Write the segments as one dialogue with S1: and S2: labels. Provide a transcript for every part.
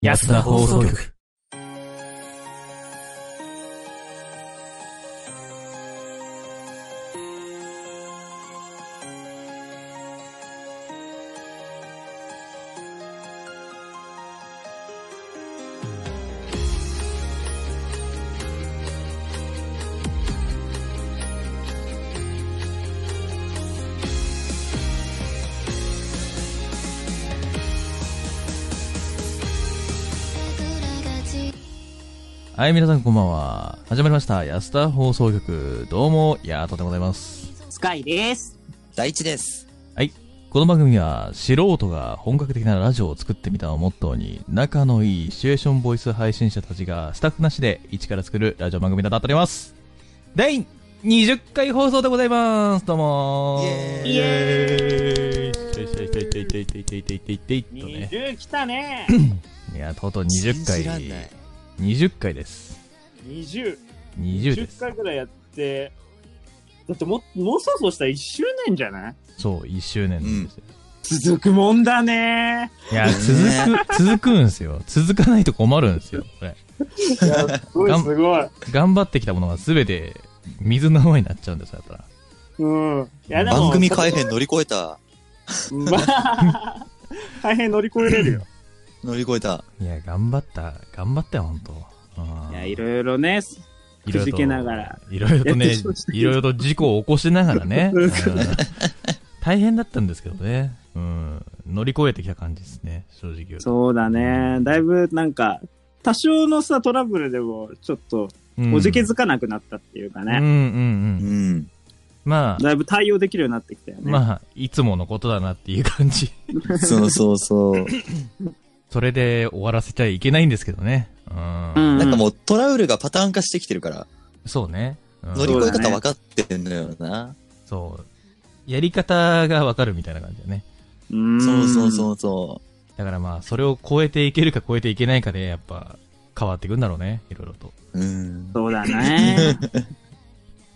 S1: 安田放送局。はい、皆さんこんばんは。始まりました。安田放送局。どうも、ヤートでございます。
S2: スカイです。
S3: 第一です。
S1: この番組は、素人が本格的なラジオを作ってみたをモットーに、仲のいいシチュエーションボイス配信者たちが、スタッフなしで一から作るラジオ番組となっております。第20回放送でございます。どうも
S3: イ
S2: イエ
S1: イエーイいていていていていていていていていていとね。
S2: 20来た ね。
S1: いや、とうとう20
S3: 信じらんない
S1: 回。20回です。
S2: 20。
S1: 20で
S2: 10
S1: す。
S2: 回ぐらいやって、だっても、もうそろそろしたら1周年じゃない
S1: そう、1周年なんですよ。
S2: 続くもんだね。
S1: いや、続く、 続くんですよ。続かないと困るんですよ、これ。
S2: いや、すご
S1: が
S2: い
S1: ん
S2: すごい。
S1: 頑張ってきたものが全て水の泡になっちゃうんですよ、やっぱ
S2: うん。いや、でも、
S3: 番組改編乗り越えた。
S2: まあ、 大変乗り越えれるよ。
S3: 乗り越えた。
S1: ら。いや、頑張った、頑張ったよ、ほんと。うん
S2: いや、いろいろね。
S1: いろいろと
S2: くじけながら。
S1: いろいろとね
S2: やってきまし、た
S1: いろいろと事故を起こしながら ね。
S2: うん
S1: うん大変だったんですけどね。うん。乗り越えてきた感じですね、正直言うと。
S2: そうだね。だいぶ、なんか、多少のさ、トラブルでも、ちょっと、
S1: うん
S2: おじけづかなくなったっていうか
S1: うん
S2: ね。
S1: うんう
S3: う
S1: ん。
S3: ん。
S1: まあ、
S2: だいぶ対応できるようになってきたよね。
S1: まあ、いつものことだなっていう感じ。
S3: そうそうそう。
S1: それで終わらせちゃいけないんですけどね。うん。
S2: うん
S3: なんかもうトラブルがパターン化してきてるから、
S1: そうね。うん
S3: 乗り越え方分かってんのよな。
S1: そう。やり方がわかるみたいな感じだね。
S2: うん
S3: そうそうそうそ
S1: だからまあ、それを超えていけるか超えていけないかで、やっぱ、変わっていくんだろうね。いろいろと。
S3: う。うん。
S2: そうだね。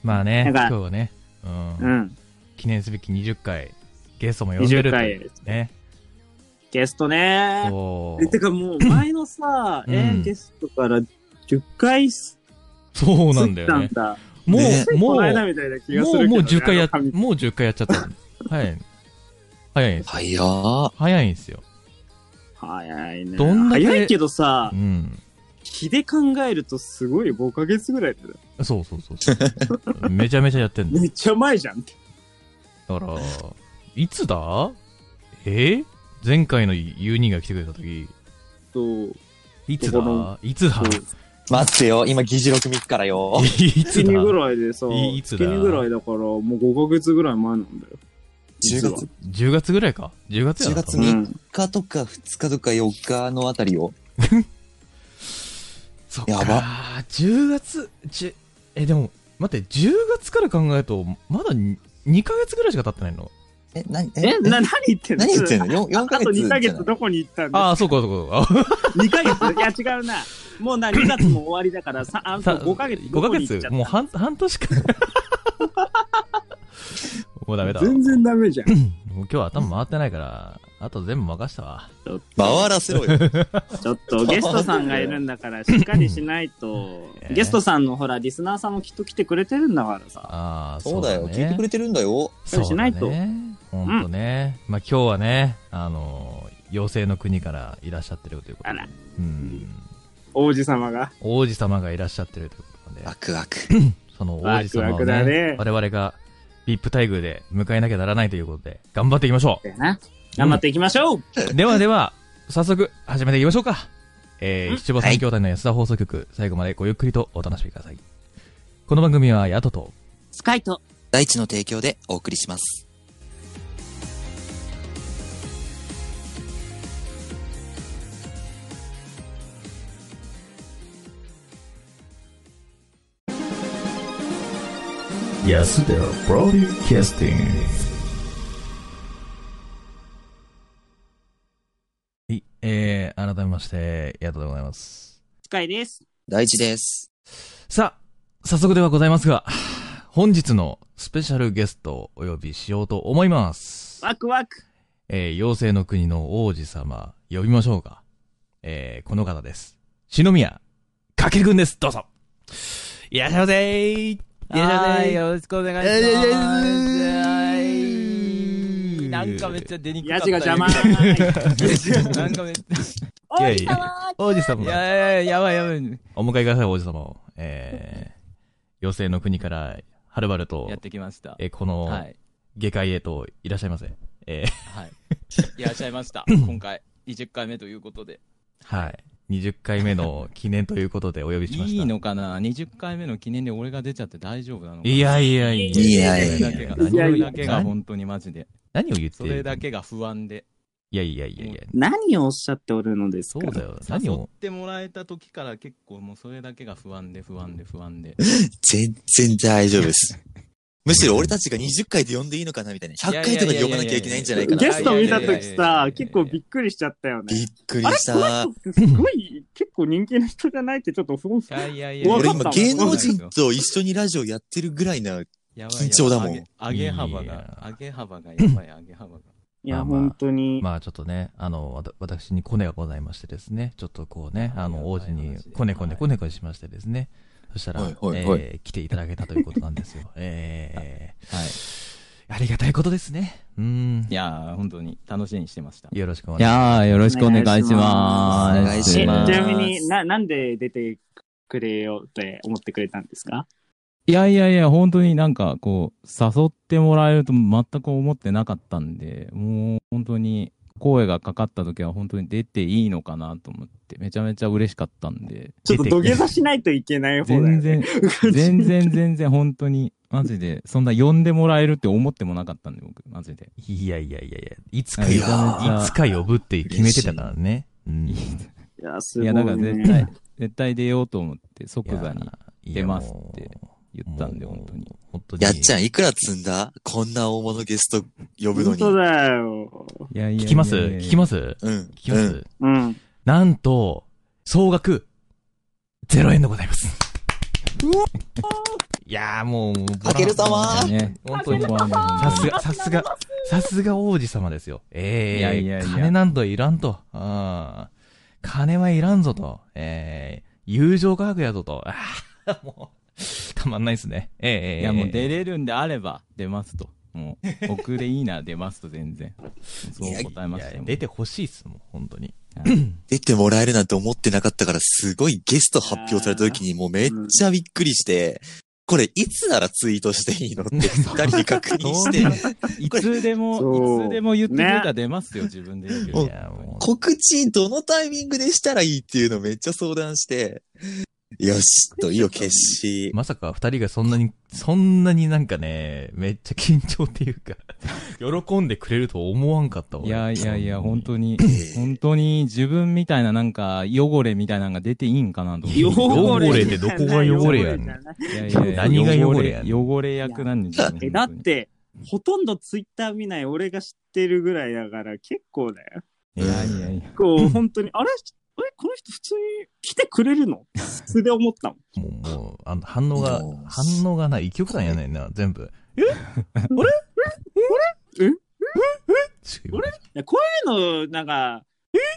S1: まあね、
S2: だか
S1: 今
S2: ら
S1: 日はね、うん、
S2: うん。
S1: 記念すべき20回、ゲストも呼んでる
S2: 20
S1: と
S2: 回。
S1: ね。
S2: ゲストね。
S1: そ
S2: えて
S1: う。
S2: かもう前のさ、
S1: うん
S2: えーゲストから10回す
S1: そうなんだ
S2: つった
S1: よ
S2: ん
S1: ね。
S2: だ。
S1: もう、
S3: ね
S1: もう、もう、
S2: この
S1: も
S2: 間みたいな気がするけど、ね。
S1: う10回や
S2: あ、の
S1: もう10回やっちゃった。はい。早いんですよ。
S3: 早っ。
S1: 早いんですよ。
S2: 早いね。
S1: どんだけ
S2: 早いけどさ
S1: う、ん。
S2: 日で考えるとすごい5ヶ月ぐらいだよ。
S1: そうそうそうそう。 めちゃめちゃやってんだよ
S2: めっちゃ前じゃんって。
S1: だから、いつだえー前回の U2 が来てくれた時、
S2: そう。
S1: いつ
S2: ここ
S1: だ
S2: の
S1: いつだ
S2: そう
S3: 待ってよ、今議事録見つからよ。
S1: いつ
S2: 月
S1: だ
S2: にぐらいでさ、
S1: いいつだ
S2: 月にぐらいだからもう5ヶ月ぐらい前なんだよ。
S3: 10月
S1: 10月ぐらいか ?10 月やな
S3: 10月
S1: 多分
S2: う
S3: に
S2: ん。
S3: 3日とか2日とか4日のあたりを。
S1: そっか
S3: やば
S1: 10月、10え、でも、待って、10月から考えると、まだに2ヶ月ぐらいしか経ってないの
S3: え、な、え、
S2: え、な、何言ってんの
S3: 何言ってんの ?4、4
S2: あ
S3: ヶ
S2: と
S3: 月じ
S2: 2
S3: ゃな
S2: ヶ
S3: い。
S2: 月どこに行ったんだ
S1: ああ、そうか、そうか そうか。
S2: 2ヶ月いや違うな。もうな、2月も終わりだから、さあ
S1: さ
S2: と5ヶ月。
S1: 5ヶ月もう半半年か。 もうダメだ。
S2: 全然ダメじゃん。
S1: もう今日は頭回ってないから、あと全部任したわ。
S2: ちょっ
S3: 回らせろよ。
S2: と、ちょっとゲストさんがいるんだから、しっかりしないと
S1: え。ー
S2: ゲストさんのほら、リスナーさんもきっと来てくれてるんだからさ。
S1: ああ、
S3: そうだよ。
S1: ね
S3: 聞いてくれてるんだよ。
S1: そう
S2: しないと
S1: だね。ほんとね。まあ今日はね、あのー、妖精の国からいらっしゃってるということ
S2: あ
S1: で。
S2: ら、
S1: うん。
S2: 王子様が。
S1: 王子様がいらっしゃってるということなん
S3: ワ
S1: で、
S3: クワク。
S1: その王子様
S2: ワ
S1: を
S2: クワク
S1: ね
S2: だね、
S1: 我々が VIP 待遇で迎えなきゃならないということで、頑張っていきましょ
S2: だよな。頑張っていきましょう
S1: う。ではでは、早速始めていきましょうか。えー、
S2: うん
S1: 七五三兄弟の安田放送局、最後までごゆっくりとお楽しみください。この番組はヤトと、
S2: スカイと。
S3: 第一の提供でお送りします。
S1: 安田プロデューキャスティング。はい、えー、改めまして、ヤトでございます。
S2: スカイです。
S3: 第一です。
S1: さあ、早速ではございますが、本日のスペシャルゲストをお呼びしようと思います。
S2: ワクワク。
S1: えー、妖精の国の王子様、呼びましょうか。えー、この方です。篠宮かけるくんです。どうぞ。いらっしゃいませー。いらっしゃいま
S4: は
S1: せー。
S4: い、よろしくお願い
S1: い
S4: し
S1: やいやいや
S4: ます。なんかめっちゃ出にくか
S5: ヤ
S4: った。
S5: ジが邪魔。
S4: なんかめっち
S1: いやいや王子様
S4: ゃ。いやいやいや、やばいやばい。
S1: お迎えください、王子様を。えー、妖精の国から、はるばると
S4: やっ、てきました。
S1: えーこの、
S4: はい。
S1: 下界へといらっしゃいませ。えー、
S4: はい。いらっしゃいました。今回、20回目ということで。
S1: はい。20回目の記念ということでお呼びしました。
S4: いいのかな ?20 回目の記念で俺が出ちゃって大丈夫なのかない
S1: やいやいや。
S3: いやい
S4: そ
S3: や
S4: れだけが、
S5: いや
S4: そ
S5: いや
S4: れだけが本当にマジで。
S1: 何を言って
S4: そ
S1: いる
S4: れだけが不安で。
S1: いやいやいやいや。
S5: 何をおっしゃっておるのです
S1: そ
S5: か
S1: うだよ。何
S4: 誘っ
S1: を。
S4: てもらえた時から結構もうそれだけが不安で不安で不安で。
S3: 全然大丈夫です。むしろ俺たちが20回で呼んでいいのかなみたいな。100回とかで呼ばなきゃいけないんじゃないかな。
S5: ゲスト見た
S4: いやいやいやい
S5: と
S4: や
S5: き
S4: いやいやいやい
S5: さ
S4: や、
S5: 結構びっくりしちゃったよ
S3: び
S5: ね
S3: っ。くり
S5: あれ
S3: した。
S5: この人すごい、結構人気の人じゃないってちょっと不安
S4: いやいやいや。
S5: や
S3: 俺
S5: わかっ
S3: 今
S5: た
S3: 芸能人と一緒にラジオやってるぐらいな、
S4: やばい
S3: 緊張だもん
S4: 上げ上げ幅
S1: い
S4: が
S1: や、
S4: 上げ幅がやばい、上げ幅が。
S5: いや、
S1: まあまあ
S5: 本当に。
S1: まあちょっとね、あの、わた私にコネがございましてですね、ちょっとこうね、あ
S4: あ
S1: の、
S4: り
S1: 王
S4: が
S1: 子
S4: たい話で
S1: にコネコネコネコネしましてですね、そしたら、
S3: は
S1: え
S3: いはいはい
S1: ー来ていただけたということなんです よ。え
S4: はい。
S1: ー、ありがたいことですね。うん
S4: い。やー、本当に楽しみにしてました。
S1: よろしくお願いします。
S4: やー、よろ
S5: しくお願いします
S3: お願いしま
S5: え
S3: す
S5: ちなみにな、なんで出てくれよって思ってくれたんですか
S4: いやいやいや、本当になんかこう、誘ってもらえると全く思ってなかったんで、もう本当に声がかかった時は本当に出ていいのかなと思って、めちゃめちゃ嬉しかったんで。
S5: ちょっと土下座しないといけない方だ
S4: 全
S5: よね。
S4: 然、全然全然本当に、マジで、そんな呼んでもらえるって思ってもなかったんで、僕、マジで。
S1: いやいやいやいや、いつか呼
S4: いやー
S1: ぶ、いつか呼ぶって決めてたからね。うん。
S5: いや、す
S4: い
S5: ごい、
S4: や、
S5: ね。
S4: だから絶対、絶対出ようと思って、即座に
S1: いやー
S4: 出ますって言
S1: もう
S4: ったんで、
S1: もう
S4: 本当に。
S1: 本当に。
S3: やっちゃんいくら積んだこんな大物ゲスト呼ぶの
S5: 本
S3: に。
S5: 当だよ。
S4: いやいやいや
S1: 聞きます聞き
S4: ま
S1: ます聞
S3: うん。聞
S1: きます、
S3: うん、
S5: うん。
S1: なんと、総額、0円でございます。いやーもう、もう
S3: かける様
S1: ボラン
S4: ね。
S1: 本当に。
S4: ここはもう
S1: さ
S4: 本当に
S1: すが、さすが、さすが王子様ですよ。ええ
S4: いやいやいや
S1: 金なんといらんと。うん。金はいらんぞと。ええ友情価格やぞと。ああ、もう、たまんないですね。ええええ
S4: いや、もう出れるんであれば、出ますと。もう、僕でいいな、出ますと、全然。そう答えました
S1: いや
S4: よ。
S1: 出てほしいっすもん、本当に。
S3: 出てもらえるなんて思ってなかったから、すごいゲスト発表された時にもうめっちゃびっくりして、これいつならツイートしていいのって二人に確認して、
S4: いつで
S5: そ
S4: も、
S5: う
S4: いつでも言ってくれたら出ますよ、自分で言うけど。
S1: いやもう
S3: 告知どのタイミングでしたらいいっていうのめっちゃ相談して、よし、と、いいよ、決し。
S1: まさか二人がそんなに、そんなになんかね、めっちゃ緊張っていう か、喜んでくれると思わんかったわ。
S4: いやいやいや、本
S1: に。
S4: 当に
S3: え、え
S4: 本当に自分みたいななんか汚れみたいなのが出ていいんかなと思って。
S1: 汚れってどこが汚れやねん
S5: 汚じゃない
S4: いやいやいや
S1: 何が汚れやねん
S4: 汚れ役なんですよ。
S5: え、だって、ほとんどツイッター見ない俺が知ってるぐらいだから、結構だよ。
S4: いやいやいや。
S5: 結 構、本当に、あれえ、この人普通に来てくれるの普通で思ったもん。
S1: もう、もう、あの、反応が
S3: もう、
S1: 反応がない。一曲なんやねんな、全部。
S5: え
S1: 違う
S5: いやこういうの、なんか、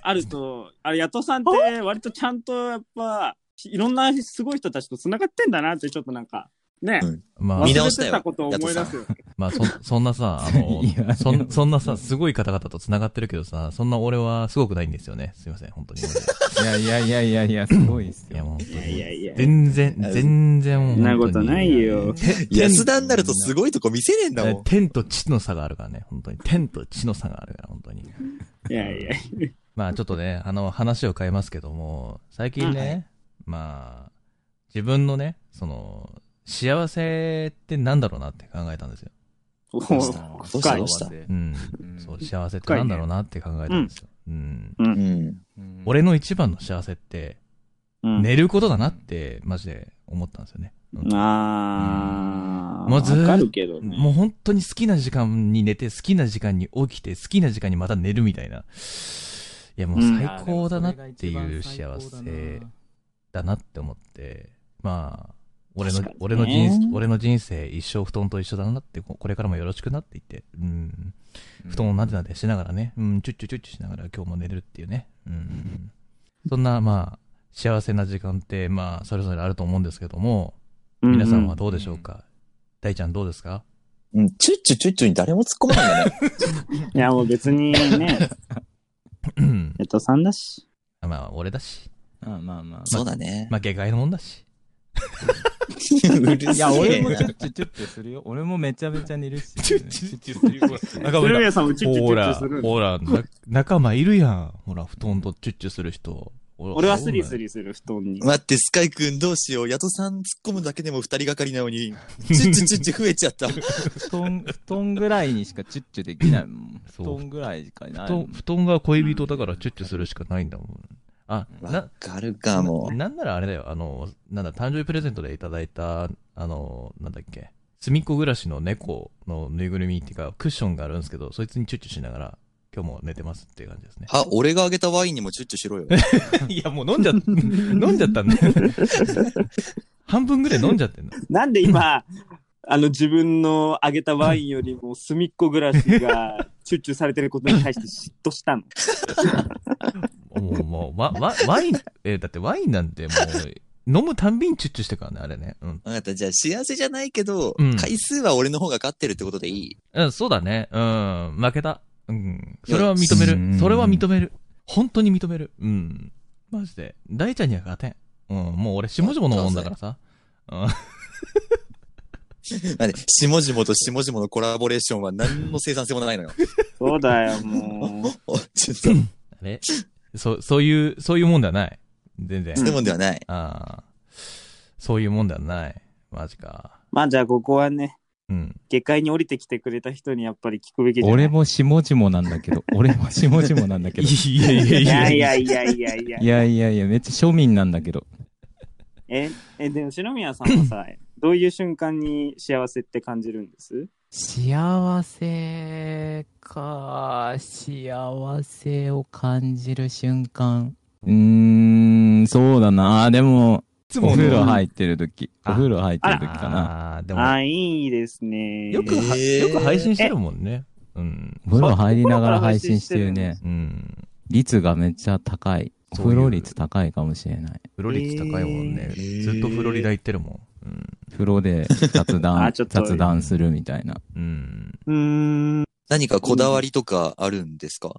S5: あると、あれ、ヤトさんって、割とちゃんと、やっぱ、いろんなすごい人たちと繋がってんだなって、ちょっとなんか、ね
S3: う、ん
S1: まあ
S5: 忘
S3: 見、直
S5: れ
S3: した
S5: て
S3: よ
S5: たことを思い出すよ。
S1: まあ、そ、そんなさ、あ の
S4: いや、
S1: そん、そんなさ、すごい方々と繋がってるけどさ、そんな俺はすごくないんですよね。すいません、本当に。い
S4: いやいやいやいや、すごいっす
S1: や、
S4: よ。
S1: もう本
S5: い
S1: 当
S5: やい
S1: に。
S5: やいや。
S1: 全然、全然もう本当に。
S5: そんなことないよ
S1: て。
S3: 安田になるとすごいとこ見せねえんだもん。
S1: 天と地の差があるからね、本当に。天と地の差があるから、本当に。
S5: いやいや。
S1: まあちょっとね、あの、話を変えますけども、最近ね、まあ、自分のね、その、幸せってなんだろうなって考えたんですよ。
S5: お
S3: どう
S5: ー
S3: したどうしたどうした
S1: うん。
S4: うん
S1: そう、幸せってなんだろうなって考えたんですよ。うん。
S5: う。
S3: うんん。
S4: うん
S1: 俺の一番の幸せって、
S5: うん。
S1: 寝ることだなって、マジで思ったんですよね。うん
S5: あー。
S1: もうずーっと
S5: わかるけどね。
S1: もう本当に好きな時間に寝て、好きな時間に起きて、好きな時間にまた寝るみたいな。いや、もう最高だなっていう幸せだなって思って、まあ、俺の、
S5: 確かにね
S1: 俺の人生、俺の人生一生布団と一緒だなって、ここれからもよろしくなって言って、うん。布団をなでなでしながらね、うん、チュッチュチュッチュしながら今日も寝れるっていうね。うん。そんな、まあ、幸せな時間って、まあ、それぞれあると思うんですけども、
S2: う
S1: 皆さんはどうでしょうか、大ちゃんどうですか
S3: うん、チュッチュチュッチュに誰も突っ込まないんだ ね。
S2: いや、もう別にね、
S1: うん
S2: 江戸さんだ し。
S1: まあ、俺だし、
S4: まあまあまあ。
S3: そうだね。
S1: まあ、下界のもんだし。
S3: うる
S4: い
S3: せ
S4: や、俺
S3: え
S4: もチュ
S3: な。
S4: ッチュチュッてするよ。俺もめちゃめちゃ寝るし。
S1: チュッチュチュッて言うわ中
S2: 鶴
S1: 村
S2: 宮さんもチュッチュチ
S1: ほ
S2: ュッチュ
S1: ら
S2: する、の。
S1: ほら、な仲間いるやん。ほら、布団とチュッチュする人。
S2: 俺はスリス
S1: リ。
S2: リする、布団に。
S3: 待って、スカイ君どうしよう。ヤトさん突っ込むだけでも二人がかりなの に、チュッチュチュッチュ増えちゃった。
S4: 布団、布団ぐらいにしかチュッチュできないもん。
S1: そ
S4: 布
S1: う
S4: 団ぐらいしかない
S1: 布
S4: もん。
S1: 団布団が恋人だからチュッチュするしかないんだもん。あ、
S3: わ
S1: な、
S3: かるかも。。
S1: なんならあれだよ、あの、なんだ、誕生日プレゼントでいただいた、あの、なんだっけ、すみっこ暮らしの猫のぬいぐるみっていうか、クッションがあるんですけど、そいつにチュッチュしながら、今日も寝てますっていう感じですね
S3: は、俺があげたワインにもチュッチュしろよ。
S1: いや、もう飲んじゃ、飲んじゃったんだよね。半分ぐらい飲んじゃってんの。
S2: なんで今、あの自分のあげたワインよりも隅っこ暮らしがチュッチュされてることに対して嫉妬したの。
S1: もう、もう、わ、わ、ワイン、えーだってワインなんてもう、飲むたんびにチュッチュしてからね、あれね。うん。
S3: わかった。じゃあ、幸せじゃないけど、
S1: うん
S3: 回数は俺の方が勝ってるってことでいい
S1: うん、そうだね。うん、負けた。うん。それは認め
S4: う
S1: る。
S4: ん
S1: それは認める。本当に認める。うん。マジで。大ちゃんには勝てん。うん、もう俺、下々のもんだからさ。
S3: なんで、下々と下々のコラボレーションは何の生産性も ないのよ。
S2: そうだよ、もう。
S3: おちょっと、そう
S1: あれそう、そういう、そういうもんではない。全然。
S3: いうもんではない。
S1: ああ。そういうもんではない。マジか。
S2: まあじゃあここはね、
S1: うん。
S2: 下界に降りてきてくれた人にやっぱり聞くべきじゃな
S4: 俺
S2: い。
S4: も下々なんだけど、俺も下々なんだけど。
S1: いやいや
S2: いやいやいやいやいや
S4: い。やいやいや、めっちゃ庶民なんだけど。
S2: え、え、でも篠宮さんはさ、どういう瞬間に幸せって感じるんです
S4: 幸せか、幸せを感じる瞬間。うーん、そうだな。でも、
S1: つ
S4: お風呂入ってる時。お
S1: あ
S4: 風呂入ってる時かな。
S1: ああ、でも、
S2: あ、いいですね。
S1: よくは、
S3: えー
S1: よく配信してるもんね。うん。
S4: お風呂入りながら配信してるね。
S1: うん。
S4: 率がめっちゃ高い。お
S1: そういう
S4: 風呂率高いかもしれない。
S1: フロリ率高いもんね。
S3: えー
S1: ずっとフロリダ行ってるもん。うん。
S4: 風呂で雑談
S2: あちょっ、と
S4: 雑談するみたいな。
S1: うん。
S2: うーん。
S3: 何かこだわりとかあるんですか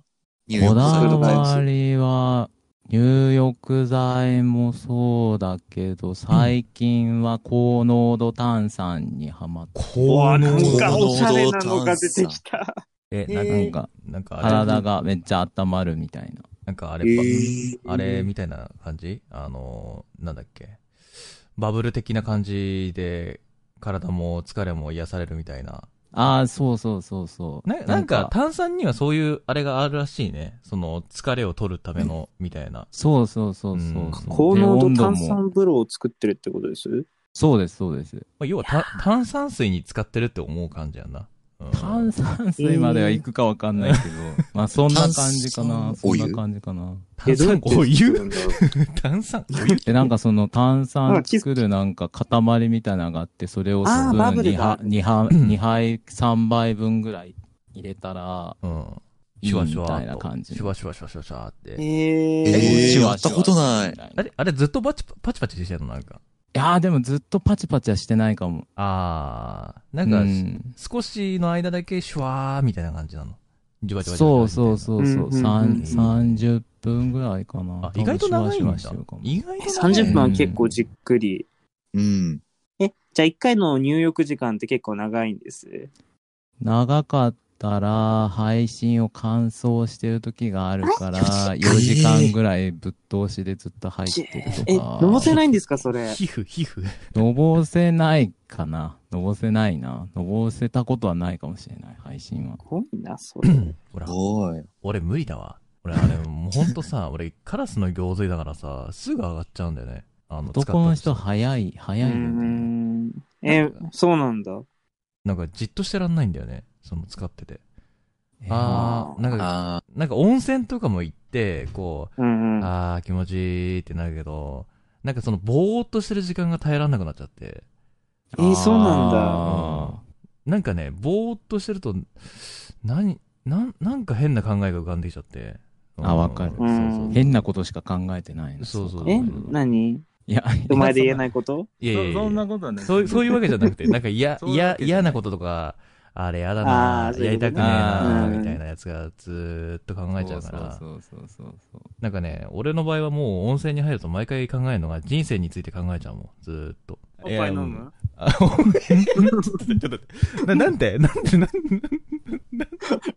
S3: 入
S4: こ
S3: 浴
S4: だ
S3: される感
S4: わりは、入浴剤もそうだけど、最近は高濃度炭酸にはまって、
S2: わなん
S3: 能
S2: かおしゃれなのが出てきた。
S1: え、
S2: え
S1: なん
S4: な
S1: か
S4: んか
S1: なんかあれ、
S4: 体がめっちゃ温まるみたいな。
S1: なんかあ
S2: え
S1: れ、ば
S2: ー
S1: あれみたいな感じあの、なんだっけ。バブル的な感じで、体も疲れも癒されるみたいな。
S4: ああ、そうそうそうそう。
S1: ななんか、炭酸にはそういうあれがあるらしいね。その、疲れを取るための、みたいな。
S4: そうそうそうそう。
S1: うん
S2: 高
S4: で
S2: 濃度炭
S4: 温度も
S2: 酸風呂を作ってるってことです
S4: そうです、そうです。
S1: まあ、要はた炭酸水に使ってるって思う感じやんな。うん
S4: 炭酸水までは行くかわかんないけど、まあそんな感じかな
S3: 炭酸。
S4: そん
S3: お湯
S4: な感じかな。
S1: 炭酸、お 湯炭酸、お湯
S4: で、なんかその
S2: な
S4: 炭
S2: んか
S4: 酸
S2: キス
S4: 作るなんか塊みたいなのがあって、それをス
S2: あー
S4: プ
S2: バ
S4: ーン
S2: ブル
S4: 2
S2: だ
S4: 杯、二杯、
S1: うん
S4: 二杯3杯分ぐらい入れたら、
S1: うん。
S4: いい
S1: シュワシュワーと
S4: みたいな感じ
S1: シュワシュワシュワシュワシュワって。
S2: え
S3: え
S2: ー
S3: ー
S4: シュワ
S3: やったことない
S4: シュワみた
S1: あ
S4: い
S1: れ、あれずっとパチパチパチしてたのなんか。
S4: ないやーでもずっとパチパチはしてないかも。
S1: あー、な
S4: うん
S1: か、
S4: ん、
S1: 少しの間だけシュワーみたいな感じなの。じわじわじわじわ
S4: そう
S1: みたいな
S4: そ
S2: うんうん
S4: うそうそう、
S2: うん
S4: 三三十30分ぐらいかな
S1: あ。、意外と長いんだ
S4: 多分シュワシュワしてるかも。
S1: 意外と長い。
S2: 30分は結構じっくり。
S3: じうん。
S2: え、じゃあ1回の入浴時間って結構長いんです。
S4: 長かったら、配信を完走してる時があるから、4時間ぐらいぶっ通しでずっと入ってる
S2: え、
S4: とか。
S2: のぼせないんですかそれ。
S1: 皮膚、皮膚。
S4: のぼせないかな。のぼせないな。のぼせたことはないかもしれない、配信は。
S2: すごいな、それ。
S1: ほら、
S3: おい。
S1: 俺無理だわ。俺、あれ、もうほんとさ、 俺、カラスの行水だからさ、すぐ上がっちゃうんだよね。あの、
S4: 男の
S1: 使
S4: 人
S1: ったとして
S4: 早い、早いよ
S2: うー
S4: ね。
S2: んえ、そうなんだ。
S1: なんか、じっとしてらんないんだよね。その、使ってて。
S4: えー
S1: あー、なんか、
S3: あ
S1: なんか温泉とかも行って、こ
S2: うん
S1: う、
S2: うん。
S1: あー、気持ちいいってなるけど、なんかその、ぼーっとしてる時間が耐えらんなくなっちゃって。
S2: えーそうなんだ
S4: あ
S1: なんかね、ぼーっとしてると、何、なん、なんか変な考えが浮かんできちゃって、
S4: あわかる
S1: そうそう
S4: 変なことしか考えてないの
S1: そうそう
S4: か
S1: え
S2: え何
S4: いや、
S2: 人前で言えないこと
S1: いやいやいや
S4: そそんなことはない。
S1: そうそういうわけじゃな くて、なんか嫌、
S4: そういうわ
S1: 嫌、
S4: けじゃない
S1: 嫌なこととか、あれやだな
S2: あー
S1: やりたくねえ
S4: そういうこと
S1: な
S2: ね
S1: みたいなやつがずーっと考えちゃうから、
S4: そうそうそうそうそう。
S1: なんかね、俺の場合はもう温泉に入ると毎回考えるのが人生について考えちゃうもん、ずーっと。
S2: おっぱい飲む
S1: あ、ちょっと待って、ちょっと待ってななんて、なんて、なんて、
S2: い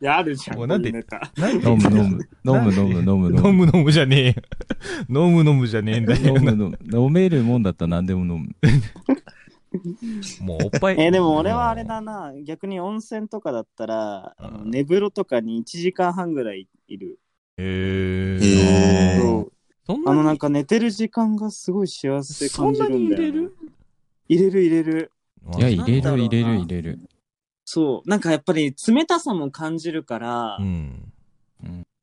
S2: や、あるじゃん。
S1: もうなんて
S2: こいネタ
S1: なんて
S4: 飲む飲む。飲む飲む飲む飲む。
S1: 飲む飲むじゃねえよ。飲む飲むじゃねえんだ
S4: 飲
S1: よ。
S4: む飲む。飲めるもんだったら何でも飲む。
S1: もうおっぱい。
S2: えーでも俺はあれだな、逆に温泉とかだったら、あの
S1: うん
S2: 寝風呂とかに1時間半ぐらいいる。
S1: へー
S3: へー
S2: そう
S1: そん
S2: あの
S1: な
S2: なん
S1: に、
S2: か寝てる時間がすごい幸せ
S1: そ
S2: 感
S1: ん
S2: じ
S1: な
S2: る
S1: に
S2: ん
S1: 入
S2: だよ
S1: れ
S2: な、
S1: る
S2: 入れる入れる。
S4: いや、
S1: マジ
S4: 入れ
S2: なんだろうな
S4: る入れる入れる。
S2: そう。なんかやっぱり冷たさも感じるから、
S1: うん。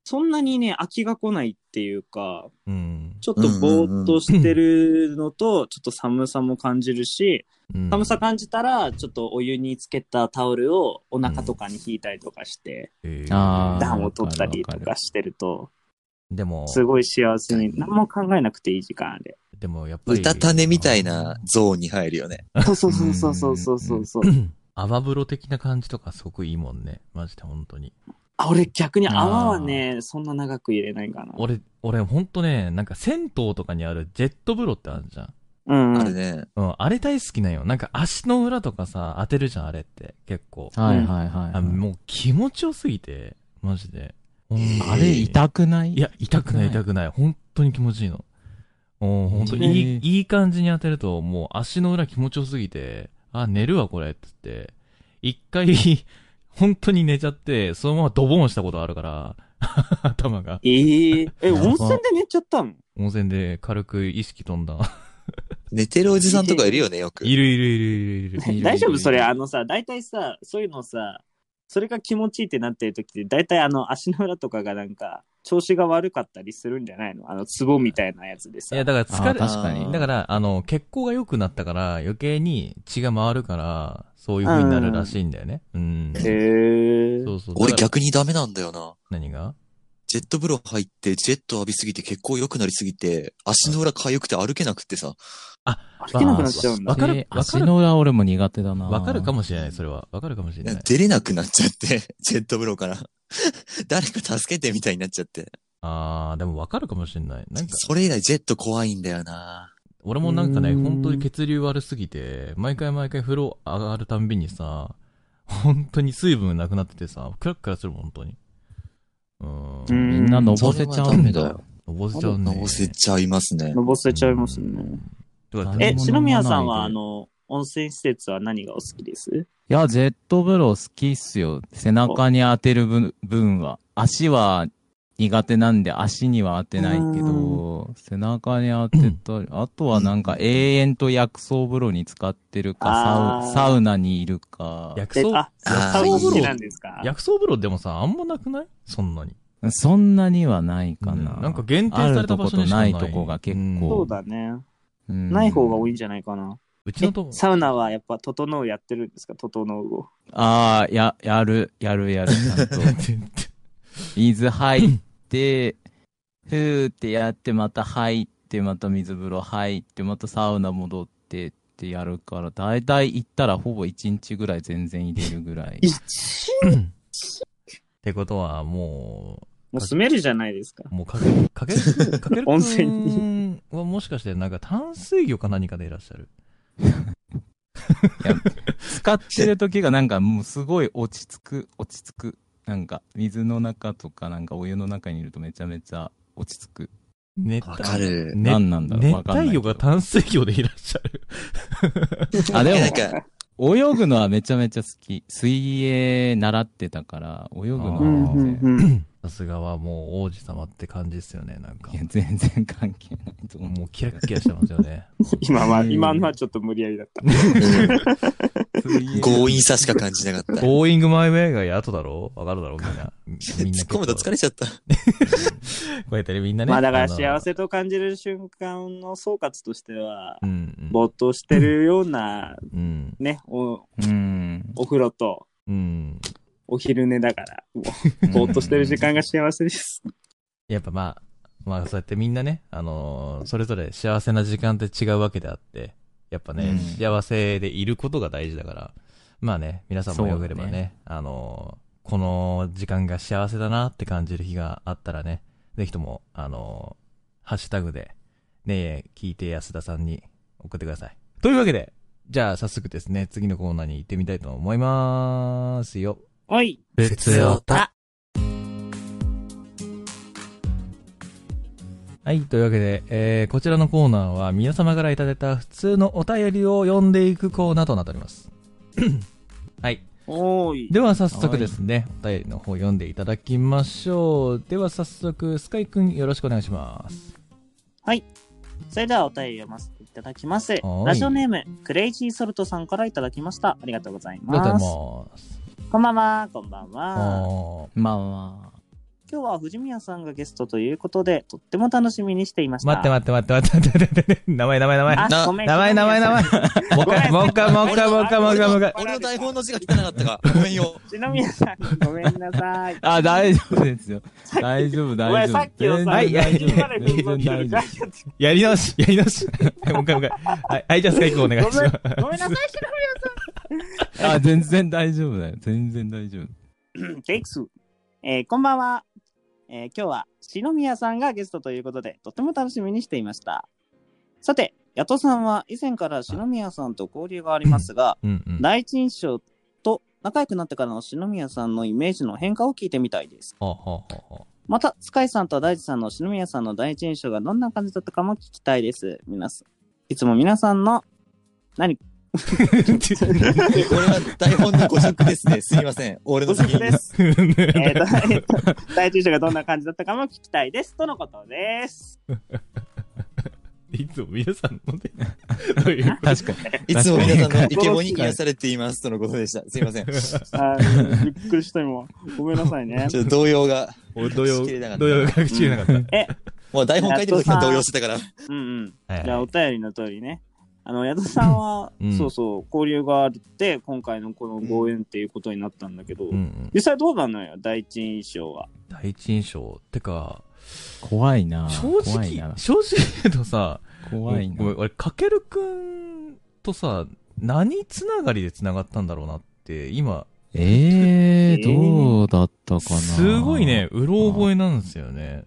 S2: そんなにね、飽きが来ないっていうか、
S1: うん。
S2: ちょっとぼーっとしてるのと、ちょっと寒さも感じるし、
S1: うん
S2: 寒さ感じたら、ちょっとお湯につけたタオルをお腹とかに引いたりとかして、
S1: え
S4: あー
S2: 暖を取ったり
S4: わか
S2: と
S4: るわか
S2: か
S4: る
S2: してると、
S1: でも、
S2: すごい幸せに、何も考えなくていい時間で。
S1: でもやっぱり。
S3: うたた寝みたいなゾーンに入るよね。
S2: そうそうそうそうそうそうそうそう。
S1: 泡風呂的な感じとかすごくいいもんね。マジで本当に。
S2: あ、俺逆に泡はね、そんな長く入れないかな。
S1: 俺、俺ほんとね、なんか銭湯とかにあるジェット風呂ってあるじゃん。
S2: うん。
S3: あれね。
S1: うん、あれ大好きなんよ。なんか足の裏とかさ、当てるじゃん、あれって。結構。
S4: はいはいはい。
S1: あもう気持ちよすぎて、マジで。ほん
S3: ー
S4: あれ痛くない
S1: いや、痛くない痛くない。本当に気持ちいいの。お本当にい
S4: へー
S1: い、いい感じに当てると、もう足の裏気持ちよすぎて、あ、寝るわこれって言って、一回、 本当に寝ちゃって、そのままドボンしたことあるから、 頭が。
S2: えええ、
S4: やば
S2: 温泉で寝ちゃったの
S1: 温泉で軽く意識飛んだ。
S3: 寝てるおじさんとかいるよね、よく。
S1: いるいるいるいるいる。
S4: いる
S2: 大丈
S4: い
S2: 夫
S4: る
S2: そ
S4: い
S2: れ、
S4: る
S2: あのさ、大体さ、そういうのさ、それが気持ちいいってなってる時って、大体あの足の裏とかがなんか、調子が悪かったりするんじゃないのあの、ツボみたいなやつで
S1: い
S2: さ。
S1: や、だから疲
S4: あー
S1: れ、
S4: 確かに
S1: だ。から、あの、血行が良くなったから、余計に血が回るから、そういう風になるらしいんだよね。うん。
S2: へえ
S1: そうそう。
S3: 俺
S1: だから
S3: 逆にダメなんだよな。
S1: 何が
S3: ジェット風呂入って、ジェット浴びすぎて血行良くなりすぎて、足の裏痒くて歩けなくってさ。
S2: 歩けなくなっちゃうんだ
S1: わ。かる
S4: えー
S1: わかる
S4: 足の裏俺も苦手だな。
S1: わかるかもしれない、それは。わかるかもしれない。
S3: 出れなくなっちゃって、 ジェット風呂から。誰か助けてみたいになっちゃって。
S1: あー、でもわかるかもしれない。なんか、
S3: それ以来ジェット怖いんだよな。
S1: 俺もなんかね、
S4: うーん
S1: 本当に血流悪すぎて、毎回毎回風呂上がるたんびにさ、本当に水分なくなっててさ、クラックラするもん、本当に。うーん。
S4: みんなのぼせちゃ
S3: それは
S4: うんだ
S3: ダメだよ
S4: よ。
S1: のぼせちゃうね。
S3: のせちゃいますね。
S2: のぼせちゃいますね。
S1: とか
S4: 何
S2: え、
S4: も
S2: 篠宮さん
S4: 飲
S2: は、
S4: まない
S2: あ
S4: で
S2: の、温泉施設は何がお好きです
S4: いや、ジェット風呂好きっすよ。背中に当てる分分は。足は苦手なんで足には当てないけど、背中に当て たり、あとはなんか永遠と薬草風呂に使ってるか、
S2: あ
S4: サ
S2: ー
S4: ウサウナにいるか。
S1: 薬
S2: え
S1: 草、
S2: あ、
S3: あー
S2: サウナ好きなんですか
S1: 薬草風呂でもさ、あんまなくないそんなに。
S4: そんなにはないかな。
S1: うんなんか限定された場所にしか
S4: あるとことないとこが結構
S1: うん
S2: そうだね。
S4: うん、
S2: ない方が多
S4: い。
S2: いんじゃないかな。
S1: うちのとこ
S2: え、サウナはやっぱ、整うやってるんですか整うを。
S4: ああ、や、やる、やる、やる。ちゃんと 水入って、ふーってやって、また入って、また水風呂入って、またサウナ戻ってってやるから、だいたい行ったらほぼ1日ぐらい全然入れるぐらい。
S2: 一
S1: ってことは、もう、
S2: もう住めるじゃないですか。
S1: もうかけ、かける、かける
S2: 温泉
S1: 君はもしかしてなんか淡水魚か何かでいらっしゃる。
S4: 使ってる時がなんかもうすごい落ち着く、落ち着く。なんか、水の中とか、なんかお湯の中にいるとめちゃめちゃ落ち着く。
S1: 熱
S3: わかる。
S1: ね
S4: 何なんだろうわ
S1: 熱
S4: かんな
S1: 帯
S4: いけ
S1: 魚
S4: ど
S1: が淡水魚でいらっしゃる。
S4: あ、で
S3: いや
S4: も
S3: なん、か、
S4: 泳ぐのはめちゃめちゃ好き。水泳習ってたから、泳ぐのは
S1: うんう
S4: 全然。
S2: ん。
S1: さすがはもう王子様って感じですよね、なんか
S4: い。や、全然関係ないと思う。
S1: もうキラッキラしてますよね。
S2: 今は、
S4: うん
S2: 今のはちょっと無理やりだった。
S3: うん強引さしか感じなかった。突っ
S1: ゴーイングマイウェイがやっとだろわかるだろみんな。みんな。
S3: 込むと疲れちゃった。
S1: れこうやってねみんなね。
S2: まあだから
S1: の
S2: 幸。せと感じる瞬間の総括としては
S1: う、ん。
S2: ぼーっとしてるような、
S1: うん。
S2: ね、お、
S4: うん。
S2: お風呂と
S1: うん。
S2: お昼寝だから、もうぼーっとしてる時間が幸せです。
S1: やっぱまあ、まあそうやってみんなね、あのーそれぞれ幸せな時間って違うわけであって、やっぱね、
S3: うん
S1: 幸せでいることが大事だから、まあね、皆さんもよければ
S4: そ
S1: ね、
S4: うだ
S1: あのーこの時間が幸せだなって感じる日があったらね、ぜひとも、あのーハッシュタグで、ねえ、聞いて安田さんに送ってください。というわけで、じゃあ早速ですね、次のコーナーに行ってみたいと思いまーすよ。
S2: おい
S3: 別よた。
S1: はい、というわけで、えー、こちらのコーナーは皆様からいただいた普通のお便りを読んでいくコーナーとなっております。 はい。
S2: おーい。
S1: では早速ですね、お便りの方読んでいただきましょう。では早速、スカイくんよろしくお願いします。
S2: それではお便り読ませていただきます
S1: は。い
S2: ラジオネーム、クレイジーソルトさんからいただきました。ありがとうござい
S1: ありがとう
S2: ま
S1: ござい
S2: す。
S1: ます。
S2: こんばんは、こんばん
S1: あ
S2: は。
S4: まあまあ。。
S2: 今日は藤宮さんがゲストということで、とっても楽しみにしていまし
S1: ー
S2: た。
S1: 待って待って待って待って待って待って。 名前名前名前。
S2: あ、
S3: な
S2: ごめん。
S1: 名前名前名前。もう一回、もう一回、もう一回、もう一回、もう一回、もう一回。
S3: 俺の台本の字が汚かったか。ごめんよ。
S2: 藤宮さん、ごめんなさい
S4: あ、大丈夫ですよ。大丈夫、
S2: お前
S4: 大丈
S2: さ
S4: 夫
S2: っ。きのさ、
S1: はい
S2: 大丈夫まで
S4: 全
S2: 全
S4: 然
S2: 然
S4: 大
S2: 大
S4: 丈
S2: 丈
S4: 夫。
S2: 夫。
S1: やり直し、 やり直し。はいもう一回、もう一回。はいはい、じゃあスカイくんお願いします。
S2: ごめんなさい、白
S4: あ、全然大丈夫だよ。全然大丈夫。
S2: テイクス。えーこんばんは。えー今日は篠宮さんがゲストということで、とても楽しみにしていました。さて、ヤトさんは以前から篠宮さんと交流がありますが、
S1: うんうん。
S2: 第一印象と仲良くなってからの篠宮さんのイメージの変化を聞いてみたいです。
S1: ほうほうほう ほ
S2: また、スカイさんと大地さんの篠宮さんの第一印象がどんな感じだったかも聞きたいです。皆さん。いつも皆さんの、何
S3: これは台本の誤作ですね。すいません。俺
S2: ご
S3: の
S2: 存
S3: 責
S2: 知
S3: 任
S2: で
S3: です。
S2: す。
S1: う。
S2: えっと、えっと、 第一印象がどんな感じだったかも聞きたいです。とのことです。
S1: いつも皆さんのね。どういう こと
S4: 確かに。
S3: いつも皆さんのイケボに癒されていますとのことでした。すいません。ち
S2: あーびっくりした今。ごめんなさい ね。
S3: ょっと動揺が。
S1: 俺土曜、
S3: しきれなかった
S1: 土曜学習なかった。
S3: もう台本書いてる時に動揺してたから。
S2: うんうん。
S1: はいはい
S2: じゃあお便りの通りね。あの、矢田さんは、
S1: うん
S2: そうそう、交流があるって、今回のこのご縁っていうことになったんだけど、
S1: うんうん
S2: 実際どうなのよ、第一印象は。
S1: 第一印象。てか、
S4: 怖いな
S1: 正
S4: 怖い
S1: 直
S4: な、
S1: 正直言うとさ、
S4: 怖いな
S1: ごめん俺、かけるくんとさ、何つながりでつながったんだろうなって、今、
S4: ええどうだったかな
S1: すごいね、うろ覚えなんですよね。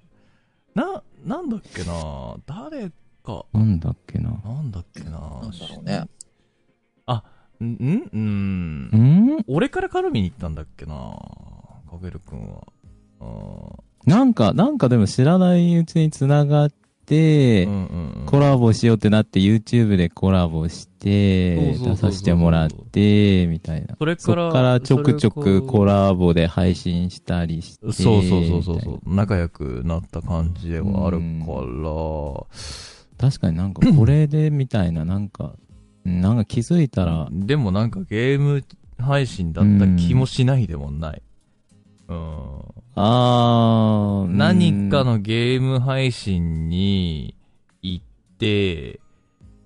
S1: な、なんだっけな誰か、
S4: なんだっけな。
S1: なんだっけな
S3: なんだろうね。
S1: んんうん
S4: ん
S1: 俺からカルビに行ったんだっけなかけるくんは。あー
S4: なんか、なんかでも知らないうちに繋がっ
S1: う
S4: て、
S1: んうんうん。
S4: コラボしようってなって YouTube でコラボして、
S1: そうそうそうそう
S4: 出させてもらって、みたいな。
S1: それ
S4: そ
S1: か
S4: っ
S1: ら、
S4: からちょくちょくコ
S1: ラ
S4: ラボで配信したりして。
S1: そうそうそうそう
S4: みたい
S1: そ
S4: な
S1: う。仲良くなった感じではあるから、
S4: 確かになんかこれでみたいな、なんか、なんか気づいたら、
S1: でもなんかゲーム配信だった気もしないでもない。うん。
S4: あー、
S1: 何か
S4: うん、
S1: のゲーム配信に行って、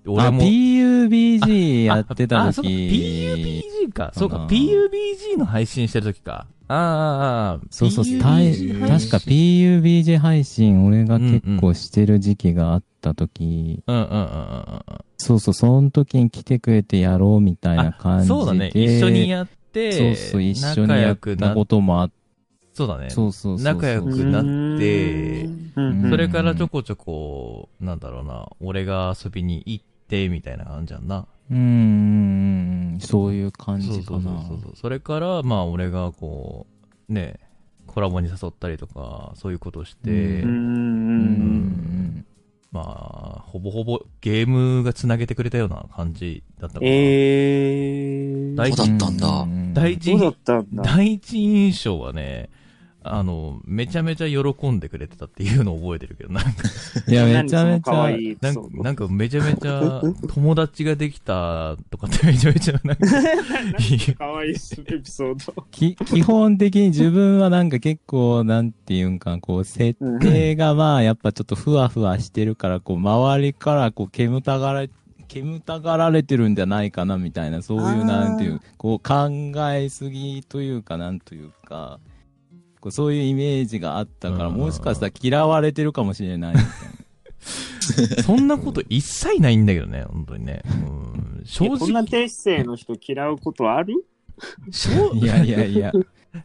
S1: 俺
S4: あ、
S1: も。
S4: PUBG やって
S1: あ
S4: た
S1: あそうか
S4: 時
S1: PUBG か。そうか
S4: か、な
S1: PUBG の配信してる時か。あーあー、あー
S4: そうそう、たい
S1: PUBG
S4: 確
S1: 配信
S4: か PUBG 配信、俺が結構してる時期があった時、
S1: うんうんうんうんうん。
S4: そうそう、その時に来てくれてやろうみたいな感じで。
S1: そうだね。一緒にやって、
S4: そうそう、一緒
S1: 仲
S4: にやっ
S1: 良く
S4: た
S1: な
S4: こ、ともあっ
S1: そうだね。
S4: そうそうそう。
S1: 仲良くなって
S2: うん
S1: それからちょこちょこ、なんだろうな、俺が遊びに行って、みたいな感じやんな。
S4: うんうんうん、そういう感
S1: そう
S4: じ
S1: そ
S4: か
S1: うそ
S4: な。
S1: うそう。それから、まあ俺がこう、ね、コラボに誘ったりとか、そういうことをして、
S4: う
S2: うんうんう
S4: うん
S2: ん
S4: うん
S1: まあ、ほぼほぼゲームがつなげてくれたような感じだったかな。
S2: えー。
S1: 第
S3: そ
S1: 一
S3: うだったんだ
S4: うう
S1: 第一
S2: どうだったんだ
S1: 第一印象はね、あの、めちゃめちゃ喜んでくれてたっていうのを覚えてるけど、なんか、
S4: いや、めちゃめ
S2: 何
S4: ち
S2: その可
S4: ゃ
S2: 愛、いエピ
S1: な
S2: ソ
S1: ん
S2: ー
S1: か
S2: ド
S1: なんかめちゃめち ゃ友達ができたとかってめ ちゃめちゃなんか、
S2: 可愛いエピソード。
S4: き基本的に自分はなんか結構、なんていうんか、こう、設
S2: うん
S4: 定がまあ、やっぱちょっとふわふわしてるから、こう、周りからこう、煙たがられ、煙たがられてるんじゃないかな、みたいな、そうい
S2: あー
S4: う、なんていう、こう、考えすぎというか、なんというか、こうそういうイメージがあったから、
S1: うん
S4: もしかしたら嫌われてるかもしれない。
S1: そんなこと一切ないんだけどね、本当にね。うん正
S2: こんな
S1: 直、
S2: 低姿勢の人嫌うことある
S1: 正
S4: いやいやいや。いやいや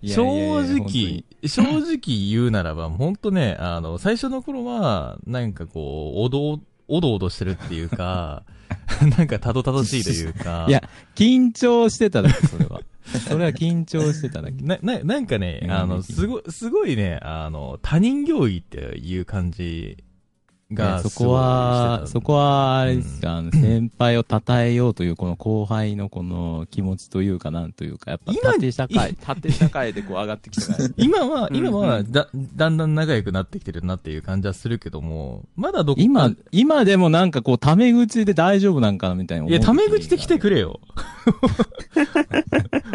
S4: いや
S1: 正
S4: 本当
S1: 直
S4: に、
S1: 正直言うならば、本当ね、あの、最初の頃は、なんかこう、おど、おどおどしてるっていうか、 なんかたどたどしいというか、
S4: いや緊張してただけ、それは。それは緊張してただけ。
S1: な、な、なんかね、
S4: うん
S1: あの、すごい、すごいね、あの、他人行儀っていう感じが、
S4: ねそこは、
S1: すごいし
S4: そ
S1: てた
S4: こは、あれですよ、あの、先輩を称えようという、この後輩のこの気持ちというか、なんというか、やっぱ、
S1: 今
S4: 縦社会、縦社会でこう上がってきた から。
S1: 今は、
S5: うん
S1: 今はだ、だんだん仲良くなってきてるなっていう感じはするけども、まだどこ
S4: 今、今でもなんかこう、タメ口で大丈夫なんかなみたいな。
S1: いや、タメ口で来てく
S4: れ。
S1: れよ。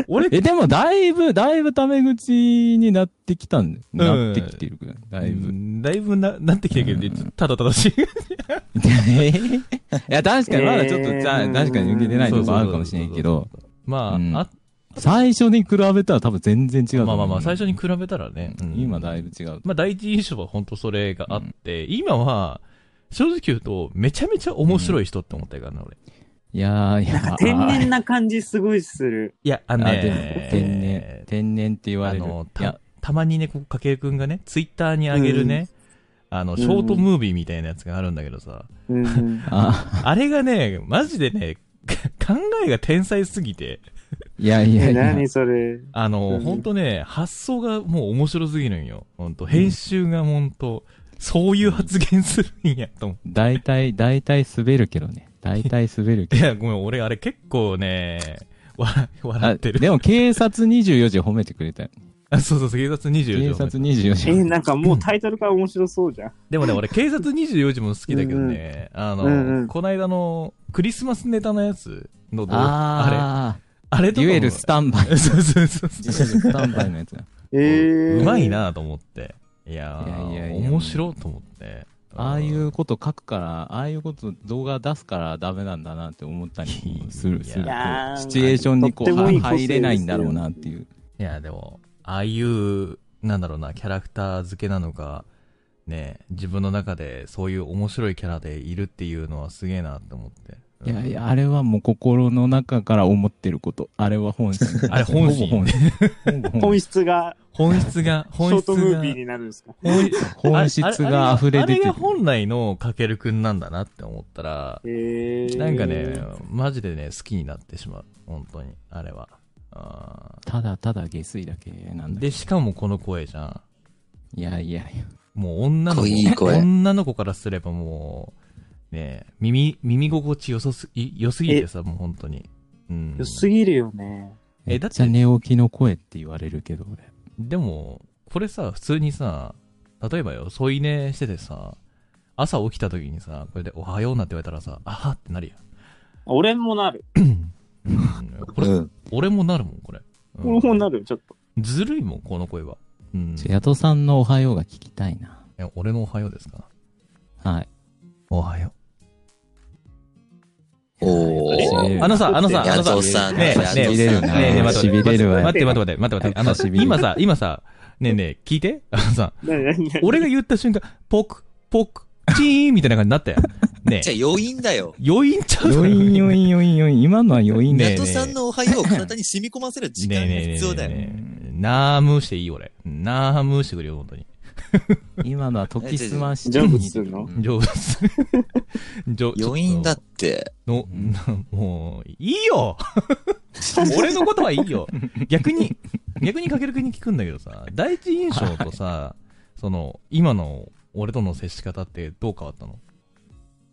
S1: 俺、
S4: え、でもだいぶ、だいぶタメ口になってきたんなってきてる。だ
S1: だ
S4: い
S1: い
S4: ぶ。
S1: ぶ、だいぶな、なってきてるけど、ただただしい。
S4: えーいや、確かにまだちょっと、
S2: えー
S4: じゃあ、確かに抜けてないとこあるかもしれんけど、
S1: ま
S4: うん
S1: あ、あ、
S4: 最初に比べたら多分全然違うと思う。
S1: まあまあまあ、最初に比べたらね。うん
S4: 今だいぶ違う。
S1: まあ、第一印象は本当それがあって、今は、正直言うと、めちゃめちゃ面白い人って思ってるからな、俺。
S4: いやー、いやー
S2: 天然な感じすごいする。
S1: いや、あの
S4: あでも
S1: ね、
S4: 天然、天然って言わ
S1: あ
S4: れる。
S1: の、
S4: いや
S1: た、たまにね、こう、かけるくんがね、ツイッターに上げるね、あの、ショートムービーみたいなやつがあるんだけどさ、
S2: うんうん
S4: あ、
S1: あれがね、マジでね、考えが天才すぎて、
S4: いやいや
S2: え
S4: いや。
S2: 何それ。
S1: あの、
S2: うん
S1: ほんとね、発想がもう面白すぎるんよ。ほんと、編集がほんと、そういう発言するんやと思
S4: 大体、大体滑るけどね。大体滑る
S1: う。
S4: け
S1: い
S4: ど。
S1: や、ごめん、俺あれ結構ね、笑、笑
S4: あ
S1: ってる。
S4: でも警察24時褒めてくれたよ。
S1: あ、 そうそうそう、警察
S4: 警
S1: 24時。
S4: 察24
S2: え、
S4: 時。
S2: なんかもうタイトルから面白そうじゃん。
S1: でもね、俺警察24時も好きだけどね、あの、
S2: うんうん
S1: こないだの、クリスマスネタのやつの動画、あれ、
S4: あ
S1: あれ
S4: ー、
S1: と
S4: デ
S1: か
S4: ュ
S1: も
S4: エルスタン バイ。
S1: そうそうそう
S4: デ
S1: そう。
S4: ュエルスタンバイのやつだ。
S2: えー、
S1: うまい。なと思って。いやー、
S4: いやいやいや
S1: 面白いと思って。
S4: ああいうこと書くから、ああいうこと動画出すからダメなんだなって思ったりする、
S1: い
S4: す
S1: や
S4: る。こ
S2: ー
S4: うシチュエーションにことう
S2: ってもいい個性
S4: 入れないんだろうなっていう。
S1: いや、でも、ああいう、なんだろうな、キャラクター付けなのか、ね、自分の中でそういう面白いキャラでいるっていうのはすげえなと思って。
S4: いやいや、あれはもう心の中から思ってること。あれは本心。
S1: あれ本心
S4: ほぼ本心。
S2: 本質が、
S1: 本質が、
S2: ショ
S1: 本
S2: ー
S1: 質
S2: トムー
S1: が
S2: ビー、になるんですか。
S1: 本質
S4: 本質が溢れ
S1: あれ
S4: 出て
S1: が
S4: る。
S1: 本来のかけるくんなんだなって思ったら、
S2: えー、
S1: なんかね、マジでね、好きになってしまう。本当に、あれは。あ
S4: ただただ下水だけなん
S1: ー
S4: だけ
S1: で、しかもこの声じゃん。
S4: ど。いやいやいや。
S1: もう女の子、
S3: かっこいい声
S1: 女の子からすればもう、ねえ耳、耳心地良そす、い良すぎてさ、もう本当に。うん。
S2: 良すぎるよね。
S1: え
S4: え、
S1: だっ
S4: だってて寝起きの声って言われるけど、俺。
S1: でも、これさ、普通にさ、例えばよ、添い寝しててさ、朝起きた時にさ、これでおはようなって言われたらさ、あはってなるやん。
S2: 俺もなる。
S1: うんこれ、
S3: うん。
S1: 俺もなるもん、これ。うん
S2: 俺もなるよ、ちょっと。
S1: ずるいもん、この声は。うん。
S4: ちょ、ヤトさんのおはようが聞きたいな。
S1: え俺のおはようですか
S4: はい。
S1: おはよ
S3: お
S4: え
S3: ー。
S1: う。あのさ、あのさ、あ
S3: ヤ
S1: のさ
S3: ト、さん、
S1: ねえ
S3: ヤ
S1: ねえ
S3: ト
S4: 痺れ
S3: さ
S4: る
S3: ん。
S4: な。
S1: ねえねえ待って
S4: 痺れるわよ。
S1: 待って待って待って待って、あの
S4: 久し、ぶり
S1: 今さ、今さ、ねえねえ、聞いてあのさ、
S2: 何何何
S1: 俺が言った瞬間、ポク、ポク、チーンみたいな感じになったよ。ね
S3: じゃあ余韻だよ。
S1: え、余韻ちゃう
S4: 余韻余韻余韻余韻。今のは余韻だ
S1: ねえ
S3: ヤ
S4: よ
S3: トさんのおはようを体に染み込ませる時
S1: ね
S3: 間
S1: え
S3: が
S1: ねえねえねえ。
S3: 必要だよ。
S1: なーむーしていい俺。なーむーしてくれよ、本当に。
S4: 今のは時すまし
S2: ジャンプするの
S1: 上手。上
S3: 余韻だっ
S1: ち
S3: て。
S1: ょっとの、もう、いい よ俺のことはいいよ。逆に、逆にかけるくんに聞くんだけどさ、第一印象とさ、その、今の俺との接し方ってどう変わったの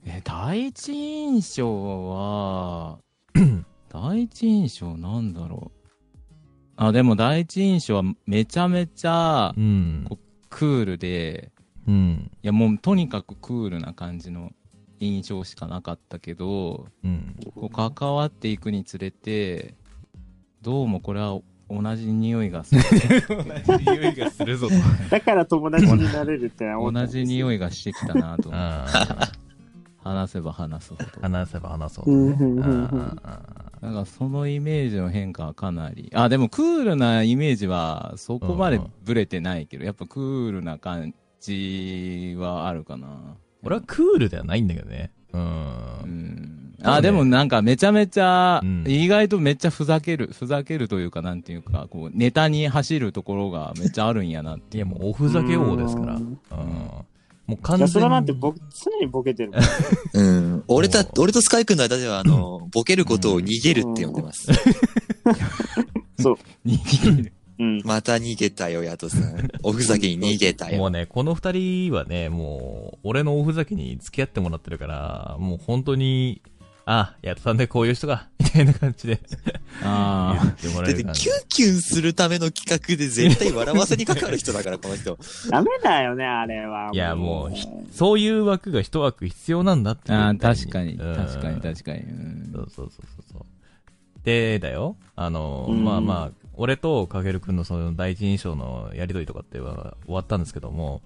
S4: え、第一印象は、第一印象なんだろう。あ、でも第一印象はめちゃめちゃ
S1: うん。
S4: クールで、
S1: うん。
S4: いやもうとにかくクールな感じの印象しかなかったけど、
S1: うん。
S4: こう関わっていくにつれて、どうもこれは同じ匂いがする。
S1: 匂いがするぞ。
S2: だから友達になれるって思った
S4: 同じ匂
S2: い。
S4: いがしてきたなと思って。
S1: あー
S4: 話せば話すほど。
S1: 話せば話そう
S2: う
S1: と
S2: ん
S1: ね。う
S2: うんうんん
S1: う
S2: うんん
S4: なんかそのイメージの変化はかなり。あ、でもクールなイメージはそこまでブレてないけど、やっぱクールな感じはあるかな。
S1: 俺はクールではないんだけどね。うん
S4: う。ん。
S1: そうね
S4: あ、でもなんかめちゃめちゃ、
S1: うん
S4: 意外とめっちゃふざける、ふざけるというかなんていうか、こう、ネタに走るところがめっちゃあるんやなって。
S1: いや、もうおふざけ王ですから。う
S2: うんん。
S1: もう完全
S2: いや、
S1: に。
S2: それはなんて僕、常にボケてるから。
S3: うん。俺
S1: お
S3: た
S1: ー、
S3: 俺とスカイ君の間では、あの、ボケることを逃げるって呼んでます。
S4: 逃げる。
S2: うん。
S3: また逃げたよ、ヤトさん。 おふざけに逃げた
S1: もう
S3: よ。
S1: ね、この二人はね、もう、俺のおふざけに付き合ってもらってるから、もう本当に、あ、やったんでこういう人が、 みたいな感じで言
S4: あ
S1: ってもら
S3: だっ
S1: え
S3: て、
S1: る
S3: キュ
S1: 感
S3: ン
S1: じ。
S3: キュンするための企画で絶対笑わせにかかる人だから、この人。
S2: ダメだよね、あれは。
S1: いや、もうひ、そういう枠が一枠必要なんだって。
S4: あ。ああ、確か
S1: う
S4: に、
S1: ん
S4: 確かに、確かに。うん
S1: そうそうそうそうそう。で、だよ。あの、
S2: うん
S1: まあまあ、俺とかげるくんのその第一印象のやりとりとかっていうのは終わったんですけども、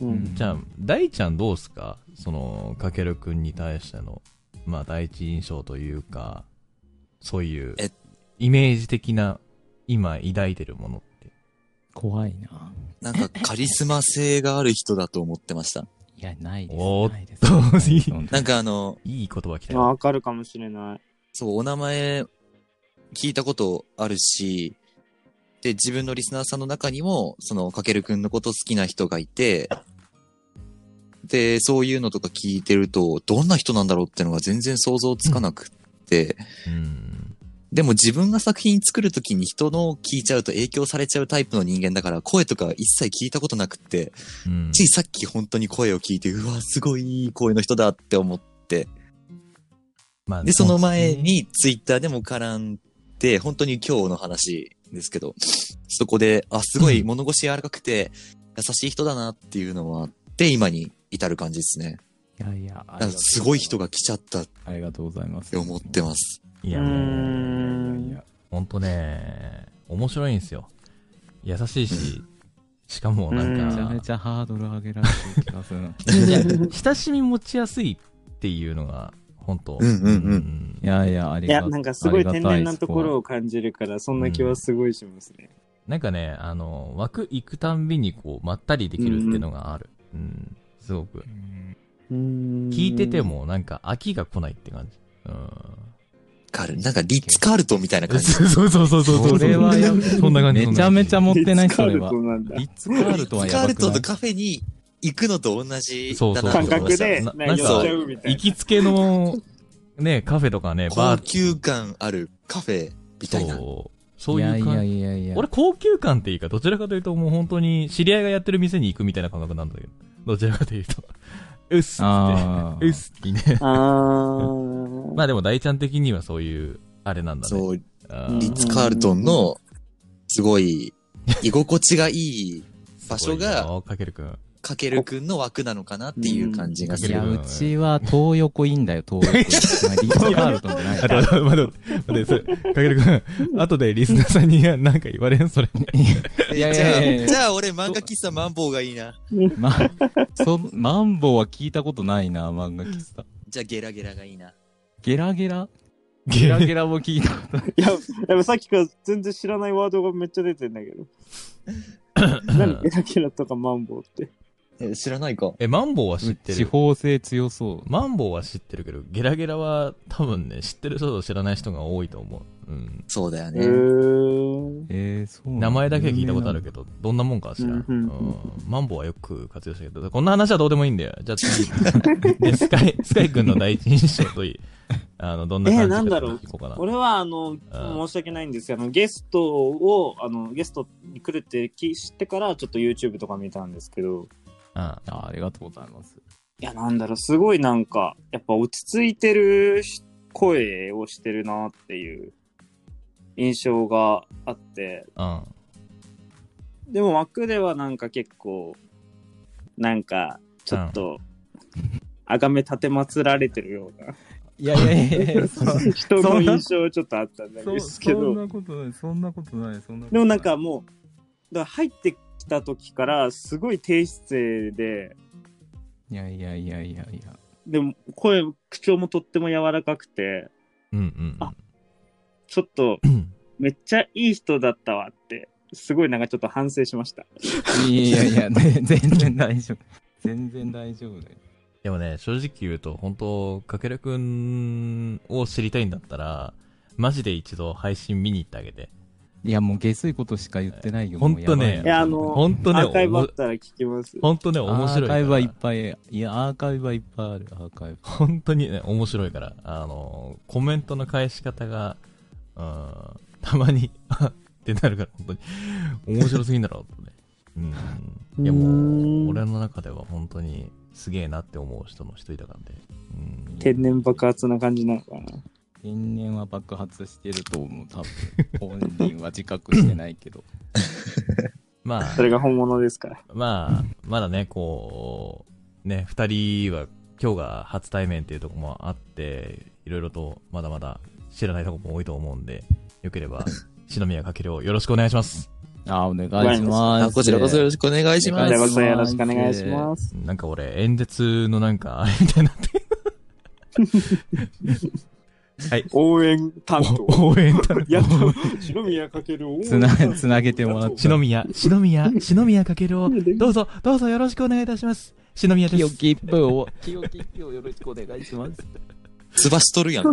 S2: うん。
S1: じゃあ、大ちゃんどうすかその、かけるくんに対しての、まあ第一印象というか、そういう
S3: え、
S1: イメージ的な、今抱いてるものって。
S4: 怖いな。
S3: なんか、カリスマ性がある人だと思ってました。
S4: いや、ないです。
S1: おー
S4: ないです
S1: どうし
S4: 本当
S3: な
S4: に
S3: んかあの、
S1: いい言葉来た
S2: まあ、
S1: よ。
S2: わかるかもしれない。
S3: そう、お名前聞いたことあるし、で、自分のリスナーさんの中にも、その、かけるくんのこと好きな人がいて、で、そういうのとか聞いてると、どんな人なんだろうってのが全然想像つかなくって、
S1: うん。
S3: でも自分が作品作るときに人の聞いちゃうと影響されちゃうタイプの人間だから、声とか一切聞いたことなくって、
S1: うん。
S3: ついさっき本当に声を聞いて、うわ、すごいいい声の人だって思って、
S1: まあ
S3: で、その前。にツイッターでも絡んで、本当に今日の話ですけど、そこで、あ、すごい物腰柔らかくて、優しい人だなっていうのはあって、今に至る感じですね。
S4: いやいや、ありがと
S3: なん
S4: う
S3: かすごい人が来ちゃったっ
S4: ありがとうございます。
S3: て思ってます。
S1: いや、
S2: う
S1: もう、
S4: いやいやいや。
S1: ほんとね、面白いんですよ。優しいし、しかもな
S4: めちゃ
S1: ん
S4: め
S1: か、
S4: ちゃハードル上げられてる気がする な。
S1: 親しみ持ちやすいっていうのが、本当。
S3: うんうんうん
S4: いやいや、あり
S2: い
S4: が
S2: や、
S4: とう。
S2: なんかすごい天然なところを感じるから、そんな気はすごいしますね。
S1: なんかね、あの、枠行くたんびに、こう、まったりできるっていうのがある。うん。すごく。聞
S2: 聞
S1: いてて。も、なんか、飽きが来ないって感じ。うん。
S3: カル、なんかリッツ・カールトンみたいな感じ。
S1: そうそうそうそうそう。
S4: それはやばい
S1: そんな感じ。
S4: めちゃめちゃ
S1: も
S4: 持ってない、
S2: いつ
S4: そ
S2: かあ
S4: れ
S2: る
S4: は
S2: と。なんだ
S4: リッツカールトンは
S3: リッツカー
S4: やば
S3: ル
S4: く
S3: トン
S4: な
S3: と
S4: い
S3: カフェに行くのと同じだなって
S1: そう
S2: 感
S3: 思いま
S2: 覚
S3: した。
S2: で、
S1: な
S2: ね、
S1: なん
S2: 寄っ
S1: か
S2: ちゃうみたい
S1: 行
S2: な。
S1: きつけの、ね、カフェとかね、バ
S3: 高
S1: ー
S3: 級感あるカフェみたいな。
S1: そう。そういう
S4: や
S1: 感じ。
S4: いやいやいや。
S1: 俺、高級感っていうか、どちらかというと、もう本当に、知り合いがやってる店に行くみたいな感覚なんだけど。どちらかというと。うっすっ
S4: あ
S1: て。うっ
S4: ー
S1: すってね。
S2: あ
S1: まあでも、大ちゃん的にはそういう、あれなんだね。
S3: そう、
S1: あ
S2: うん
S1: ー
S3: リッツ・カールトンの、すごい、居心地がいい場所
S1: す
S3: が、
S1: ごいよかけるくん。
S3: かけるくんの枠なのかなっていう感じがす
S4: い
S3: る
S4: や、。うちは東横いいんだよ、東横。お前リッツカールトンじゃない
S1: あ、待って待って待って、それ、かけるくん、後でリスナーさんに何か言われんそれ。
S3: え
S4: いやい
S3: じ
S4: やい
S3: ゃ
S4: や
S3: あ、じゃあ俺漫画喫茶マンボウがいいな。
S4: ま、そ、マンボウは聞いたことないな、漫画喫茶。
S3: じゃあゲラゲラがいいな。
S4: ゲラゲラ
S1: ゲ
S4: ゲラ
S1: ラ
S4: ゲラも聞い たことない。
S2: いや、 でもさっきから全然知らないワードがめっちゃ出てんだけど。何ゲラゲラとかマンボウって。
S3: え知らないか。
S1: え、マンボウは知って
S4: 地
S1: る。
S4: 方性強そう。
S1: マンボウは知ってるけど、ゲラゲラは多分ね、知ってる人と知らない人が多いと思う。うん。
S3: そうだよ
S2: へ
S3: ね。
S2: ー。
S4: えー、そうなんだ
S1: 名前だけは聞いたことあるけど、どんなもんかは知らん。う
S2: うんうんうん
S1: んマンボウはよく活用したけど、こんな話はどうでもいいんだよ。じゃあ次。で、スカイ、スカイ君の第一印象といい。あの、どんな感じ
S2: えな
S1: か
S2: んだろう
S1: 聞こうかな。
S2: 俺はあの申し訳ないんですけどあのゲストをあのゲストに来るって聞知ってからちょっと YouTube とか見たんですけど
S1: あ
S4: あありがとうございます。
S2: いやなんだろうすごいなんかやっぱ落ち着いてるし声をしてるなっていう印象があって
S1: あ、
S2: でも枠ではなんか結構なんかちょっと崇め立てまつられてるような
S4: いやいやいやいや、そ
S2: 人の印象ちょっとあったんですけど
S4: んなことない、そんなことない、そんなことない。
S2: でもなんかもう、だから入ってきた時からすごい低姿勢で、
S4: いやいやいやいやいや。
S2: でも声、口調もとっても柔らかくて、
S1: うんうん
S2: あちょっと
S1: うん。
S2: めっちゃいい人だったわって、すごいなんかちょっと反省しました。
S4: いやいや、全然大丈夫。全然大丈夫だよ。
S1: でもね、正直言うと、本当かけるくんを知りたいんだったら、マジで一度配信見に行ってあげて。
S4: いや、もう下水ことしか言ってないよ。
S1: ほんとね
S4: もうば
S2: いやあの
S1: 本当ね、
S2: アーカイブあ
S1: お
S2: っ
S1: も
S2: たら聞きます。
S1: 本当ね、面白い
S4: アー
S1: か
S4: カイブはいっ
S1: ら。
S4: ぱい、いや、アーカイブはいっぱいある、アーカイブ。
S1: 本当にね、面白いから。あの、コメントの返し方が、うん、たまに、 あってなるから、本当に。面白すぎんだろ、とね。うん。いや、もう、俺の中では本当にすげえなって思う人の一人だからね。うん。
S2: 天然爆発な感じなのかな。
S4: 天然は爆発してると思う、多分。本人は自覚してないけど。
S1: まあ
S2: そ、れが本物ですから。
S1: まあ、まだね、こう、ね、二人は今日が初対面っていうところもあって、いろいろとまだまだ知らないところも多いと思うんで、よければ、篠宮かけるをよろしくお願いします。
S4: あ、お願いしま
S3: あ
S4: す。
S3: こちらこそよろしくお願いし
S2: こ
S3: ま
S2: ち
S3: す
S2: ら。こそよろしくお願いします。
S1: なんか俺、演説のなんか、あれみたいになって。はい。
S2: 応援担当。
S1: 応援団。
S2: やった白宮かける応援
S4: つな、つなげてもらって。
S1: 篠宮、篠宮、篠宮かけるを、どうぞ、どうぞよろしくお願いいたします。篠宮です。
S4: き一票を、清き一票をよろしくお願いします。
S3: つばしとる やんか。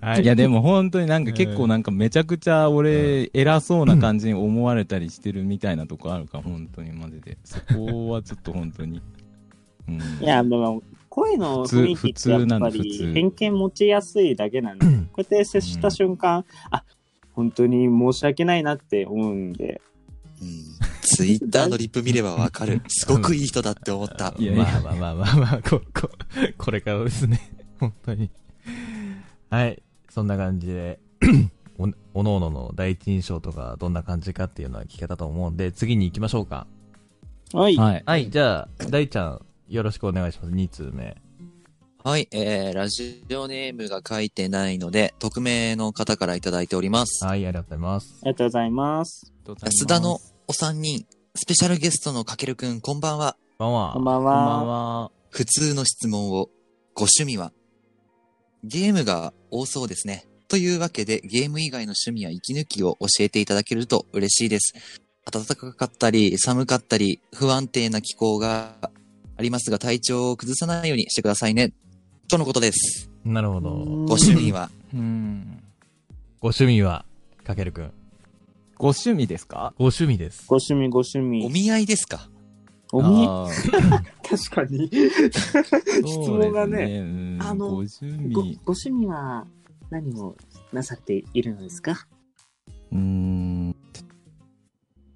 S1: はい
S4: や、でも本当になんか結構なんかめちゃくちゃ俺、偉そうな感じに思われたりしてるみたいなとこあるから、本当にマジで。そこはちょっと本当に。うん。
S2: いや、でも、声の雰囲気ってやっぱ
S4: 普通普通なんで普
S2: り
S4: 通
S2: 偏見持ちやすいだけ なんで、こうやって接した瞬間、あ、本当に申し訳ないなって思うんで、
S3: ツイッターのリップ見ればわかる。すごくいい人だって思った。
S4: いやいや
S1: まあまあまあまあまあ、こ、 こ、これからですね。 本当に。はい。そんな感じで、 お、おのおのの第一印象とか、どんな感じかっていうのは聞けたと思うんで、次に行きましょうか。
S2: はい、
S4: はい。
S1: はい、じゃあ、大ちゃん、よろしくお願いします。2通目。
S3: はい、えー、ラジオネームが書いてないので、匿名の方からいただいております。
S1: はい、ありがとうございます
S2: あ。りがとうございます。
S3: 安田のお三人、スペシャルゲストのかけるくん、こんばんは。
S1: こんばんは
S2: こんばん
S4: こんばん
S2: は。
S4: は。
S3: 普通の質問を。ご趣味はゲームが多そうですね。というわけで、ゲーム以外の趣味や息抜きを教えていただけると嬉しいです。暖かかったり、寒かったり、不安定な気候がありますが、体調を崩さないようにしてくださいね。とのことです。
S1: なるほど。
S3: ご趣味は
S4: うん。
S1: ご趣味は、かけるくん。
S4: ご趣味ですか
S1: ご趣味です。
S2: ご趣味、ご趣
S3: お
S2: 味。
S3: 見合いですか
S2: おみ、
S4: あー
S2: 確かに。
S4: そ う
S2: 質問がね
S4: ですうん
S2: あの
S4: ご趣味。
S2: 趣味は何をなさっているのですか
S4: うーん。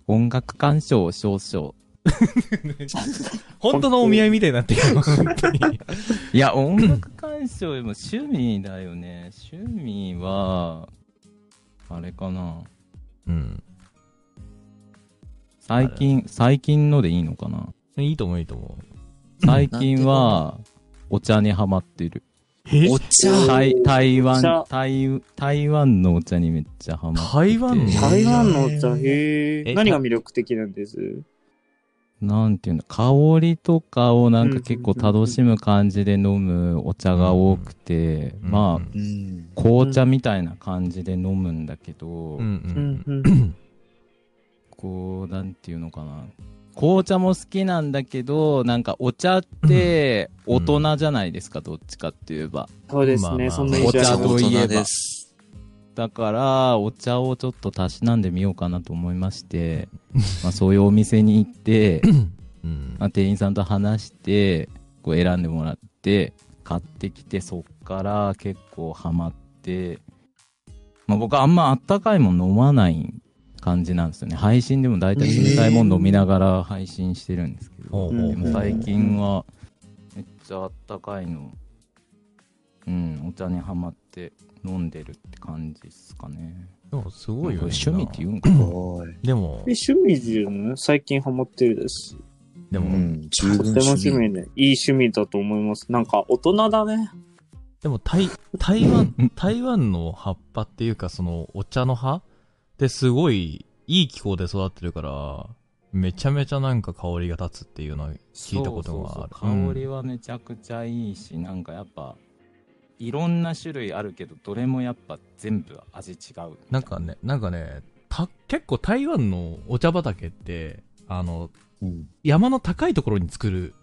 S4: 音楽鑑賞少々。
S1: 本当のお見合いみたいになってる。本当に。
S4: いや、音楽鑑賞でも趣味だよね。趣味は、あれかな。
S1: うん。
S4: 最近、最近のでいいのかな。
S1: いいと思う、いいと思う。
S4: 最近は、お茶にハマってる。
S1: え
S3: お茶
S4: 台台
S2: お茶
S4: 湾台、台湾のお茶にめっちゃハマってて。
S1: 台湾の
S2: 台湾のお茶、へ
S1: え
S2: え。何が魅力的なんです
S4: なんていうの、香りとかをなんか結構楽しむ感じで飲むお茶が多くて、
S1: うん
S4: ま
S1: うん
S4: あ、
S3: うん。
S4: 紅茶みたいな感じで飲むんだけ
S1: うんう
S4: ど、
S2: うんん。うん。
S4: こう、なんていうのかな。紅茶も好きなんだけど、なんかお茶って
S1: うん
S4: 大人じゃないですか、どっちかって言えば。
S2: そうです
S1: まあ
S2: ね、
S1: まあ
S2: そんな
S4: お
S2: 印
S4: 茶
S2: 象ありま
S4: といえば
S3: 大人です。
S4: だから、お茶をちょっとたしなんでみようかなと思い まして、まあそういうお店に行って、
S1: うん
S4: まあ、店員さんと話してこう選んでもらって買ってきてそっから結構ハマって、まあ、僕あんまあったかいもん飲まない感じなんですよね配信でも大体冷たいもん飲みながら配信してるんですけど、
S1: ほうほう
S4: でも最近はめっちゃあったかいのうんお茶にハマって飲んでるって感じですかね
S1: でもすごいよね。
S4: 趣味って言うんかな
S1: でも、
S2: す。え趣味じゃない最近ハマってるです。
S1: で
S3: う
S1: も、
S3: ん、十
S2: と
S3: 分
S2: ても趣味ね。いい趣味だと思います。なんか大人だね。
S1: でも 台、台湾、台湾の葉っぱっていうか、その、お茶の葉ってすごい、いい気候で育ってるから、めちゃめちゃなんか香りが立つっていうのを聞いたことがある
S4: そうそうそう
S1: うん
S4: 香りはめちゃくちゃいいし、なんかやっぱいろんな種類あるけどどれもやっぱ全部味違う
S1: なんかねなんかねた結構台湾のお茶畑ってあの
S3: うん
S1: 山の高いところに作る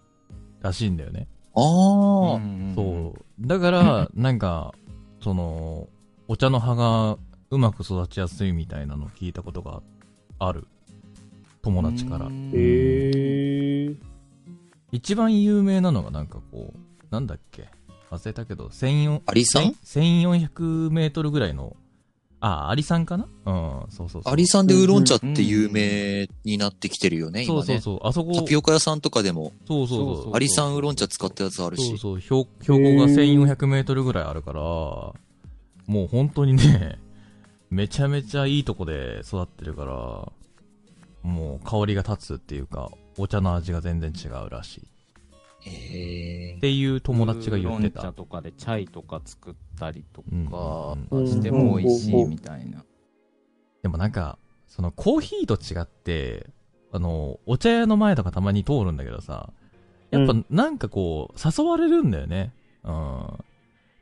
S1: らしいんだよね
S3: ああ、
S1: そうだからなんかそのお茶の葉がうまく育ちやすいみたいなのを聞いたことがある友達から
S2: へえ。
S1: 一番有名なのがなんかこうなんだっけ忘れたけど1400
S3: アリさん
S1: 1400メートルぐらいのあアリさんかなうんそうそうそう
S3: アリさんでウーロン茶って有名になってきてるよね、
S1: そう
S3: 今
S1: そう
S3: ね。
S1: そうあそこ
S3: タピオカ屋さんとかでも、
S1: そうそうそう
S4: そうそう
S3: アリさんウーロン茶使ったやつある
S1: そう
S3: し。
S1: そう標標高が1400メートルぐらいあるからもう本当にね めちゃめちゃいいとこで育ってるからもう香りが立つっていうかお茶の味が全然違うらしい
S3: へ
S1: っていう友達が言って
S4: ウーロン茶
S1: た
S4: とかでチャイとか作ったりと
S1: うん
S4: か
S1: うん
S4: しても美味しいみたいな
S1: でもなんかそのコーヒーと違ってあのお茶屋の前とかたまに通るんだけどさやっぱ
S2: う
S1: なんかこう誘われるんだよねうん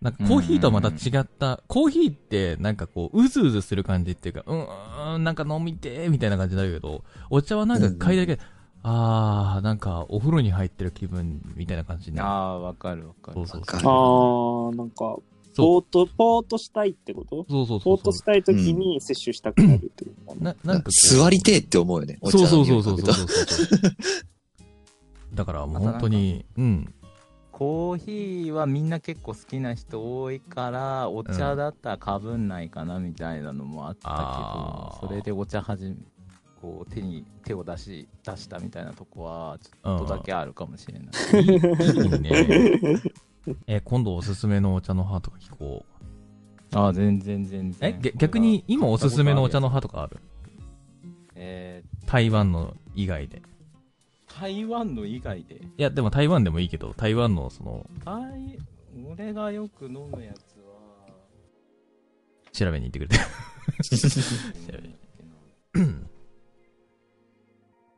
S1: なんかコーヒーとはまた違った、コーヒーってなんかこう、うずうずする感じっていうか、うーん、なんか飲みてーみたいな感じになるけど、お茶はなんか買いだけ、あー、なんかお風呂に入ってる気分みたいな感じに
S4: あ
S1: な
S4: あわかるわか
S1: る。
S4: る
S1: そうそう
S3: わか
S1: そう。
S3: る
S2: あ
S1: そ
S2: ー、なんか、
S1: そ
S2: ぼーっと、ぼーっとしたいってこと
S1: うそう
S2: ぼ
S1: そ
S2: ーっと
S1: う
S2: し
S1: そ
S2: たいときに摂取したくなるってこと
S1: う。
S2: かな。
S1: ななんかこう
S3: 座りてえって思うよね。お茶
S1: そうそうそうそう
S3: の匂い
S1: そう
S3: 嗅ぐと
S1: そうそう。だからもう本当に、うん。
S4: コーヒーはみんな結構好きな人多いからお茶だったらかぶんないかなみたいなのもあった
S1: あー
S4: けど、それでお茶はじめこう手に手を出し出したみたいなとこはち
S1: う
S4: ょ
S1: ん
S4: っとだけあるかもしれない、
S1: いいね。 え、今度おすすめのお茶の葉とか聞こう。
S4: あー全然全然
S1: え、げ逆に今おすすめのお茶の葉とかある
S4: え
S1: 台湾の以外で。
S4: ー台湾の以外で
S1: いや、でも台湾でもいいけど、台湾のその、
S4: 台俺がよく飲むやつ は
S1: 調べに行ってくれて。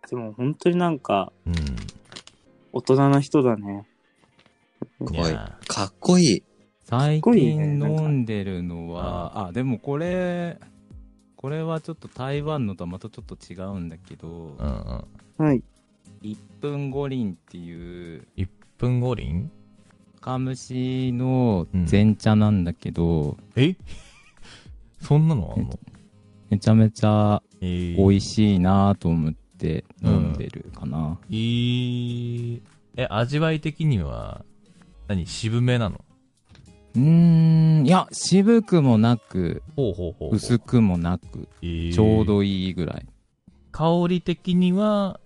S2: でも本当になんか、
S1: うん。
S2: 大人な人だね。
S1: い
S3: はい
S1: や、
S3: かっこいい。
S4: 最
S2: ごい
S4: 近
S2: ねなんか
S4: 飲んでるのは、あでもこれこれはちょっと台湾のとはまたちょっと違うんだけど
S1: うんうん。
S2: はい。
S4: 1分五輪っていう
S1: 1分五輪
S4: 深蒸しの前茶なんだけど、
S1: え そんなのあんの
S4: めちゃめちゃ
S1: えー
S4: 美味しいなと思って飲んでるかな、
S1: えーえ、味わい的には、何渋めなの
S4: うーんいや渋くもなく
S1: ほうほうほうほう。
S4: 薄くもなく
S1: えー
S4: ちょうどいいぐらい
S1: 香り的には、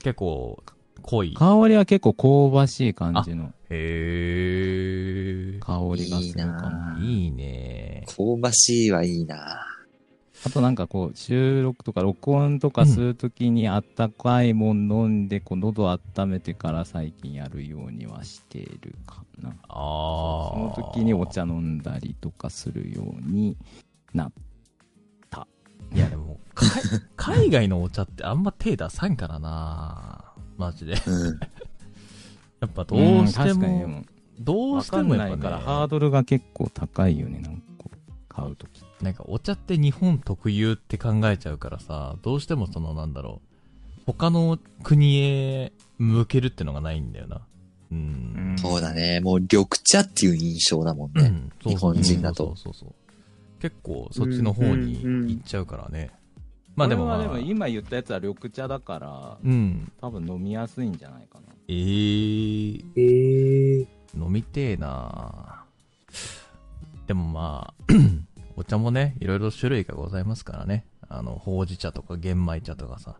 S1: 結構、濃い。
S4: 香りは結構香ばしい感じの
S1: へえ。
S4: 香りがする
S3: いい
S4: かない
S1: いね。
S3: 香ばしいはいいな。
S4: あとなんかこう収録とか録音とかするときにあったかいもん飲んでこう喉温めてから最近やるようにはしているかな
S1: ああ。
S4: その時にお。茶飲んだりとかするようになった
S1: いやでも、か い海外のお茶ってあんま手出さんからなマジで。や
S3: うん。
S1: っぱどうして
S4: ん確かに
S1: も、
S4: でも
S1: どう
S4: わ
S1: し
S4: か
S1: て
S4: ん
S1: も
S4: な
S1: や
S4: い
S1: っ
S4: か
S1: ぱ
S4: ら
S1: ね、
S4: ハードルが結構高いよねなんかこう買うとき
S1: なんかお茶って日本特有って考えちゃうからさ、どうしてもそのなんだろう、他の国へ向けるってのがないんだよな。うん。
S3: そうだね。もう緑茶っていう印象だもん
S1: う
S3: ね。
S1: んそうそう
S3: 日本人だと
S1: そうそうそうそう結構そっちの方に行っちゃうからね。まあ
S4: まあ
S1: で
S4: で
S1: も、
S4: も,、
S1: まあ、
S4: でも今言ったやつは緑茶だから
S1: うん。
S4: 多分飲みやすいんじゃないかな
S1: えー、
S2: えー。
S1: 飲みてえなでもまあ、 お茶もね、いろいろ種類がございますからね。あの、ほうじ茶とか玄米茶とかさ。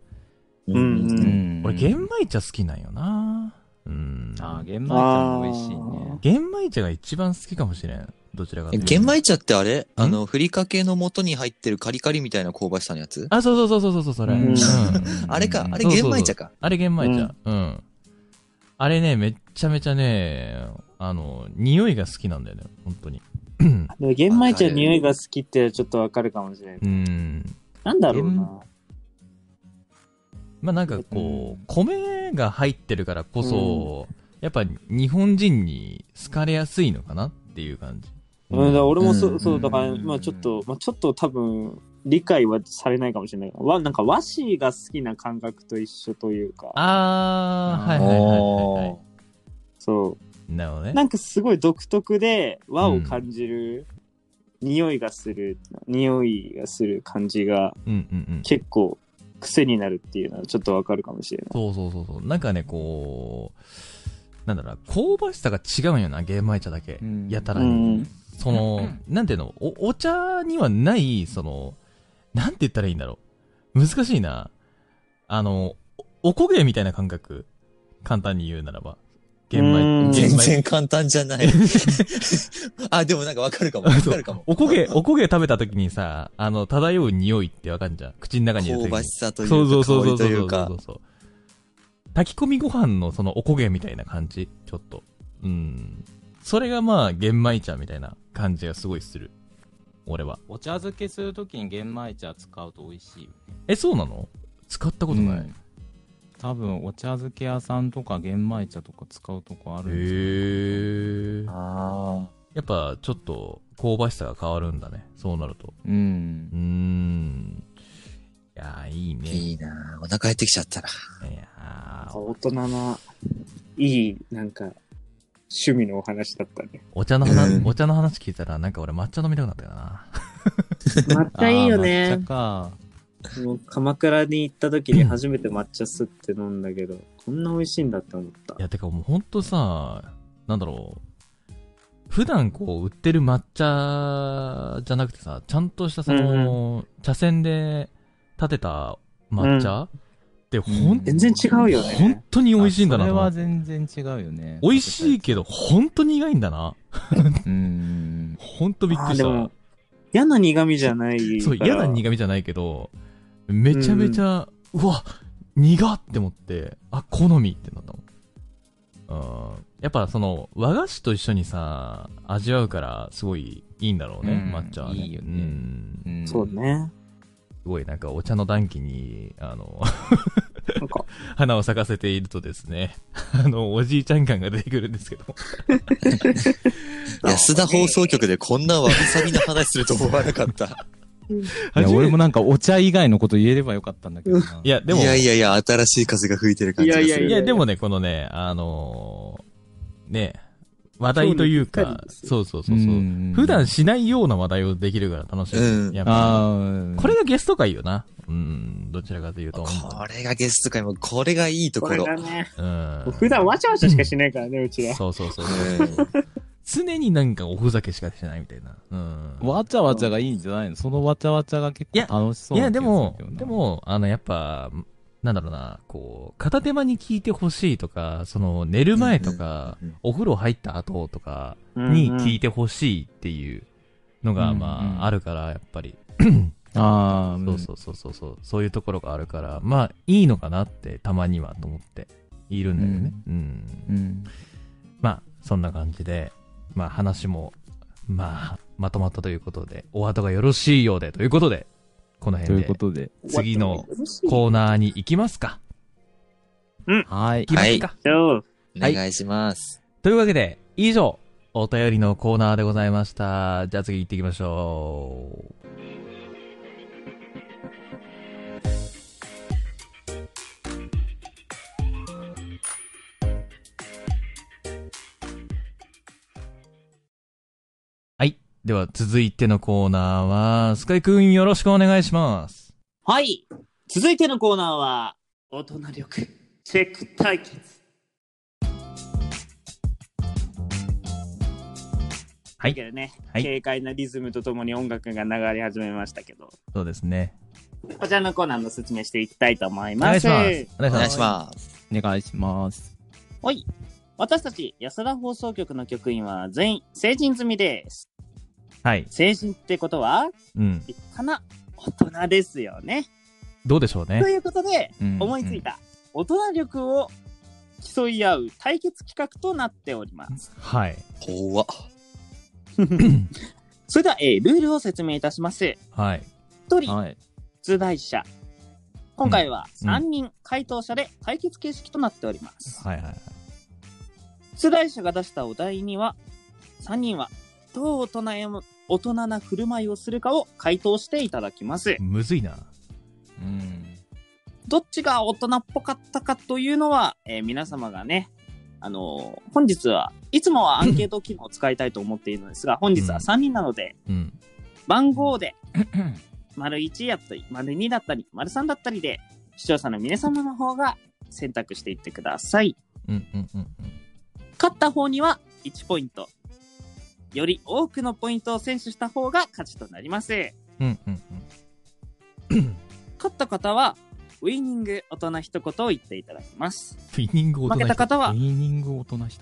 S2: うんうん
S4: ん
S1: 俺、玄米茶好きなんよなうん。
S4: あー玄米茶も美味しい
S2: あ
S4: ね
S1: 玄米茶が一番好きかもしれん。どちらかというと。
S3: 玄米茶ってあれあの、ふりかけの元に入ってるカリカリみたいな香ばしさのやつ
S1: あ、そうそうそうそうそう、それ。
S2: うん
S3: あれか、あれ
S1: そうそう
S3: 玄
S1: そう
S3: 米茶か。
S1: あれ玄米茶。うん。あれね、めっちゃめちゃね、あの、匂いが好きなんだよね、本当に。
S2: でも玄米茶の匂いが好きってちょっとわかるかもしれない。
S1: うん。
S2: なんだろうな。
S1: まあなんかこう、米が入ってるからこそ、やっぱ日本人に好かれやすいのかなっていう感じ。
S2: うんだから俺もそ,、
S3: う
S2: うんそうだから、
S3: うん
S2: まあちょっと、まあ、ちょっと多分理解はされないかもしれないけどわなんか和紙が好きな感覚と一緒というか
S1: あー、はいはいはいはい、は
S2: そ
S1: い。なるほど
S2: う
S1: ね。
S2: なんかすごい独特で和を感じる、匂いがする匂いがする感じが
S1: うんうんうん。
S2: 結構癖になるっていうのはちょっとわかるかもしれない
S1: そうそうそうそう。なんかね、こう、なんだろうな、香ばしさが違うんよな、玄米茶だけ。
S4: うん
S1: やたら
S2: う
S1: に。
S2: ん
S1: その、なんていうの、お、お茶にはない、その、なんて言ったらいいんだろう。難しいな。あの、おおこげみたいな感覚。簡単に言うならば。玄
S2: う
S1: 米、
S2: ん
S1: 玄
S3: 全
S1: 米。
S3: 然簡単じゃ ない。あ、でもなんかわかるかも。わかるかも。
S1: おこげ、おこげ食べた時にさ、あの、漂う匂いってわかんじゃん。口の中に入れ
S3: 香
S1: て
S3: ばしさというか、
S1: そうそうそうそ
S3: 香
S1: う
S3: りと
S1: そう
S3: い
S1: そうう
S3: か
S1: そ。うそう。炊き込みご飯のそのおこげみたいな感じちょっと。うん。それがまあ、玄米茶みたいな感じがすごいする。俺は。
S4: お茶漬けするときに玄米茶使うと美味しいよね
S1: え、そうなの使ったことない。
S4: うん多分お茶漬け屋さんとか玄米茶とか使うとこあるんですよ
S1: へえ。
S3: あ
S1: やっぱちょっと香ばしさが変わるんだね。そうなると。
S4: うん
S1: うーん。いやー、いい
S3: あ、
S1: ね。
S3: いいなぁお腹減ってきちゃったな。
S1: いやー
S2: 大人ないいなんか趣味のお話だったね
S1: お茶の話、
S3: うん
S1: お茶の話聞いたらなんか俺抹茶飲みたくなったよな。
S2: 抹茶いいよ
S4: あー
S2: ね
S4: 抹茶か
S2: もう鎌倉に行った時に初めて抹茶吸って飲んだけどこんな美味しいんだって思った
S1: いや、てかもうほんとさ、なんだろう。普段こう売ってる抹茶じゃなくてさ、ちゃんとしたその、茶筅で立てた抹茶、ってほん、
S4: うん
S2: 全然違うよ
S1: 本
S2: ね。
S1: 当に美味しいんだな
S4: あ
S1: と思
S4: それ
S1: っ
S4: は
S1: て。
S4: 全然違うよね
S1: 美味しいけど、本当に苦いんだな。
S4: うん
S1: 本当びっくりし
S2: あーでも
S1: た。
S2: 嫌な苦味じゃないから。
S1: そう、嫌な苦味じゃないけど、めちゃめちゃ、うわ、苦っって思って、あ、好みってなったもん。うん。やっぱその、和菓子と一緒にさ、味わうから、すごいいいんだろうね、
S4: うん
S1: 抹茶はね。
S4: いいよね
S1: うん
S4: うん
S2: そうね。
S1: すごいなんかお茶の暖気に、あの、
S2: なんか、
S1: 花を咲かせているとですね、あの、おじいちゃん感が出てくるんですけど。
S3: 安田放送局でこんなわびさびな話すると思わなかった。
S4: いや
S1: 初め
S4: 俺もなんかお茶以外のこと言えればよかったんだけどない
S1: や、 でも、
S3: いやいやいや、新しい風が吹いてる感じがする。
S2: いやい
S1: いや、でもね、このね、あのーね、話題という
S2: そうね
S1: か、そうそうそうそう、
S4: ん
S1: 普段しないような話題をできるから楽しい。
S3: うん
S1: やっぱ
S4: あー
S1: これがゲスト会よな。うん、どちらかというと。
S3: これがゲスト会も、これがいいと
S2: こ
S3: こ
S2: れ
S3: ろ。
S2: がね、
S1: うん。
S2: 普段わちゃわちゃしかしないからね、うちら。
S1: そうそうそう。
S3: う
S1: 常になんかおふざけしかしないみたいな。うん。
S4: わちゃわちゃがいいんじゃないのそのわちゃわちゃが結構楽しそ
S1: いうや、
S4: な気
S1: で
S4: がするけどな
S1: も、でも、あの、やっぱ、なんだろうな、こう、片手間に聞いてほしいとか、その、寝る前とか、
S3: うんうんうん
S1: お風呂入った後とか、に
S2: に
S1: 聞いてほしいっていうのが、
S4: うんう
S1: ま
S4: ん
S1: あ、あるから、やっぱり。
S4: ああ
S1: そうそうそうそうそう。そういうところがあるから、まあ、いいのかなって、たまにはと思って、いるんだよね。うん。
S4: うん
S1: まあ、そんな感じで、まあ、話も、まあ、まとまったということで、お後がよろしいようで、ということで、この
S4: と
S1: 辺
S4: いう
S1: で
S4: こ、とで
S1: 次のコーナーに行きますか。
S4: は
S1: 行
S4: い
S1: きますか。
S2: じゃあ、
S3: ん。お
S1: はい
S3: 願いします。
S1: というわけで、以上、お便りのコーナーでございました。じゃあ次行ってきましょう。はい。では続いてのコーナーは、スカイくんよろしくお願いします。
S5: はい。
S2: 続いてのコーナーは、大人力チェック対決。
S1: はい
S2: だけどね、
S1: はい
S2: 軽快なリズムとともに音楽が流れ始めましたけど、
S1: そうですね。
S2: こちらのコーナーの説明していきたいと思い
S1: お願
S2: ま
S1: いし
S2: す。
S1: ます。お願
S3: お
S1: いします。
S3: 願いします。
S4: お願いします
S2: はい。私たち安田放送局の局員は全員成人済みです。
S1: はい。
S2: 成人ってことは
S1: うん。
S2: 立派な大人ですよね。
S1: どうでしょうね
S2: と。いうことで、
S4: うん
S2: 思いついた大人力を競い合う対決企画となっており ます。
S1: はい。
S3: 怖っ。
S2: それでは、えールールを説明いたします。
S1: はい。
S2: 1人、
S4: はい
S2: 出題者、今回は3人回答者で対決形式となっております。
S1: はいはいはい。
S2: 出題者が出したお題には、3人はどう大人へも大人な振る舞いをするかを回答していただきます。
S1: むずいな。
S3: うん。
S2: どっちが大人っぽかったかというのは、えー皆様がね、あのー本日はいつもはアンケート機能を使いたいと思っているのですが、本日は3人なので、
S1: うん。
S2: 番号で、丸1やったり、丸2だったり、丸3だったりで、視聴者の皆様の方が選択していってください。
S1: うんうんうん
S2: 勝った方には1ポイント。より多くのポイントを選取した方が勝ちとなります。
S1: うん。うんうんうん。
S2: 勝った方は、ウイニング大人一言を言っていただきます。
S1: ウィニング大人
S2: 負けた方は
S4: ウ、ィニング大人一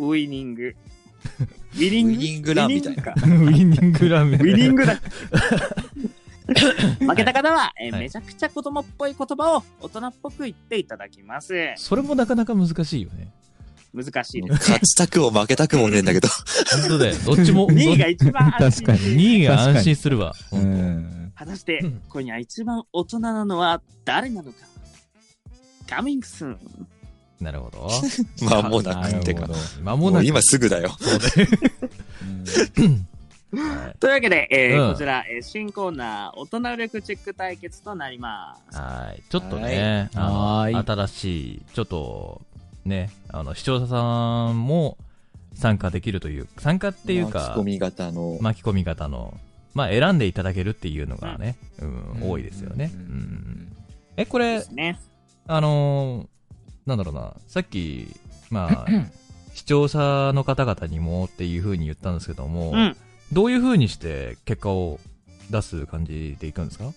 S2: ウイニン グ。ウィニ
S3: ウ
S2: ン
S3: ィ
S2: グ
S3: ニングランみたいな。
S2: ウ
S1: ウィニングラーメン。
S6: ウィニング だ。
S2: ィニングか負けた方は、えー
S1: はい
S2: めちゃくちゃ子供っぽい言葉を大人っぽく言っていただきます。
S1: それもなかなか難しいよね。
S2: 難しいです。
S3: 勝ちたくも負けたくもねえんだけど。
S1: 本当だよ。どっちも。
S2: 2位が一番安
S4: 確
S2: 心
S4: かに
S1: 2位が安心するわ。
S4: 人。うん。
S2: 果たして
S1: うん、
S2: 今夜一番大人なのは誰なのか。カミングスン。
S1: なるほど。
S3: まあもうな
S4: な
S3: くって
S4: る
S3: か。
S4: ほど。
S1: 間も
S3: も
S1: な
S3: う
S1: く。
S3: 今すぐだよ。
S4: うん
S2: というわけで、えー
S1: うん
S2: こちら、えー新コーナー、大人力チェック対決となります。
S1: はい。ちょっとね、あの
S4: はーい
S1: 新しい、ちょっと、ね、あの、視聴者さんも参加できるという、参加っていう
S3: 巻
S1: か
S3: き込、み型の。
S1: 巻き込み型の、まあ、選んでいただけるっていうのがね、うん、多いですよね。う
S4: うん
S1: ん。え、これ、
S2: ね。
S1: あのーなんだろうな、さっき、 まあ、視聴者の方々にもっていう風に言ったんですけども、
S2: うん。
S1: どういう風にして結果を出す感じでいくんですか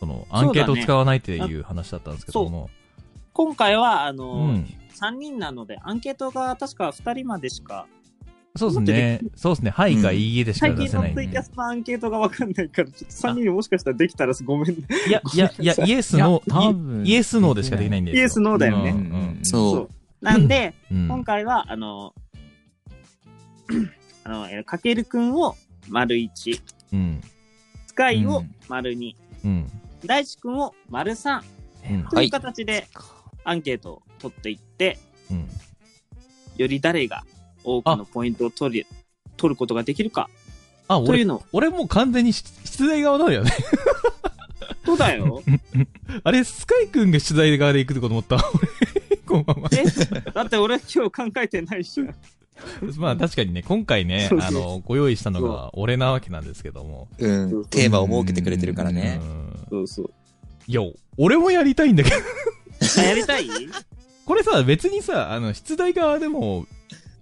S1: その、アンケートを使わないっていう話だったんですけども。
S2: 今回は、あ
S1: う
S2: のー、
S1: ん。
S2: 3人なので、アンケートが確か2人までしか、
S1: そうですね。そうですね。はいかいいえでしか
S2: 最
S1: 出
S2: 近
S1: せない
S2: の
S1: んで。い
S2: ツイキャスのアンケートがわかんないから、ちょっと3人もしかしたらできたらごめんね。
S1: や、いや、いや、イエスの、
S4: 多分。。
S1: イイエスノーでしかできないいんです
S2: イ
S1: よ。
S2: エス、ノーだよ
S4: う
S2: ね。
S4: ん。
S3: そう
S2: そうなんで、
S1: うん。うん
S2: 今回は、あのーあの、えーかけるくんを丸1、
S1: うん。
S2: スカイ
S3: う
S2: を
S3: ん
S2: 丸2、
S1: うん。
S2: 大地くんを丸3、
S1: うん
S2: という形でアンケートを取っていって、
S1: うん。
S2: より誰が多くのポイントを取り、取ることができるか
S1: あ、
S2: という
S1: 俺、
S2: のを。
S1: 俺もう完全にし出題側なのよね。
S2: そう だよ。
S1: あれ、スカイ君が出題側で行くとこと思った。 俺、このまま。
S2: えだって俺今日考えてないし。
S1: まあ確かにね、今回ね、
S2: そうそう
S1: あの、ご用意したのが俺なわけなんですけども。
S3: うん。テーマを設けてくれてるからね
S1: う。ん
S2: そうそう。
S1: いや、俺もやりたいんだけど、
S2: あやりたい
S1: これさ、別にさ、あの、出題側でも、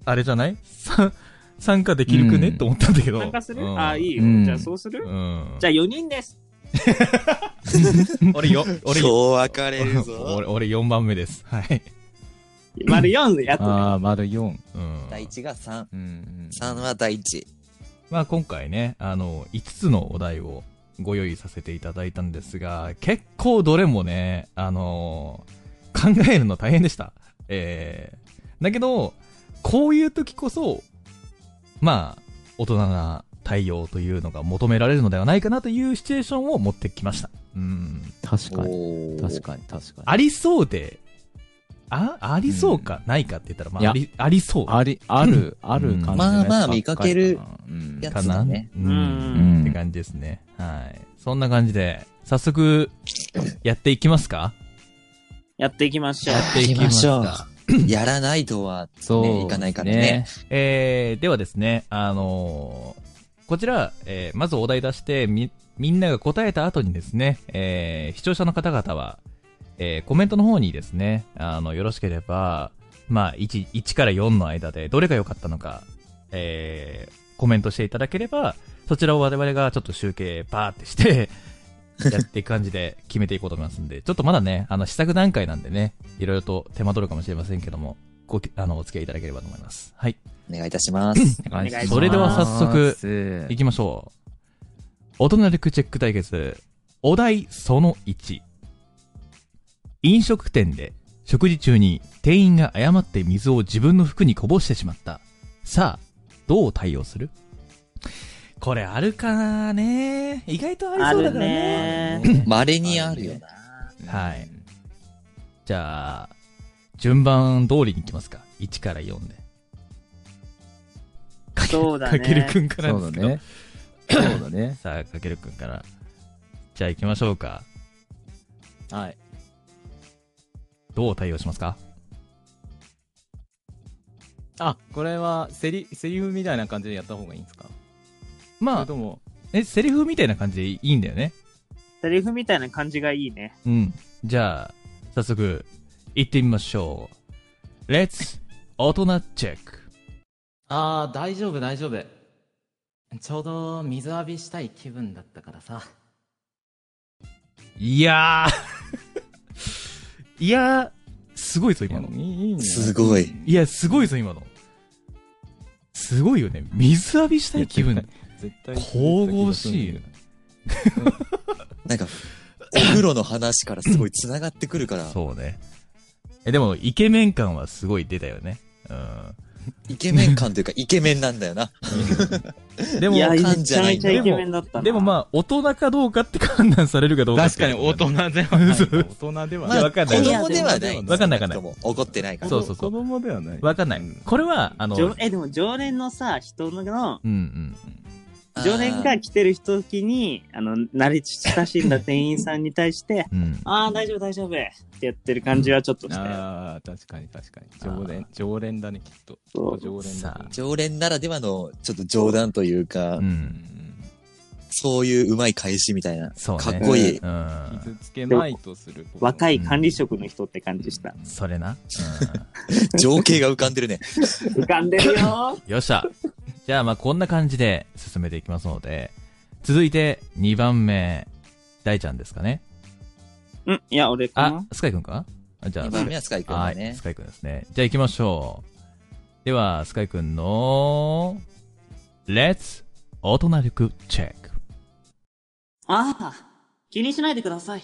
S1: あれじゃないさ参加できるくね、
S3: うん
S1: と思ったんだけど。
S2: 参加する、
S1: うん
S2: ああ、いいよ。
S4: うん
S2: じゃあそうする、
S1: うん。
S2: じゃあ4人です。
S1: 俺よ、 俺よ、
S3: そう分かれるぞ。
S1: 俺、俺4番目です。はい。
S2: 丸4やっとね。
S4: ああ、丸四。
S1: うん。
S3: 第1が3。
S4: うん。
S3: 3は第1。
S1: まあ今回ね、あの、5つのお題をご用意させていただいたんですが、結構どれもね、あのー考えるの大変でした。えー、だけど、こういう時こそ、まあ、大人な対応というのが求められるのではないかなというシチュエーションを持ってきました。うん。
S4: 確かに。
S3: おー
S4: 確かに、確かに。
S1: ありそうで、あ、ありそうか、ないかって言ったら、ま
S4: い
S1: あ、
S4: や
S1: あり、ありそう。
S4: あり、ある、ある感じのやつ
S3: まあまあ見かける
S4: ばっかりだなうん
S3: やつ
S1: かな、
S3: そうだね
S1: うん、
S2: うん
S1: って感じですね。はい。そんな感じで、早速、やっていきますか
S2: やっていきましょう
S1: や。っていきます
S3: やりま
S1: か。
S3: やらないとは、
S4: そう
S3: ねいかないからね。
S1: えー、ではですね、あのーこちら、えーまずお題出して、み、みんなが答えた後にですね、えー視聴者の方々は、えーコメントの方にですね、あの、よろしければ、まあ、1、1から4の間で、どれが良かったのか、えーコメントしていただければ、そちらを我々がちょっと集計パーってして、やっていく感じで決めていこうと思いますんで、ちょっとまだね、あの、試作段階なんでね、いろいろと手間取るかもしれませんけども、ごき、あの、お付き合いいただければと思います。はい。
S3: お願いいたし ます。
S4: お願いします
S2: それでは
S1: 早速
S4: 速
S1: 行きましょう。大人力チェック対決。お題その1。飲食店で食事中に店員が誤って水を自分の服にこぼしてしまった。さあ、どう対応するこれあるかなね意外とありそうだからね。
S2: あるね
S3: 稀にあるよな。
S1: はい。じゃあ、順番通りに行きますか。1から4で。かけ
S5: そうだね
S1: かけるくんから
S4: そ
S1: で
S4: う
S1: すけ
S4: だ
S1: ど。
S4: ね。そうだね。
S1: さあ、かけるくんから。じゃあ行きましょうか。
S4: はい。
S1: どう対応しますか
S4: あ、これはセリ、セリフみたいな感じでやった方がいいんですかそ
S1: ま
S4: れ
S1: あ、
S4: とも、
S1: え、セリフみたいな感じでいいんだよね。
S5: セリフみたいな感じがいいね。
S1: うん。じゃあ、早速、行ってみましょう。Let's 大人チェック。
S7: ああ、大丈夫大丈夫。ちょうど水浴びしたい気分だったからさ。
S1: いやー。い やー、すごいぞ、
S4: い
S1: 今
S4: や
S1: の。
S4: いいね。
S3: すごい。
S1: いや、すごいぞ、今の。すごいよね。水浴びしたい気分。
S4: 絶対。
S1: 神々しいよ。
S3: なんか、お風呂の話からすごい繋がってくるから、
S1: そうね。え、でも、イケメン感はすごい出たよね。う
S3: イケメン感というかイケメンなんだ よな。
S1: ん。でも
S5: い、や、め
S3: 感じ
S5: ち
S3: じゃ
S5: ゃ
S3: ない
S5: め
S3: ん
S5: ち
S3: だ
S5: ゃイケメンだったな。
S1: でもまあ、大人かどうかって判断されるかどうかっ
S4: 確
S1: ていう
S4: かに
S1: の
S4: 大
S1: がね。
S4: 人ではない。 大人では
S3: ま
S4: な
S3: あ、
S1: や
S4: い。
S1: わかんない
S3: 子供ではない。
S1: わかんないわかんない
S3: 少くとも怒ってないから。
S1: そうそうそう
S4: 子供ではない。
S1: わかんない。これは、あの、
S5: 常え、でも常連のさ、人の、
S1: うんうん。
S5: 常連が来てる時に、あの、慣れ親しんだ店員さんに対して、
S1: うん。
S5: ああ、大丈夫大丈夫ってやってる感じはちょっとしたよ。
S4: ああ、確かに確かに。常連、常連だね、きっと。
S5: そう
S4: 常連だね。
S3: 常連ならではの、ちょっと冗談というか、
S1: う。
S4: うんん
S3: そういううまい返しみたいな。
S1: そうね。
S3: かっこいい。
S1: うん。
S4: 傷つけまいとする。
S5: 若い管理職の人って感じした。
S1: それな。
S3: 情景が浮かんで るね。
S5: 浮かんでるよ
S1: うん。よっしゃ。 じゃあ、まあ、こんな感じで進めていきますので、続いて、2番目、大ちゃんですかね。
S5: ー。うん、いや、俺か
S1: あ
S5: な、。
S1: スカイくんかあじゃあ、ス
S3: 2
S1: カイ
S3: 番目はスカイ君
S1: は
S3: だ
S1: い、
S3: ね
S1: ス。カイくんですね。じゃあ行きましょう。では、スカイくんの、Let's 大人力チェック。
S5: ああ、気にしないでください。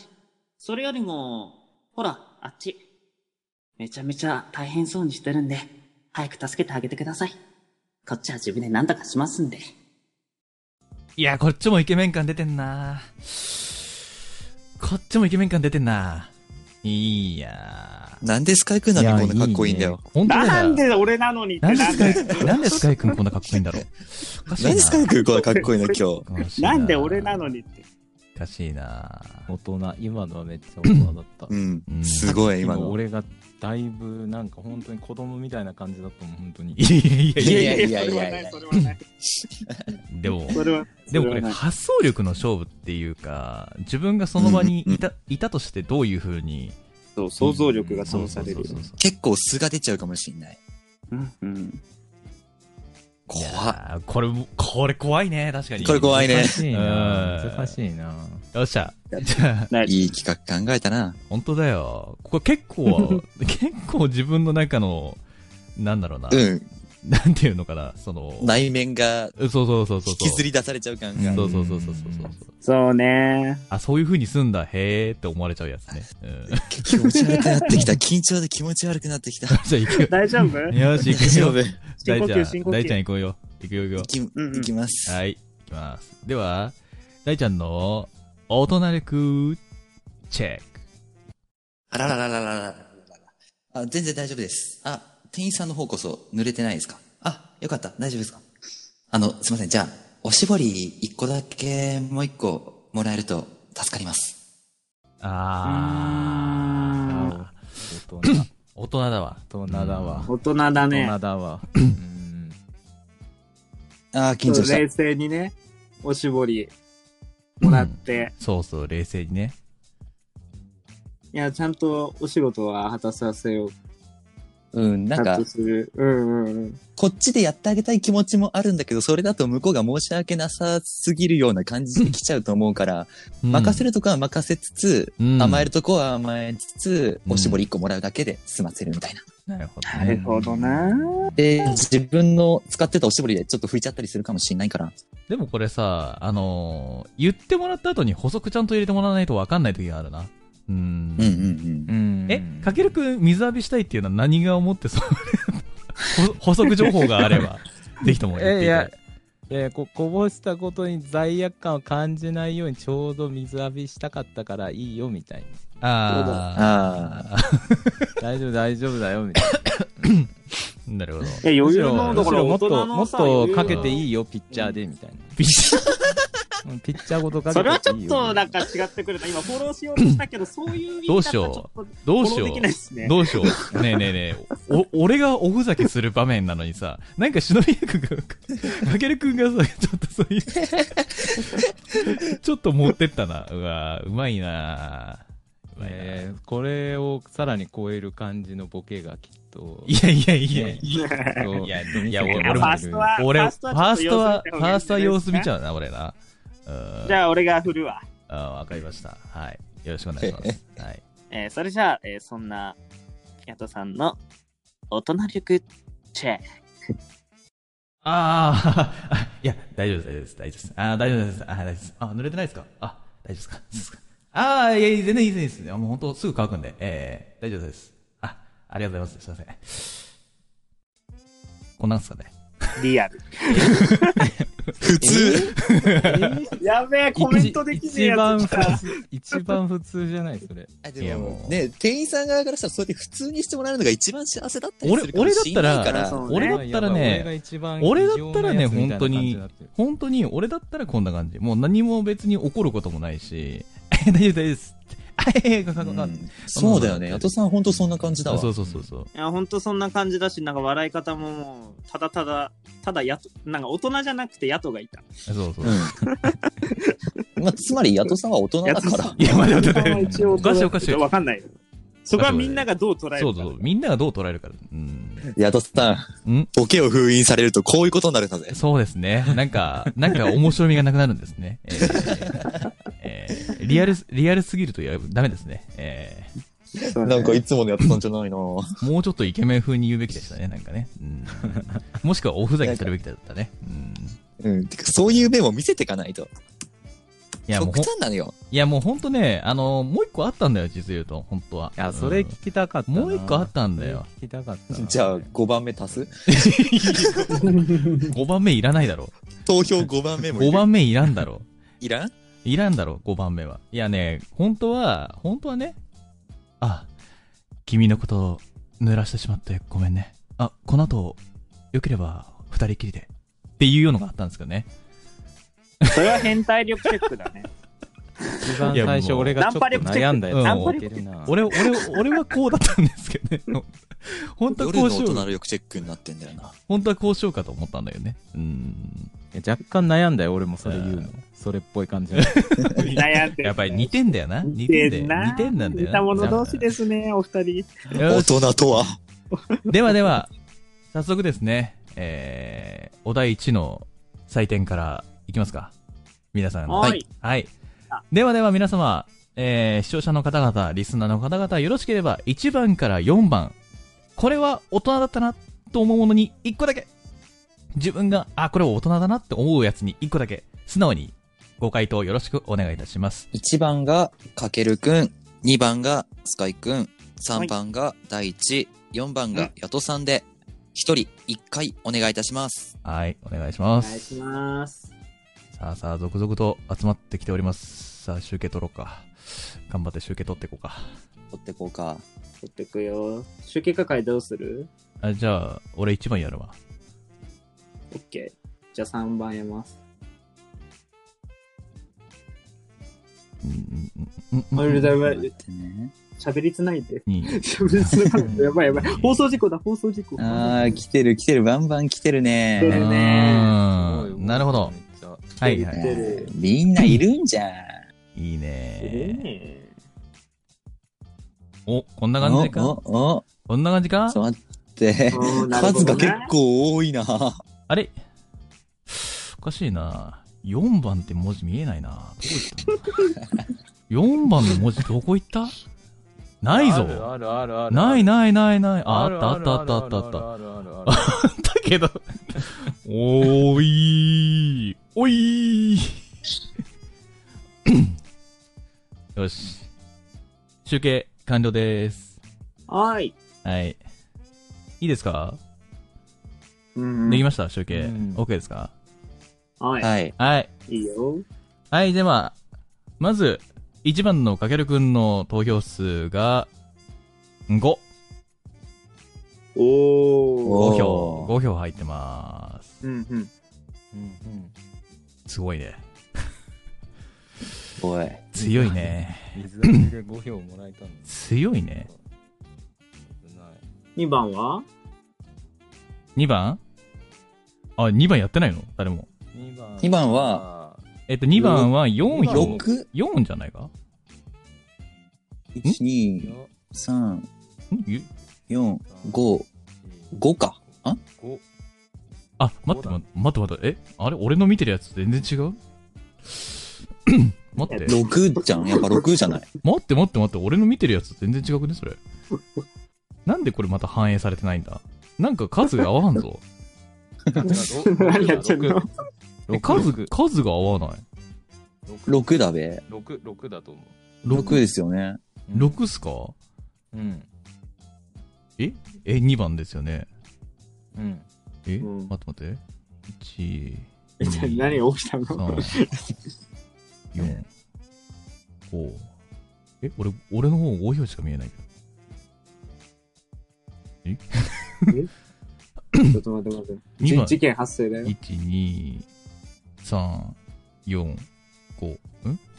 S5: それよりも、ほら、あっち。めちゃめちゃ大変そうにしてるんで、早く助けてあげてください。こっちは自分で何とかしますんで。
S1: いや、こっちもイケメン感出てんなこっちもイケメン感出てんないいや
S3: なんでスカイ君なのにこんなかっこいいんだよ。
S1: 本当だよ
S2: なんで俺なのにって
S1: なんで
S2: な
S1: スカ
S2: んで
S1: イくん、なんでスカイくんこんなかっこいいんだろう。おかしいな
S3: なんでスカイ君こんなかっこいいの 今
S1: おかしい
S2: なんで俺なのにって。
S1: おかしいな
S4: 大人、今のはめっちゃ大人だった
S3: 日。う。ん
S1: う。ん
S3: すごい今
S4: 今
S3: の。
S4: 俺がだいぶなんか本当に子供みたいな感じだったもん本当に
S1: いやいやい
S3: い
S1: や
S3: やいやいやいや
S2: それはない、
S1: でも、
S2: それはない。そ
S1: で
S2: れ
S1: も
S2: は
S1: こ
S2: な
S1: れ
S2: い
S1: 発想力の勝負っていうか、自分がその場にいた、いたとしてどういう風に。
S2: そう想像力が
S1: そう
S2: 試
S1: そ
S2: さ
S1: う
S2: れ
S1: そう
S2: る。
S1: そう。
S3: 結構素が出ちゃうかもしんない。
S5: うん、うん。
S3: 怖
S1: い
S3: っ。
S1: やーこれ、これ怖いね、確かに。
S3: これ怖いね
S4: 難しいな
S1: うん
S4: 難しいな
S1: よっしゃ。じゃあ、
S3: いい企画考えたな。
S1: 本当だよ。これ結 構、結構自分の中の、なんだろうな。
S3: うん。
S1: なんていうのかな、その、
S3: 内面が
S1: そうそうそうそう。
S3: 引きずり出されちゃう感が。
S1: そうそうそうそうそうそう。
S5: そうね。
S1: あ、そういう風に住んだ、へーって思われちゃうやつね。うん。じゃ
S3: 気持ち悪くなってきた。 緊張で気持ち悪くなってきた。
S1: あ行くよ。
S2: 大丈夫
S1: よし、行
S3: 大
S1: くよ大
S2: 深
S3: 丈夫。。
S2: 呼
S1: ちゃ
S2: 吸、深
S1: ん、
S2: 呼
S1: 大ちゃん
S2: 吸。
S1: 行こうよ。行くよ行くよ
S3: い。き、
S2: うん
S3: いきます。
S1: はい、いきます。では、大ちゃんの、大人力、チェック。
S3: あららららららららあ、全然大丈夫です。あ、店員さんの方こそ濡れてないですかあ、よかった。大丈夫ですかあの、すいません。じゃあ、おしぼり一個だけもう一個もらえると助かります。
S1: あ
S4: 大人
S1: ー、大人だわ。
S4: 大人だわ
S5: 大人だ
S4: 大
S5: ね
S4: 人。だわうん
S3: あー、緊張し
S2: 冷
S3: た。
S2: 静にね、おしぼりもらって、
S1: そうそう、冷静にね。
S2: いや、ちゃんとお仕事は果たさせよう。
S3: うん、
S2: ち
S3: な
S2: ゃ
S3: ん
S2: ん
S3: か
S2: と、する。うんうんうん。
S3: こっちでやってあげたい気持ちもあるんだけど、それだと向こうが申し訳なさすぎるような感じで来ちゃうと思うから、任せ
S1: る、
S3: るとこは任せつつ、
S1: うん
S3: 甘えるとこは甘えつつ、
S1: うん
S3: おしぼり一個もらうだけで済ませるみたいな。
S1: なるほど、ね。
S2: なるほどな。
S3: で、自分の使ってたおしぼりでちょっと拭いちゃったりするかもしれないから。
S1: でもこれさ、あのー言ってもらった後に補足ちゃんと入れてもらわないと分かんない時があるな。うん
S3: うんう。ん
S4: う
S1: え
S4: ん、
S1: かけるくん水浴びしたいっていうのは 何が思ってそう補補足情報があれば、ぜひとも言っていただいて。
S4: でここぼしたことに罪悪感を感じないようにちょうど水浴びしたかったからいいよみたいな
S1: あ
S3: ああ。
S4: 大丈夫大丈夫だよみたいな
S1: あ、 なるほど。
S2: いや、
S4: む
S2: 余
S4: し
S2: 裕
S4: ろ
S2: の、だ
S4: むし
S2: から
S4: ろも
S2: 大
S4: っと
S2: 人
S4: も
S2: の
S4: っ
S2: さ
S4: とか
S2: 余裕
S4: けていいよピッチャーでみたいな
S1: ビシッ
S4: うんピッチャーごとかけて
S2: それ
S4: いいよ
S2: はちょっとなんか違ってくるな。今フォローしようとしたけど、そういう言い方
S1: どうしよう
S2: ちょっと
S1: どう
S2: フ
S1: し
S2: ォロ
S1: よ
S2: ーできないです
S1: う。
S2: ね。
S1: どうしよう。ねえねえねえ。お、俺がおふざけする場面なのにさ、なんか忍び役が、かけるくんがさ、ちょっとそういう、ちょっと持ってったな。うわうまいなうまいな、
S4: えーこれをさらに超える感じのボケがきっと
S1: いやいやいや
S4: ね
S1: いや。
S4: い
S1: や
S4: や
S1: いや俺
S2: あ
S1: も
S2: ファーストは、
S1: 俺、フ
S2: フ
S1: ァ
S2: ァ
S1: ー
S2: ー
S1: ス
S2: ス
S1: ト
S2: ト
S1: は
S2: は、
S1: ファーストは様子見ち
S2: う。
S1: ゃうな、俺な。うん
S2: じゃあ、俺が振るわ。
S1: あ、わかりました。はい。よろしくお願いし ます。はい。
S2: えーそれじゃあ、えーそんな、ヤトさんの、大人力チェック。
S1: ああ、 いや、大丈夫です、大丈夫です、大丈夫です。ああ、大丈夫です、あー大丈夫です。あー濡れてないですかあ、大丈夫ですか そうですかああ、いや、全然いいです、全然いいです。もう本当すぐ乾くんで、ええ大丈夫です。あ、ありがとうございます。すいません。こんなんすかね。
S2: リアル。
S3: 普通。
S2: やべえ、コメントできねえ
S4: 一
S2: や
S4: 番
S2: つ
S4: 普
S2: 来た。
S4: 通一番普通じゃないそれ
S3: あ
S1: い
S3: で
S1: や
S3: も
S1: も、う
S3: ね、店員さん側からしたら、そうやって普通にしてもらえるのが一番幸せだったり
S1: 俺
S3: するかもしれな
S2: 俺
S3: いか
S2: だ
S3: ら。
S2: ったらそうね
S1: 俺だったらね
S4: 俺が一番
S1: 俺だったらね
S4: 異常なやつみたいな感じになってる
S1: 本当に俺だったらこんな感じ。もう何も別に怒ることもないし、 大丈夫です。 あ、いやいや、かかかか。
S3: うんそうだよね。ヤトさん、本当そんな感じだわ。
S1: そうそうそうそう。
S2: いや、ほんとそんな感じだし、なんか笑い方ももう、ただただ、ただやと、なんか大人じゃなくてヤトがいた。
S1: そうそう。
S3: うん。まあ、つまり、ヤトさんは大人だ
S2: ヤト
S3: か
S2: さ
S3: ら。
S1: いや、待って待って
S2: まあ
S1: 待って。
S2: 一応
S1: おかしいおかしい。
S2: わかんないよ。そこはみんながどう捉えるか。
S1: そうそうそう。みんながどう捉えるか。うん。
S3: ヤトさ
S1: ん
S3: ん、ボケを封印されると、こういうことになるんだぜ。
S1: そうですね。なんか、なんか面白みがなくなるんですね。えーえーリアル、リアルすぎるといやダメですね。え
S2: そうね
S3: なんか、いつものヤトさんじゃないな
S1: ーもうちょっとイケメン風に言うべきでしたね、なんかね。うん、もしくはおふざけするべきだったね。うん、
S3: うん。てかそういう面も見せていかないと。
S1: いや、もう
S3: 極
S1: ほん、い
S3: 端なのよ。
S1: や、もうほんとね、あの、もう一個あったんだよ、実言うと、本当は。
S4: いやそれ
S1: うん
S4: 聞きたかったな
S1: もう一個あったんだよ
S4: それ聞きたかったな
S3: じゃあ、5番目足す
S1: 5番目いらないだろ。
S3: 投票5番目もいる
S1: 5番目いらんだろ。
S3: いらん
S1: いらんだろ、5番目は。いやね、本当は、本当はね、あ、君のことを濡らしてしまってごめんね。あ、この後、良ければ、二人きりで。っていうようのがあったんですけどね。
S2: それは変態力チェックだね。
S4: 一番最初俺がちょっと悩んだやつ
S1: ナ
S2: ンパ力
S1: 俺、俺、俺はこうだったんですけどね。本当は
S3: 夜
S1: こう
S3: の大
S1: しよ
S3: 人
S1: う。
S3: 力チェックになってんだよな。
S1: 本当はこうしようかと思ったんだよね。うん。
S4: 若干悩んだよ俺もそれ言う
S1: う
S4: のそれっぽい感じの
S2: 悩んで る
S1: やっぱり似てんだよな。似
S2: 似
S1: てん
S2: て
S1: だよ
S2: んな。
S1: 似てんなんだよ
S2: 似た者同士ですね、お二人。
S1: よ
S3: 大
S1: し
S3: 人とは。
S1: ではでは、早速ですね、えー、お題1の採点からいきますか。皆さん。
S2: はい
S1: はい。はい。ではでは皆様、えー、視聴者の方々、リスナーの方々、よろしければ1番から4番。これは大人だったなと思うものに1個だけ。自分が、あ、これは大人だなって思うやつに1個だけ。素直にご回答よろしくお願いいたします。
S3: 1番がかけるくん、2番がスカイくん、3番が大地、4番がヤトさんで、1人1回お願いいたします。
S1: はい、お願いしま
S2: お
S1: す。
S2: 願いします。
S1: さあさあ、続々と集まってきております。さあ、集計取ろうか。頑張って集計取っていこうか。
S3: 取ってこうか。
S2: 取ってくよ。集計係どうする
S1: あじゃあ、俺一番やるわ。
S2: ?OK。じゃあ3番やます。
S1: うんうんうんうん
S2: あれだやばい
S3: 待ってね。
S2: 喋りつないで。
S1: に
S2: 喋りつながってやばいやばい。放送事故だ、放送事故。
S3: あー、来てる来てる、バンバン来てるね。
S2: 来てる
S1: ね
S4: すごい
S1: なるほど
S4: めっちゃ
S1: はいは
S3: あ
S2: 来
S1: い。
S2: てる
S3: ーみんないるんじゃん。
S1: いい
S2: え
S1: ね
S2: え
S1: お、こんな感じか
S3: お、お、お
S1: こんな感じか
S3: ちょっと待って。
S2: おーなるほ
S3: 数
S2: ど
S3: が
S2: ね
S3: 結構多いな。
S1: あれおかしいな。4番って文字見えないな。どこ行ったの ?4 番の文字どこ行ったない
S4: ある
S1: ぞ。
S4: あるあるある
S1: ないないないない。あ、
S4: あ
S1: あっ
S4: る
S1: た
S4: あ
S1: あっ
S4: る
S1: た
S4: あ
S1: あっ
S4: る
S1: た
S4: あ
S1: あったあった。
S4: るある
S1: だけど、おいおいよし。集計完了です。
S2: はい。
S1: はい。いいですか、
S2: うん
S1: できました集計
S4: うん。
S1: OK、ですか
S2: はい。
S3: はい。
S1: はい。
S2: いいよ。
S1: はい、では、まず、1番のかけるくんの投票数が、5。
S2: おお。
S1: 5
S3: お
S1: 票。
S3: ー
S1: 5票入ってます。
S2: うんうん。
S7: うん
S1: すごいね。
S3: おい。
S1: 強いね。
S4: 水浴びで5票もらえたんです。
S1: 強いね。
S2: 2番は
S1: 2番あ、2番やってないの誰も。
S4: 2番
S3: 二番は、
S1: えっと、2番は4
S4: 二番
S1: 票
S4: 六。
S3: 6?
S1: 4じゃないか
S3: 1、2、3、
S1: んゆ
S3: 4、5、5か。あ
S4: 5。
S1: あ、待って待って、待って待って。えあれ俺の見てるやつ全然違 う待って。
S3: 6じゃん。やっぱ6じゃない。
S1: 待って待って待って、俺の見てるやつ全然違くね、そ れ。なんでこれまた反映されてないんだなんか数が合わん ぞ。
S2: 何やってんの
S1: え数、数が合わない。
S3: 6だべ。
S4: 6、6だと思
S3: 6ですよね。
S4: う。
S1: 6っすか
S4: うん。
S1: え、2番ですよね。
S4: うん。
S1: え、
S2: うん
S1: 待って待って。1、
S2: えじゃあ
S1: 2
S2: 何が起きたの
S1: 3、4、5。え、俺、俺の方5票しか見えないけど。
S2: ちょっと待って待って。
S1: 2
S2: じ
S1: 番、
S2: 事件発生だよ。
S1: 1,2,3,4,5ん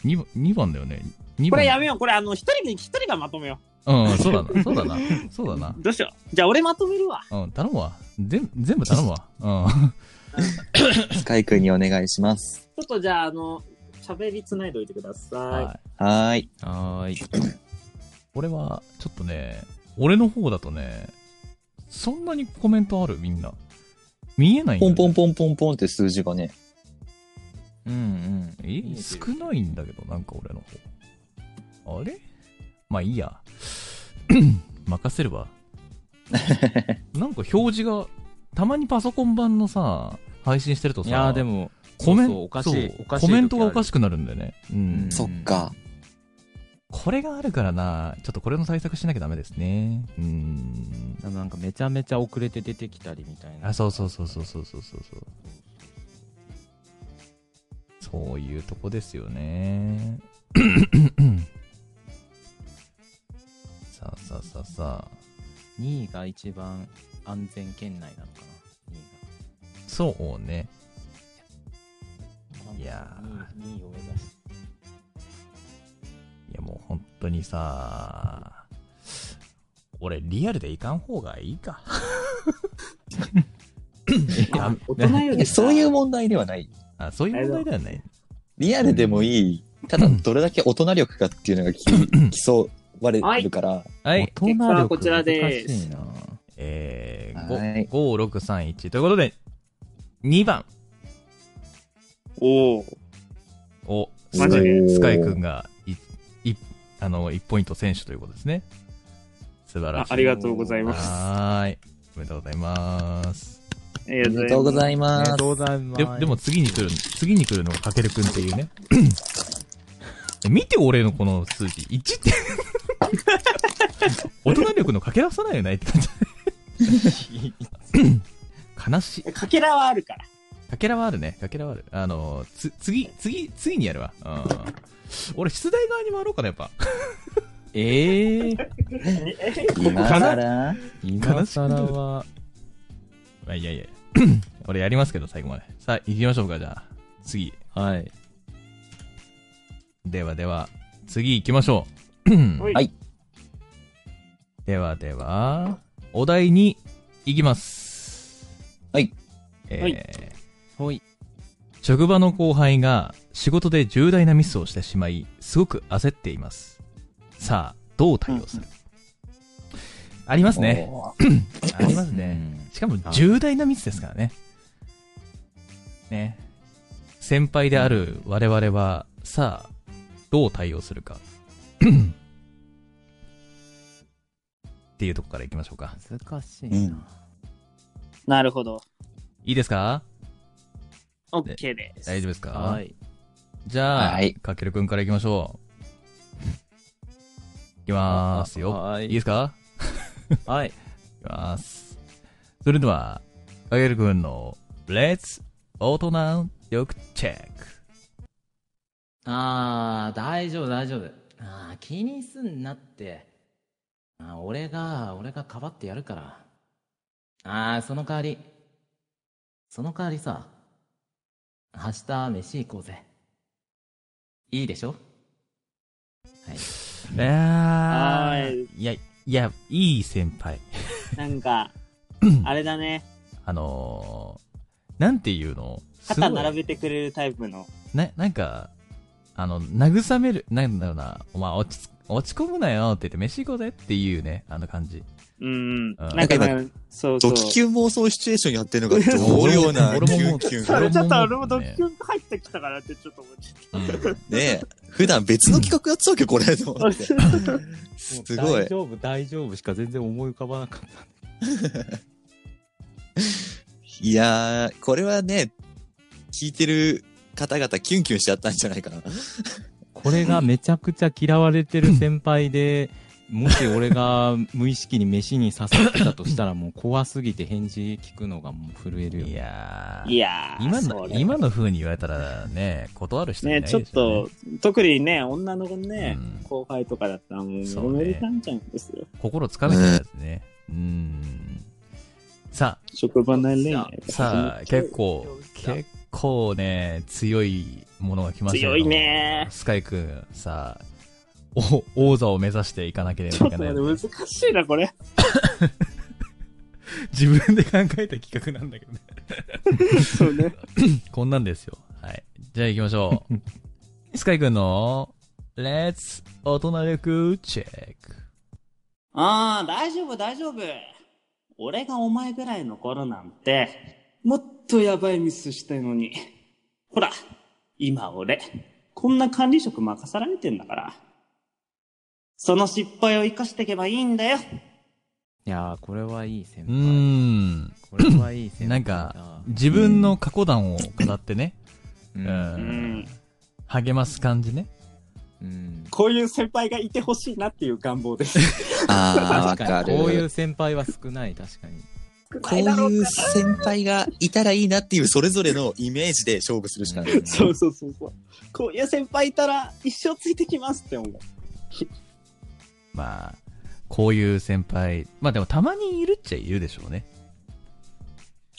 S1: ?2 番、2番だよね。2番。
S5: これやめよう。これ、あの、一人で、一人がまとめよ
S1: うん、そうだな、そうだな、そうだな
S5: う。。どうしよう。じゃあ、俺まとめるわ。
S1: うん、頼むわ。全全部頼むわ。うん。
S3: スカイ君にお願いします。
S5: ちょっと、じゃあ、あの、喋りつないでおいてください。
S1: はい。
S3: はーい。
S4: はーい。
S1: 俺は、ちょっとね、俺の方だとね、そんなにコメントあるみんな。見えないんだ
S3: ポ
S1: よ
S3: ン
S1: ね
S3: ポンポンポンポンって数字がね。
S4: うんうん。
S1: え少ないんだけど、なんか俺の方。あれまあいい や。任せれ ば。なんか表示が、たまにパソコン版のさ、配信してるとさ、
S4: いやーでも、
S1: コメン
S4: そうそうおかしい
S1: そう
S4: おかしい時
S1: コメントがおか
S4: あ
S1: しくなるんだよね。うん
S4: うん
S3: そっか。
S1: これがあるからな、ちょっとこれの対策しなきゃダメですね。うーん。
S4: るなんかめちゃめちゃ遅れて出てきたりみたいな。
S1: あ、そうそうそうそうそうそうそうそう。そういうとこですよね。 さあさあさあさあ。
S4: 2位が一番安全圏内なのかな。
S1: そうね。
S4: 2
S1: い
S4: 位が。
S1: や
S4: 2位、2位を目指して。
S1: いやもう本当にさ、俺リアルでいかん方がいいか。いや
S2: 大人よ
S3: え
S2: りさ
S3: そういう問題ではない。
S1: あそういう問題ではない。
S3: リアルでもいい。ただ、どれだけ大人力かっていうのがき競われるから。
S1: はい。
S4: 大人
S2: 結果は
S4: 力
S2: こちらで
S4: 難
S2: す
S4: しいな
S1: え
S3: はい
S1: ー、5、5、6、3、1。ということで、2番
S2: おお。
S1: を、
S2: マジで
S1: スカイ君
S3: が。
S1: がいいあの1ポイント選手ということですね。素晴ら
S2: あ
S1: しい。
S2: ありがとうございます。
S1: はーい。おめでとうございます。
S2: あり
S3: おめでとう
S2: ま
S3: ござい
S4: あ
S3: ま
S4: り
S3: す
S4: が。とうございます。
S1: ででも、次に来る、次に来るのがかけるくんっていう ね。え見て俺のこの数字。1って。 大人力のかけらさないよねって感じ。 悲しい。
S5: かけらはあるから。
S1: かけらはあるね。かけらはある。あの、つ、次、次、次にやるわ。うん。俺、出題側に回ろうかな、やっぱ。
S4: ええー、
S3: 今更
S4: 今更は、
S1: まあ、いやい や。俺やりますけど、最後まで。さあ、行きましょうか、じゃあ。次。
S4: はい。
S1: ではでは、次行きましょ
S2: す。
S1: う。
S2: はい
S3: はい
S1: ではでは、お題に行きます。
S3: はい。
S1: えー
S2: はい
S4: ほい。
S1: 職場の後輩が仕事で重大なミスをしてしまい、すごく焦っています。さあ、どう対応する、ありますね。
S3: お
S1: ありますね。しかも重大なミスですからね。ね。先輩である我々は、さあ、どう対応するか。っていうとこからいきましょうか。
S4: 難しい
S3: うん
S4: な。
S5: なるほど。
S1: いいですか
S5: OK です。
S1: 大丈夫ですか
S4: はい。
S1: じゃあ、
S3: はい
S1: かけるくんからいきましょう。いきまーすよ。
S4: はいい。
S1: いですか
S4: はい。
S1: いきます。それでは、かけるくんの、レッツ、大人よくチェック。
S8: ああ、大丈夫、大丈夫。ああ、気にすんなって。ああ、俺が、俺がかばってやるから。ああ、その代わり。その代わりさ、明日飯行こうぜ。いいでしょはい。
S1: いや
S2: は
S1: ー
S2: い
S1: いや、いや、いい先輩。
S2: な んか、あれだね。
S1: あのー、なんていうのすご
S2: 肩
S1: い
S2: 並べてくれるタイプの。
S1: な、なんか、あの、慰める、なんだろうな、お前落ち着、落ち込むなよって言って、飯行こうぜっていうね、あの感じ。
S2: うんうん。
S1: あー
S2: なんか
S3: なん
S2: 今、そうそ
S3: ド
S2: う。
S3: キキュン妄想シチュエーションやってるのがどうような
S1: 俺も
S3: キ
S1: 俺
S3: ュ
S1: も
S3: ンキュン。
S1: それちょっと俺もド
S9: ド
S1: キ
S9: ッ
S1: キ
S9: キュン入ってきたからってちょっと思っちゃった。
S3: ねえ、普段別の企画やってたわけ、これ。と思って すごい
S4: 大。丈夫、大丈夫しか全然思い浮かばなかった。
S3: いやー、これはね、聞いてる方々キュンキュンしちゃったんじゃないかな。
S4: これがめちゃくちゃ嫌われてる先輩 で、もし俺が無意識に飯に刺さってたとしたら、もう怖すぎて返事聞くのがもう震えるよ
S1: い。やー
S2: いやー、
S1: 今
S2: そ
S1: の、
S2: れ
S1: 今の風に言われたらね、断る人いないで
S2: ね、ち
S1: しょ
S2: ょっと、特にね、女の子のね、
S1: うん
S2: 後輩とかだったらもう、メ
S1: そう
S2: ロ
S1: ね
S2: メロなんちゃうんですよ。
S1: 心つかめてないですね。うん。さ
S2: 職場内恋愛。
S1: あ、さあ、結構、結構ね、強いものが来ましたけども
S2: 強いね
S1: スカイくん、さあ、お王座を目指していかなければい
S2: ちょっ
S1: け
S2: と
S1: ない。
S2: 待って、難しいな、これ。
S1: 自分で考えた企画なんだけどね。
S2: そうね。
S1: こんなんですよ。はい。じゃあ行きましょう。 スカイくんの、レッツ大人力チェック。
S2: ああ、大丈夫、大丈夫。俺がお前ぐらいの頃なんて、もっとやばいミスしたのに。ほら、今俺、こんな管理職任さられてんだから。その失敗を生かしていけばいいんだよ。
S4: いやー、これはいい先
S1: うー
S4: 輩。
S1: ん。
S4: これはいい先輩だ。
S1: なんか、自分の過去談を語ってね、
S4: う、
S1: うんん。励ます感じね。
S4: うん。
S2: こういう先輩がいてほしいなっていう願望です。
S3: あー、わ
S4: 確
S3: か
S4: か
S3: る。
S4: に、こういう先輩は少ない、確かに。
S3: こういう先輩がいたらいいなっていうそれぞれのイメージで勝負するしかない。
S2: そうそうそうそう。こういう先輩いたら一生ついてきますって思う。
S1: まあ、こういう先輩。まあでもたまにいるっちゃいるでしょうね。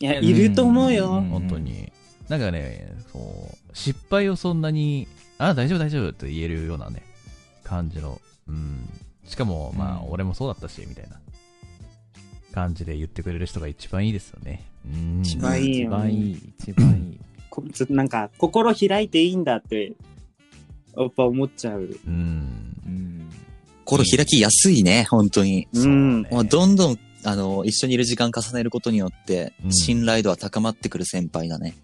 S2: いや、いると思う
S4: う
S2: よ
S4: ん。
S1: 本当に。なんかね、そう、失敗をそんなに、あ、大丈夫大丈夫と言えるようなね、感じの。うん。しかも、まあ、
S4: うん
S1: 俺もそうだったし、みたいな。感じで言ってくれる人が一番いいですよね。うん。
S3: 一番いい
S4: 一番いい、一番いい。
S2: こちょっとなんか、心開いていいんだって、やっぱ思っちゃう。
S1: うん。
S4: うん。
S3: 心開きやすいね、本当に。
S2: うん。
S3: もうどんどん、あの、一緒にいる時間重ねることによって
S1: う、ん
S3: 信頼度は高まってくる先輩だね。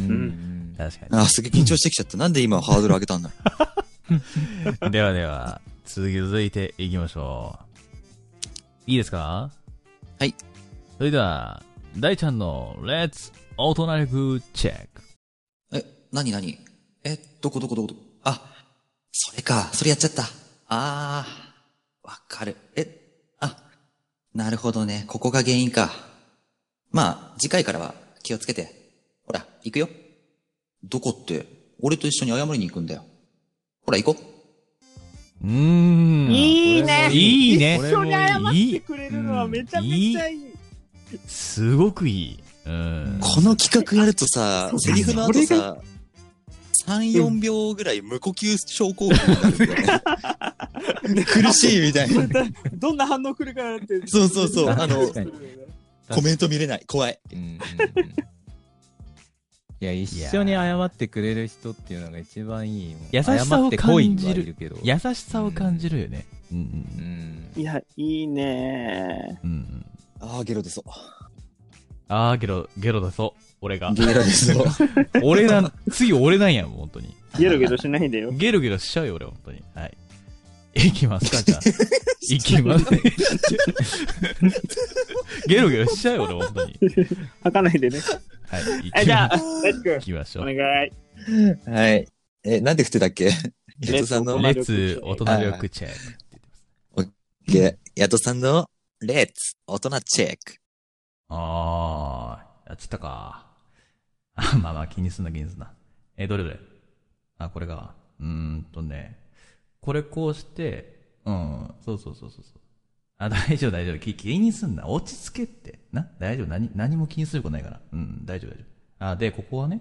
S4: うん。
S1: 確か
S3: あー、すげえ緊張してきちゃった。なんで今ハードル上げたんだろう。
S1: に。 ではでは、続いていきましょう。いいですか
S3: はい。
S1: それでは、大ちゃんの、レッツ大人力チェック。
S3: え、なになにえ、どこどこどこどこあ、それか、それやっちゃった。あー、わかる。え、あ、なるほどね、ここが原因か。まあ、次回からは気をつけて。ほら、行くよ。どこって、俺と一緒に謝りに行くんだよ。ほら、行こう。
S1: うーん。
S2: いいね
S1: いいね。
S4: 一緒に謝って
S1: いい
S2: くれるのはめちゃめちゃいい。
S1: すごくいい。うん。
S3: この企画やるとさ、セリフの後
S2: 俺
S3: さ、3、4秒ぐらい無呼吸症候群になるんだよね。 苦しいみたいな。
S2: どんな反応来るかなって。
S3: そうそうそう、あの
S4: 確、かに。
S3: コメント見れない。怖い。
S4: うんうんうんいや、一緒に謝ってくれる人っていうのが一番いいもん。
S1: 優しさを感じる
S4: 謝ってこいとは言うけど。
S1: 優しさを感じるよね。う
S4: うんん。
S2: いや、いいね
S1: うんうん。うん
S3: ああ、ゲロ出そ
S1: あー、ゲロ、ゲロだそう。俺が
S3: う。。ゲロ出そう。
S1: 俺なん、次俺なんやもん、本当に。
S2: ゲロゲロしないでよ。
S1: ゲロゲロしちゃうよ、俺、本当に。はい。いきますか、じゃ あ。いきます。ゲロゲロしちゃうよ、俺、本当に。
S2: 吐かないでね。
S1: はい。行
S2: え、
S1: き
S2: じゃ
S1: ま
S2: あ、大地君
S1: 行、きましょ
S2: お
S1: う。
S2: 願
S1: レ
S2: い。
S3: はい。え、なんで振ってたっけ
S2: レッツ
S3: ヤトさんの
S2: レ、
S1: ッツ、大人力チェック。
S3: えヤトさんの、レッツ、大人チェック。
S1: あー、やってたか。あ、まあまあ、気にすんな、気にすんな。えーどれどれあ、これが。うーんとね、これこうして、うん、そうそうそうそうそう。あ、大丈夫、大丈夫。き気にすんな。落ち着けって。な、大丈夫。何、何も気にすることないから。うん、大丈夫、大丈夫。あ、で、ここはね、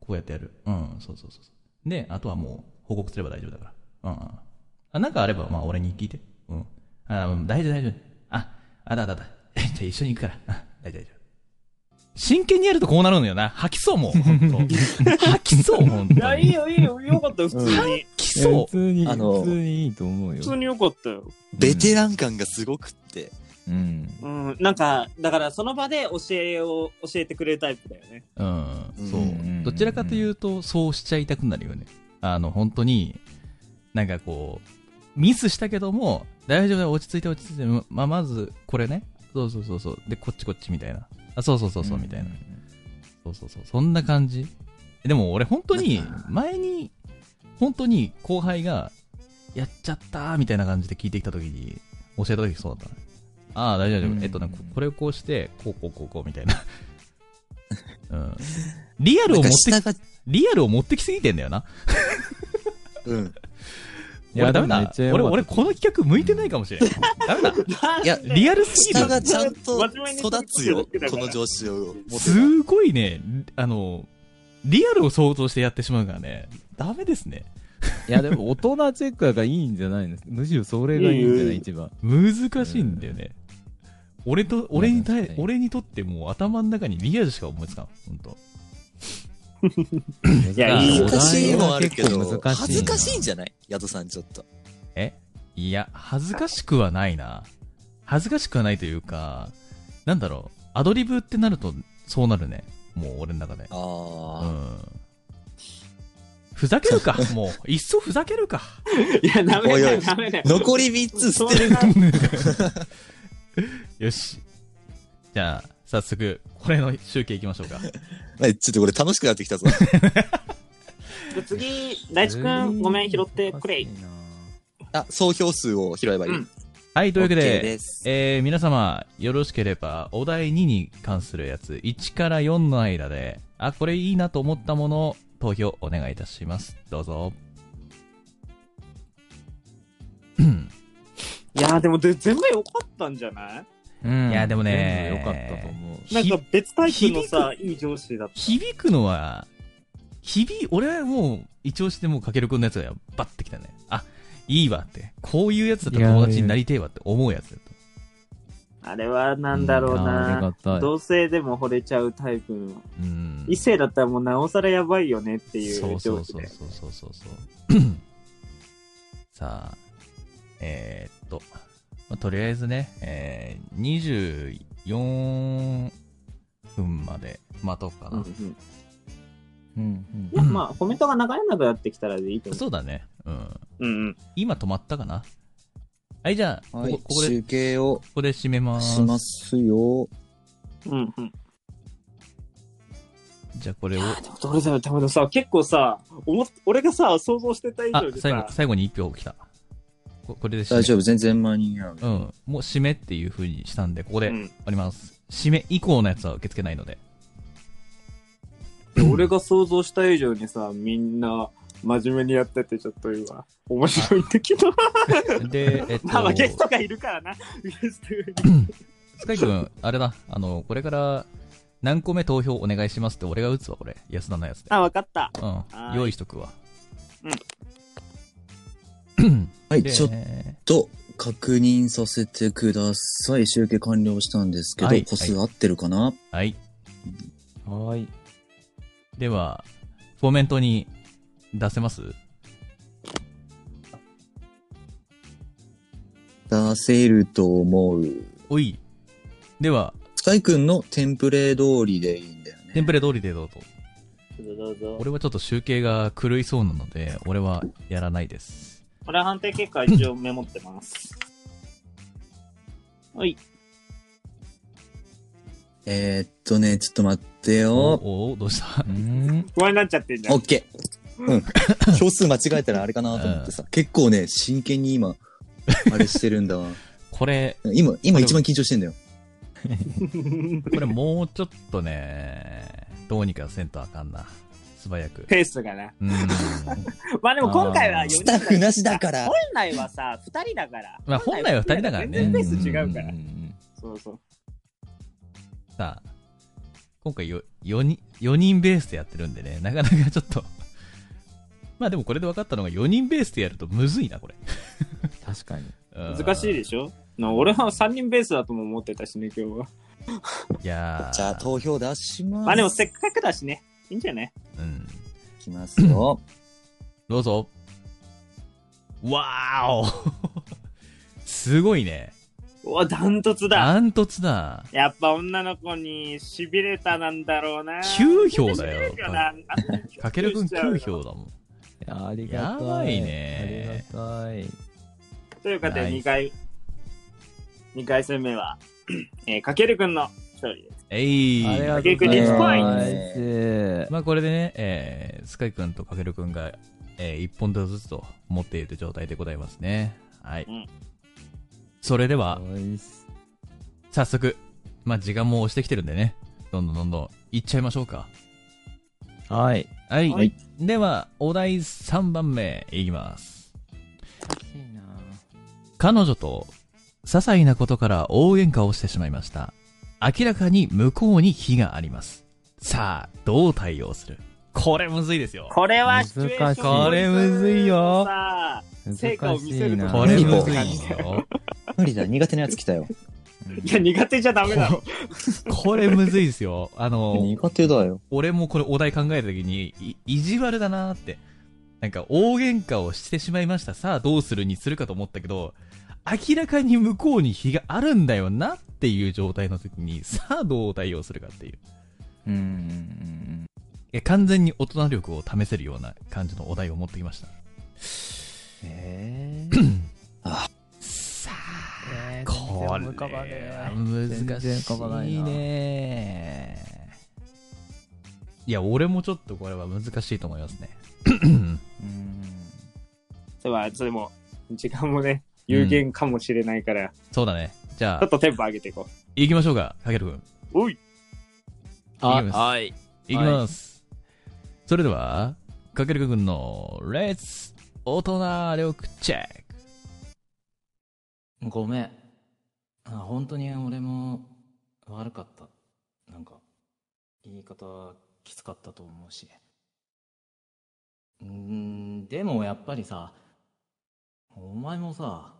S1: こうやってやる。うん、そうそうそうそう。で、あとはもう、報告すれば大丈夫だから。うんうん。あ、なんかあれば、まあ、俺に聞いて。うん。あ、うん大丈夫、大丈夫。あ、あだあだあだ。 じゃあ一緒に行くから。あ、大丈夫、大丈夫。真剣にやるとこうなるのよな。吐きそうもう。ほんと吐きそう、ほんと
S2: い
S1: に。
S2: や、いいよ、いいよ、よかった、普通に。
S1: 吐き
S4: いや
S1: そ
S4: 普
S1: う。
S4: 通に、
S3: あの
S4: 普通にいいと思うよ
S2: 普。通によかったよ。
S3: ベテラン感がすごくって。
S4: うん。
S2: うん、なんか、だからその場で教えを、教えてくれるタイプだよね。
S1: うん、そううん
S4: うんうん
S1: どちらかというとそうしちゃいたくなるよねあの本当になんかこうミスしたけども大丈夫だよ落ち着いて落ち着いてままあまずこれねそうそうそうそうでこっちこっちみたいなあそうそうそうそうみたいな、そうそうそうそんな感じでも俺本当に前に本当に後輩がやっちゃったーみたいな感じで聞いてきた時に教えた時そうだったねああ大丈夫大丈夫、
S3: うん
S1: えっとねここれをこうしてこうこうこうこうみたい なうんリアルを
S3: なん
S1: 持っ
S3: か
S1: て
S3: 下が、
S1: リアルを持ってきすぎてんだよな。
S3: うん。
S4: いや
S1: 俺ダメ
S4: でもめ
S1: だ
S4: っ。ちゃ良
S1: 俺、
S4: かった
S1: 俺この企画向いてないかもし れん。ダメだ。
S3: いや、
S1: リアルすぎ
S3: 下
S1: る。
S3: がちゃんと育つよ、この上司を。
S1: すごいね、あの、リアルを想像してやってしまうからね、ダメですね。
S4: いや、でも大人チェックがいいんじゃないのむしろそれがいいんじゃない一番。
S1: 難しいんだよね。俺と、俺に
S4: いや確
S1: 対
S4: か、に
S1: 俺にとってもう頭の中にリアルしか思いつかん。ほんと。
S4: い
S2: やいい
S4: お題
S3: 難しいのは
S4: が
S3: あるけ
S4: 結構
S3: ど、
S4: 難
S3: 恥ずかしいん
S4: じ
S3: じゃないヤドさんちょっと。
S1: えいや、恥ずかしくはないな。恥ずかしくはないというか、なんだろう、アドリブってなると、そうなるね。もう俺の中で。う
S3: あ
S1: んふざけるか、もう。いっそふざけるか。
S2: いや、ダメだ
S3: おいお
S2: よ、
S3: い
S2: ダメだよ
S3: あ。。残り3つ捨てる。
S2: そんな
S1: よし。じゃあ、早速、これの集計いきましょうか。
S3: えちょっとこれ楽しくなってきたぞ。
S2: 次、大地くん、ごめん、拾ってくれ。
S3: あ、総票数を拾えばいい。
S2: うん
S1: はい、というわけ
S3: OK
S1: で、
S3: す
S1: えー皆様、よろしければ、お題2に関するやつ、1から4の間で、あ、これいいなと思ったもの、投票お願いいたします。どう ぞ。
S2: いや、でもで、全部良かったんじゃない
S4: うん
S1: いやでもね
S4: 全部良かったと思う。
S2: なんか別タイプのさ、いい上司だった。
S1: 響くのは、響、俺はもう、一押しでもうかけるくんのやつがバッてきたね。あ、いいわって。こういうやつだったら友達になりてえわって思うやつだと。
S2: あれはなんだろう
S4: ありが
S2: な。
S4: たい。
S2: 同性でも惚れちゃうタイプの。
S1: うん。
S2: 異性だったらもうなおさらやばいよねってい
S1: そううそ
S2: 上
S1: う
S2: 司
S1: そう
S2: で。
S1: そうそうそうそう。さあ、えーっと、まあ、とりあえずね、えー、24分まで待とうか
S2: うん
S1: な。
S2: うん
S4: うん
S2: いや、まあ、コメントが流れなくなってきたらでいいと思
S1: そうだね。うん。
S2: う。うんうん。
S1: 今止まったかな。はい、じゃあ、
S3: はい
S1: ここここで、こ
S3: 集計を
S1: こで締めます。
S3: しますよ。
S2: うんうん。
S1: じゃあ、こ れを。
S2: でもどれだろう、多分さ、結構さ、思っ俺がさ、想像してた以
S1: あ
S2: 上で、
S1: 最後
S2: さ、、
S1: 最後に一票来た。ここれで締め
S3: 大丈夫、全然間に合う。
S1: うん。もう締めっていう風にしたんで、ここで
S2: う
S1: 終
S2: ん
S1: わります。締め以降のやつは受け付けないので。
S2: で俺が想像した以上にさ、みんな、真面目にやってて、ちょっと今、面白いんだけど。
S1: で、えっと、
S2: まあまあ、ゲストがいるからな。ゲストがいる。
S1: スカイ君、あれだ、あの、これから何個目投票お願いしますって俺が打つわ、これ。安田のやつで。
S2: あ、わかった。
S1: うん。
S2: ーい
S1: 用意しとくわ。
S3: はい、
S1: で
S3: ちょっと確認させてください。集計完了したんですけど、
S1: はい
S3: 個数合ってるかな
S1: はい。
S4: はーい。
S1: では、コメントに出せます
S3: 出せると思う。
S1: おい。では、
S3: スカイくんのテンプレ通りでいいんだよ
S1: テ
S3: ね。
S1: ンプレ通りでどうぞ。
S2: どうぞ。
S1: 俺はちょっと集計が狂いそうなので、俺はやらないです。
S2: これ判定結果一応メモってます。はい。
S3: えー、っとね、ちょっと待ってよ。
S1: おおどうした
S4: うん。
S2: 不安になっちゃってんじゃ
S3: オ
S2: ん
S3: ッ。ケー。うん。 票数間違えたらあれかなと思 ってさ。結構ね、真剣に今、あれしてるんだわ。
S1: これ、
S3: 今、今一番緊張してんだよ。
S1: これもうちょっとね、どうにかせんとあかんな。素早く。
S2: ペースがな。
S1: うーん。
S2: まあでも今回は4
S3: ス
S2: 人
S3: タッフなしだから
S2: 本。来はさ、2人だから。
S1: まあ本来は二人だからね
S2: 全然ペース違うから
S4: ん。ん
S2: そうそう。
S1: さあ、今回よ4人、4人ベースでやってるんでね、 なかなかちょっと。まあでもこれで分かったのが4人ベースでやるとむずいな、これ。
S4: うん確かに。
S2: 難しいで
S1: し
S2: しょな俺は3人ベースだとも思ってたしね、今日は。
S1: ょ。いやー
S3: じゃあ投票出します。
S2: まあでもせっかくだしね。いいんじゃない
S1: うん。
S3: いきますよ。
S1: どうぞ。わーおすごいね。
S2: お、ダントツだ。
S1: ダントツだ。
S2: やっぱ女の子に痺れたなんだろうな。
S1: 9票だよ
S2: 痺れるよな。
S1: かけるくん9票だもん。
S4: いやありがたい。
S1: やばいね
S4: ありがたい。
S2: ということ
S1: ナ
S2: で、
S1: イス
S2: 2回、2回戦目は、 えーかけるくんの勝利です。
S1: えい。
S4: ありがとうございます。
S2: 結局立
S3: 派
S1: まあこれでね、えー、スカイくんとかけるくんが、えー、1本ずつと持っている状態でございますね。はい。
S2: うん
S1: それでは、
S4: ナイス
S1: 早速、まあ時間も押してきてるんでね、どんどんどんどん行っちゃいましょうか。
S4: はい。
S1: はい。
S3: はい
S1: では、お題3番目いきます。
S7: しいな
S1: 彼女と、些細なことから大喧嘩をしてしまいました。明らかに向こうに火があります。さあ、どう対応するこれむずいですよ。
S2: これはシチュエーション
S4: 難しいこ
S1: れむずいよ
S2: さあ、成果
S4: 難
S2: を
S4: し
S2: 見せる
S4: い
S2: と
S4: な。
S1: これ
S3: も
S1: むずいよ。
S3: 無理だ、苦手なやつ来たよ。
S2: いや、苦手じゃダメだろ。
S1: これむずいですよ。あの、
S3: 苦手だよ。
S1: 俺もこれお題考えた時に、い意地悪だなーって。なんか、大喧嘩をしてしまいました。さあ、どうするにするかと思ったけど、明らかに向こうに火があるんだよなっていう状態の時に、さあ、どう対応するかっていう。
S4: うんうんうん
S1: え完全に大人力を試せるような感じのお題を持ってきました。
S4: えー
S1: さ
S4: えー
S1: あ、これ
S4: 全然浮かば
S1: は
S4: ねえ
S1: 難
S4: 全然浮かばない
S1: しい
S4: な
S1: ね。いや、俺もちょっとこれは難しいと思いますね。
S4: うん
S2: そうは、それも、時間もね、有限かもしれないから、
S1: そうだね。じゃ
S2: ちょっ
S1: あ、
S2: とテンポ上げていこ
S1: 行きましょうか、かけるくん。
S2: う。おい
S1: あ
S4: はい。
S1: 行きます。それでは、かけるくんの、レッツ大人力チェック。
S7: ごめんあ本当に俺も悪かったなんか言い方きつかったと思うしうーんでもやっぱりさお前もさ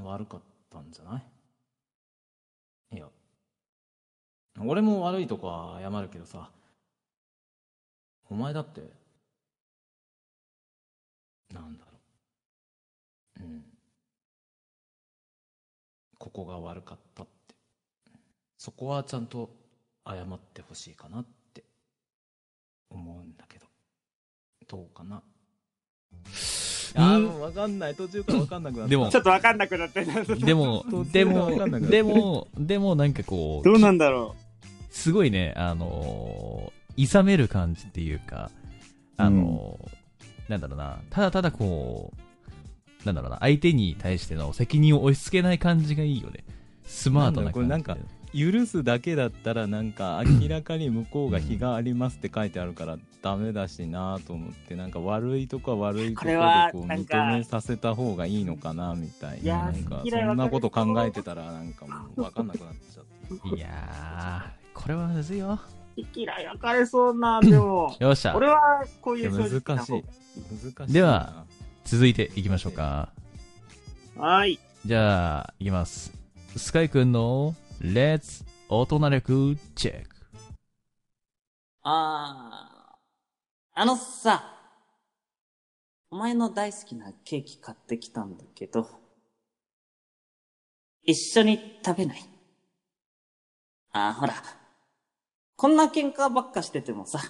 S7: 悪かったんじゃないいや俺も悪いとこは謝るけどさお前だってなんだろううんここが悪かったってそこはちゃんと謝ってほしいかなって思うんだけどどうかな
S4: あー、もうわかんない。途中からわかんなくなった。
S1: でも
S2: ちょっとわかんなくなってた。
S1: でも
S4: 突、然
S1: で
S4: わかんなく
S1: も、
S4: なった
S1: でも、でもなんかこう
S2: ど、うなんだろ
S1: すごいね、あのー、いさめる感じっていうか、あのー、なんだろうな、ただただこう、なんだろうな、相手に対しての責任を押し付けない感じがいいよね。スマートな感じ。
S4: なんだろうこれなんか許すだけだったらなんか明らかに向こうが日がありますって書いてあるからダメだしなと思ってなんか悪いとこは悪いとこで
S2: これは
S4: こう
S2: なんか
S4: 認めさせた方がいいのかなみたい
S2: いや
S1: ー
S4: ななんか
S2: 好きだよ
S4: そんなこと考えてたらなんかもう分かんなくなっちゃって
S1: いやー、これはむずいよ。、
S2: う。嫌い焼かれそうな、でも
S1: よっしゃ。
S2: 俺はこう
S4: い
S2: い
S4: や
S2: う正直
S4: 難
S2: な
S4: し
S2: 方
S4: い
S2: が
S4: 難しいな
S1: では続いていきましょうか。
S2: はーい。
S1: じゃあ、いきます。スカイくんの、レッツ大人力チェック。
S5: あー、あのさ、お前の大好きなケーキ買ってきたんだけど、一緒に食べないあー、ほら、こんな喧嘩ばっかしててもさ、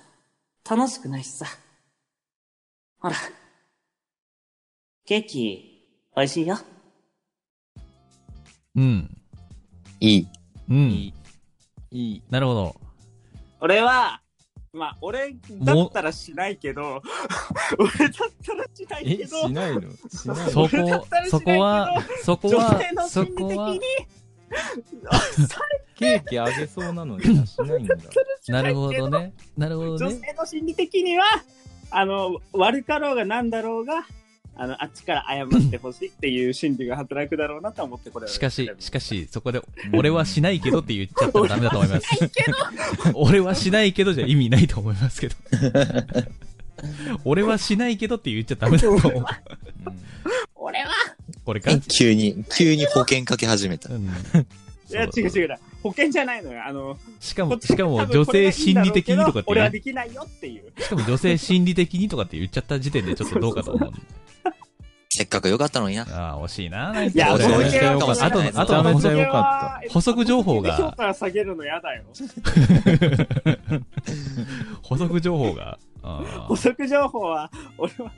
S5: 楽しくないしさ。ほら、ケーキ、美味しいよ。
S1: うん。
S3: いい。
S1: うん。
S4: いい
S1: なるほ ど。
S2: 俺は、まあ、俺だったらしないけど、 俺だったらしないけ
S4: え
S2: ど
S4: し、ないのしないの
S1: そ
S2: 俺だっ
S1: こ
S2: たら、し
S1: そ
S2: ないけど
S1: こは、そこ
S2: 女
S1: は
S2: 性、の
S1: そ
S2: 心理的
S1: こは
S2: に、、あさ
S4: ケーキあげそうなのに出しないんだ。
S1: なるほどね。なるほど
S2: 女
S1: ね。
S2: 性の心理的には、あの、悪かろうがなんだろうが、あの、あっちから謝ってほしいっていう心理が働くだろうなと思ってこれを
S1: しかし、しかし、そこで、俺はしないけどって言っちゃったらダメだと思います。 俺はしないけどじゃ意味ないと思います けど。俺はしないけどって言っちゃダメだと思う。
S2: 俺は
S1: これから。
S3: 急 に、急に保険かけ始め た。
S1: うん
S2: いや、違う違うだ。保険じゃないのよ。あの、
S1: しか
S2: こ
S1: も
S2: っ、ち
S1: しかも女性心理的にとかって
S2: 俺
S1: 言
S2: は
S1: う、
S2: できないよっていう。
S1: しかも女性心理的にとかって言っちゃった時点でちょっとどうかと思う。
S3: せっかく良かったのにな。
S1: ああ、惜しいな。い
S2: いや、
S3: 俺は
S2: 保
S3: めちゃめち
S2: 険は
S3: ゃ良かった
S1: あとの、あとの
S4: め
S1: 補
S4: ちゃめ
S1: 足、
S4: ちゃ良か
S1: 補足情報が
S2: 評価下げるのやだよ。
S1: 補足情報が。あ
S2: 補足情報は、俺は、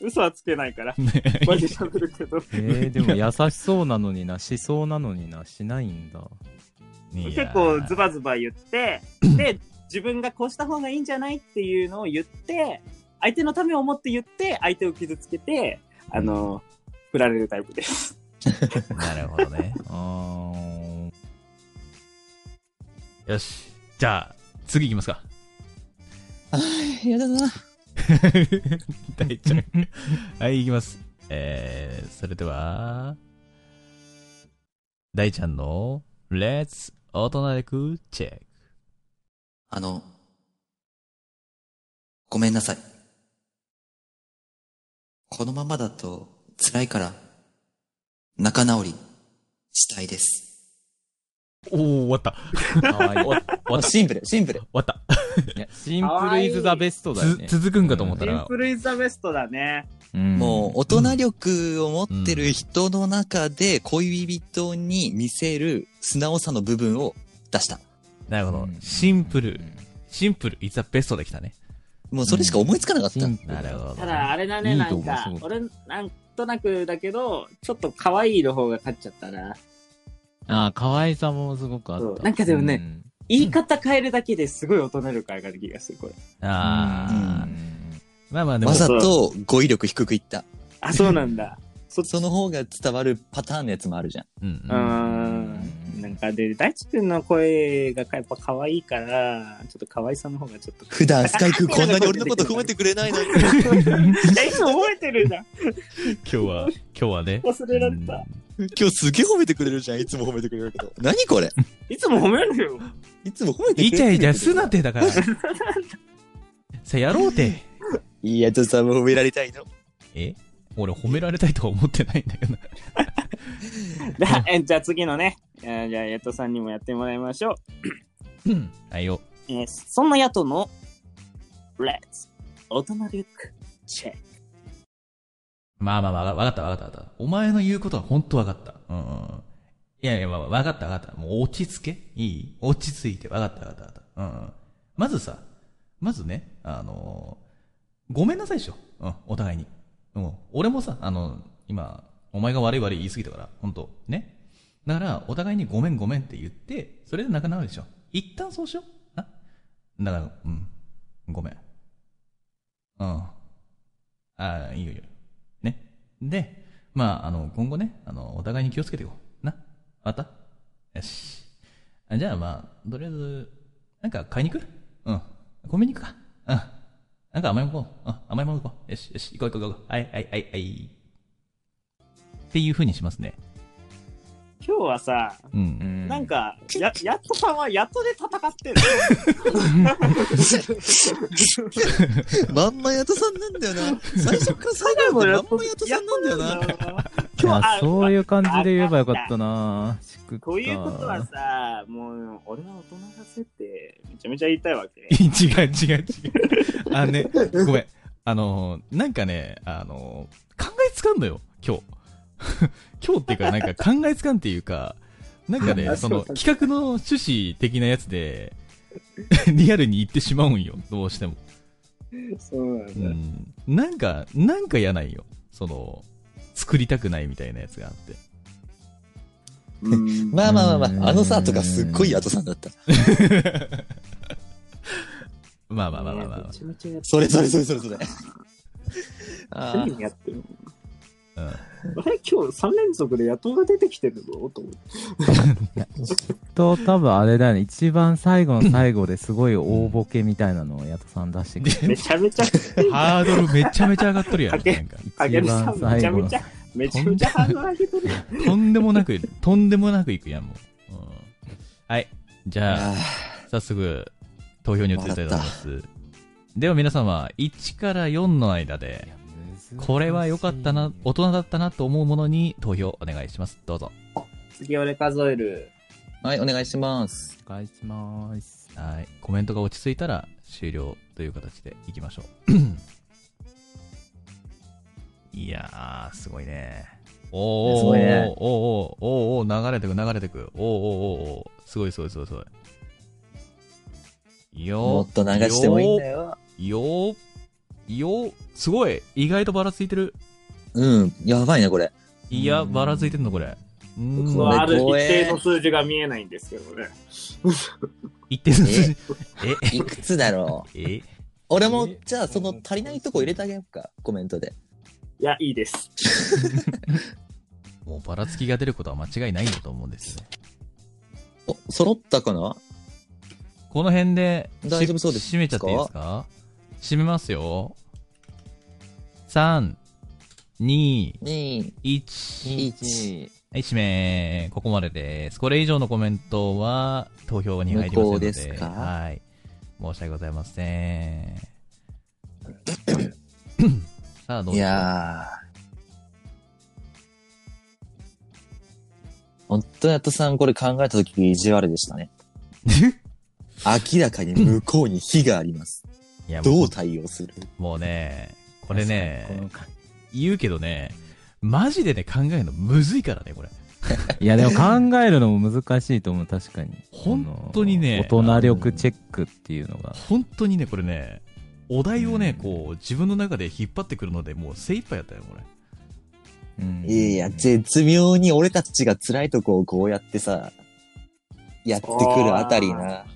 S2: 嘘はつけな いから、
S1: ー
S2: マジで喋るけど。
S4: えー、でも優しそうなのにな、しそうなのにな、しないんだ。
S1: いや
S2: 結構ズバズバ言って、で、自分がこうした方がいいんじゃないっていうのを言って、相手のためを思って言って、相手を傷つけて、あの、振られるタイプです。
S1: なるほどね。
S4: あー、
S1: よし。じゃあ、次行きますか。
S3: やだな。
S1: 大ちゃん。はい、行きます。えー、それでは、大ちゃんの、レッツ大人力チェック。
S3: あの、ごめんなさい。このままだと辛いから、仲直りしたいです。
S1: おー、終わった。
S4: かわいい。
S3: あシンプル、シンプル。
S1: 終わった。
S4: いやシンプルイズザベストだよね。
S1: つ続くんかと思った
S2: シン
S1: ら
S2: プ、ルイズザベストだね。
S4: うん
S3: もう、大人力を持ってる人の中で、恋人に見せる素直さの部分を出した。
S1: なるほど
S4: う。ん
S1: シンプル、シンプル、いつはベストできたね。
S3: もうそれしか思いつかなかった。
S4: シンプル
S1: なるほど。
S2: ただ、あれだね、
S4: いい
S2: な
S4: と
S2: ん
S4: 思う
S2: か
S4: すご、く
S2: 俺、なんとなくだけど、ちょっと可愛いの方が勝っちゃったな。
S4: あー、可愛さもすごくあ
S2: そ
S4: っ
S2: う
S4: た。
S2: なんかでもね
S4: うん
S2: 言い方変えるだけですごい大人力上がる気がする、これ。
S1: あー。まあまあ、でも
S3: わ、ざと語彙力低くいった。
S2: あ、そうなんだ。そっち
S3: その方が伝わるパターンのやつもあるじゃん。
S1: うん
S2: うーん。なんかで、大地君の声がやっぱ可愛いから、ちょっと可愛さの方がちょっと。
S3: 普段スカイ君こんなに俺のこと褒めてくれないのに。
S2: え、今覚えてるじゃん。
S1: 今日は、今日はね。
S2: 忘れられた。
S3: 今日すげえ褒めてくれるじゃん。いつも褒めてくれるけど。何これ
S2: いつも褒めるよ。
S3: いつも褒めてくれる。
S1: イチャイチャすなっ。てだから。さあ、やろう て。
S3: いいやつさんも褒められたいの。
S1: え俺褒められたいとは思ってないんだけどな。
S2: だえじゃあ次のね、えーじゃあ、ヤトさんにもやってもらいましょう。
S1: あいよ。
S2: えーそんなヤトの、Let's 大人リュックチェック。
S1: まあまあまあ、わかったわかったわかった。お前の言うことは本当わかった。うんうん。いやいや、まあわかったわかった。もう落ち着け。いい落ち着いて。わかったわかったわかった。うんうん。まずさ、まずね、あのーごめんなさいでしょ。うん、お互いに。うん。俺もさ、あの、今、お前が悪い悪い言い過ぎたから、本当ね。だから、お互いにごめんごめんって言って、それで仲直りでしょ。一旦そうしよう。な。だから、うん。ごめん。うん。ああ、いいよいいよ。ね。で、まあ、あの、今後ね、あの、お互いに気をつけていこう。な。またよし。あじゃあまあ、とりあえず、なんか買いに行くうん。コンビニ行くか。うん。なんか甘いもん行こう。うん。甘いもん行こう。よし、よし、行こう行こう行こう。はい、はい、はい、はい。っていう風にしますね。
S2: 今日はさ、
S1: う。。
S4: うんん
S2: なんか、や、ヤトさんはヤトで戦ってる。
S3: まんまやとさんなんだよな。最初から最後までまんまやとさんなんだよな。
S4: いや
S2: あ
S4: そういう感じで言えばよかったなしくった
S2: こういうことはさ、もう、俺は大人させって、めちゃめちゃ言いたいわけ
S1: 違う違う違う。 あのね、ごめん。あの、なんかね、あの、考えつかんのよ、今日。 今日っていうか、なんか考えつかんっていうか、なんかね、その、企画の趣旨的なやつで、 リアルに言ってしまうんよ、どうしても。
S2: そうなんだ。
S1: うん。なんか、なんか嫌ないよ。その、作りたくないみたいなやつがあって。
S2: うん
S3: まあまあまあまあ、あのさとかすっごいやとさんだった。
S1: まあまあまあまあまあ
S2: めちゃめちゃやってる
S3: それそれそれそれそれ。あ
S2: 何
S3: ー
S2: やってるの
S1: うん
S2: あれ今日3連続で野党が出てきてるぞと思って。
S4: と、多分あれだよね。一番最後の最後ですごい大ボケみたいなのをヤトさん出してくる。
S2: めちゃめちゃ、
S1: ハードルめちゃめちゃ上がっとるやん。
S2: かけ
S1: なんか
S2: あげるさん
S4: 一番
S2: めち
S4: 最
S2: ゃ
S4: 後
S2: めちゃ、めちゃめちゃハードル上げてる。
S1: とんでもなく、とんでもなくいくやん、もう。うんはい。じゃあ、早速、投票に移りたいと思います。では皆様、1から4の間で、これは良かったな、大人だったなと思うものに投票お願いします。どうぞ。
S2: 次俺数える。
S3: はい、お願いします。
S4: お願いします。
S1: はい。コメントが落ち着いたら終了という形でいきましょう。いやー、すごいね。おーおーおー、
S3: ね
S1: おーおーおーおー流れてく流れてく。おーおーおーおーすごいすごいすごいすごい。よー
S3: もっと流してもいいんだ
S1: よ
S3: よ。
S1: ーよーよーすごい意外とばらついてる。
S3: うん、やばいね、これ。
S1: いや、ばらついてんのこれ。うーん
S3: これ
S2: ある一
S3: 光栄
S2: 定の数字が見えないんですけどね。
S1: 一定の数字。
S3: いくつだろう。
S1: え、え、
S3: 俺も、じゃあ、その足りないとこ入れてあげようか、コメントで。
S2: いや、いいです。
S1: もうばらつきが出ることは間違いないんだと思うんですよね。
S3: お、揃ったかな
S1: この辺で、し
S3: 大丈夫そうです
S1: 閉めちゃっていいですか閉めますよ。3、2、
S3: に、
S1: 1。
S3: 1、
S1: はい、閉め。ここまでです。これ以上のコメントは投票に入りませんので。
S3: 無効ですか
S1: はい。申し訳ございませ ん。さあ、どう
S3: い
S1: ぞ。
S3: やー。本当やっとさん、これ考えたとき、意地悪でしたね。明らかに向こうに火があります。
S1: いや
S3: ど
S1: も
S3: う対応する
S1: うもうね、これ
S4: この
S1: ね、
S4: 感
S1: 言うけどね、マジでね、考えるのむずいからね、これ。
S4: じいや、でも考えるのも難しいと思う、確かに。
S1: 本当にね
S4: あの大人力チェックっていうのが。
S1: 本当にね、これね、お題をね、
S4: うん
S1: こう、自分の中で引っ張ってくるので、もう精一杯やったよ、これ。
S4: うん
S3: いやいや、絶妙に俺たちが辛いとこをこうやってさ、やってくるあたりな。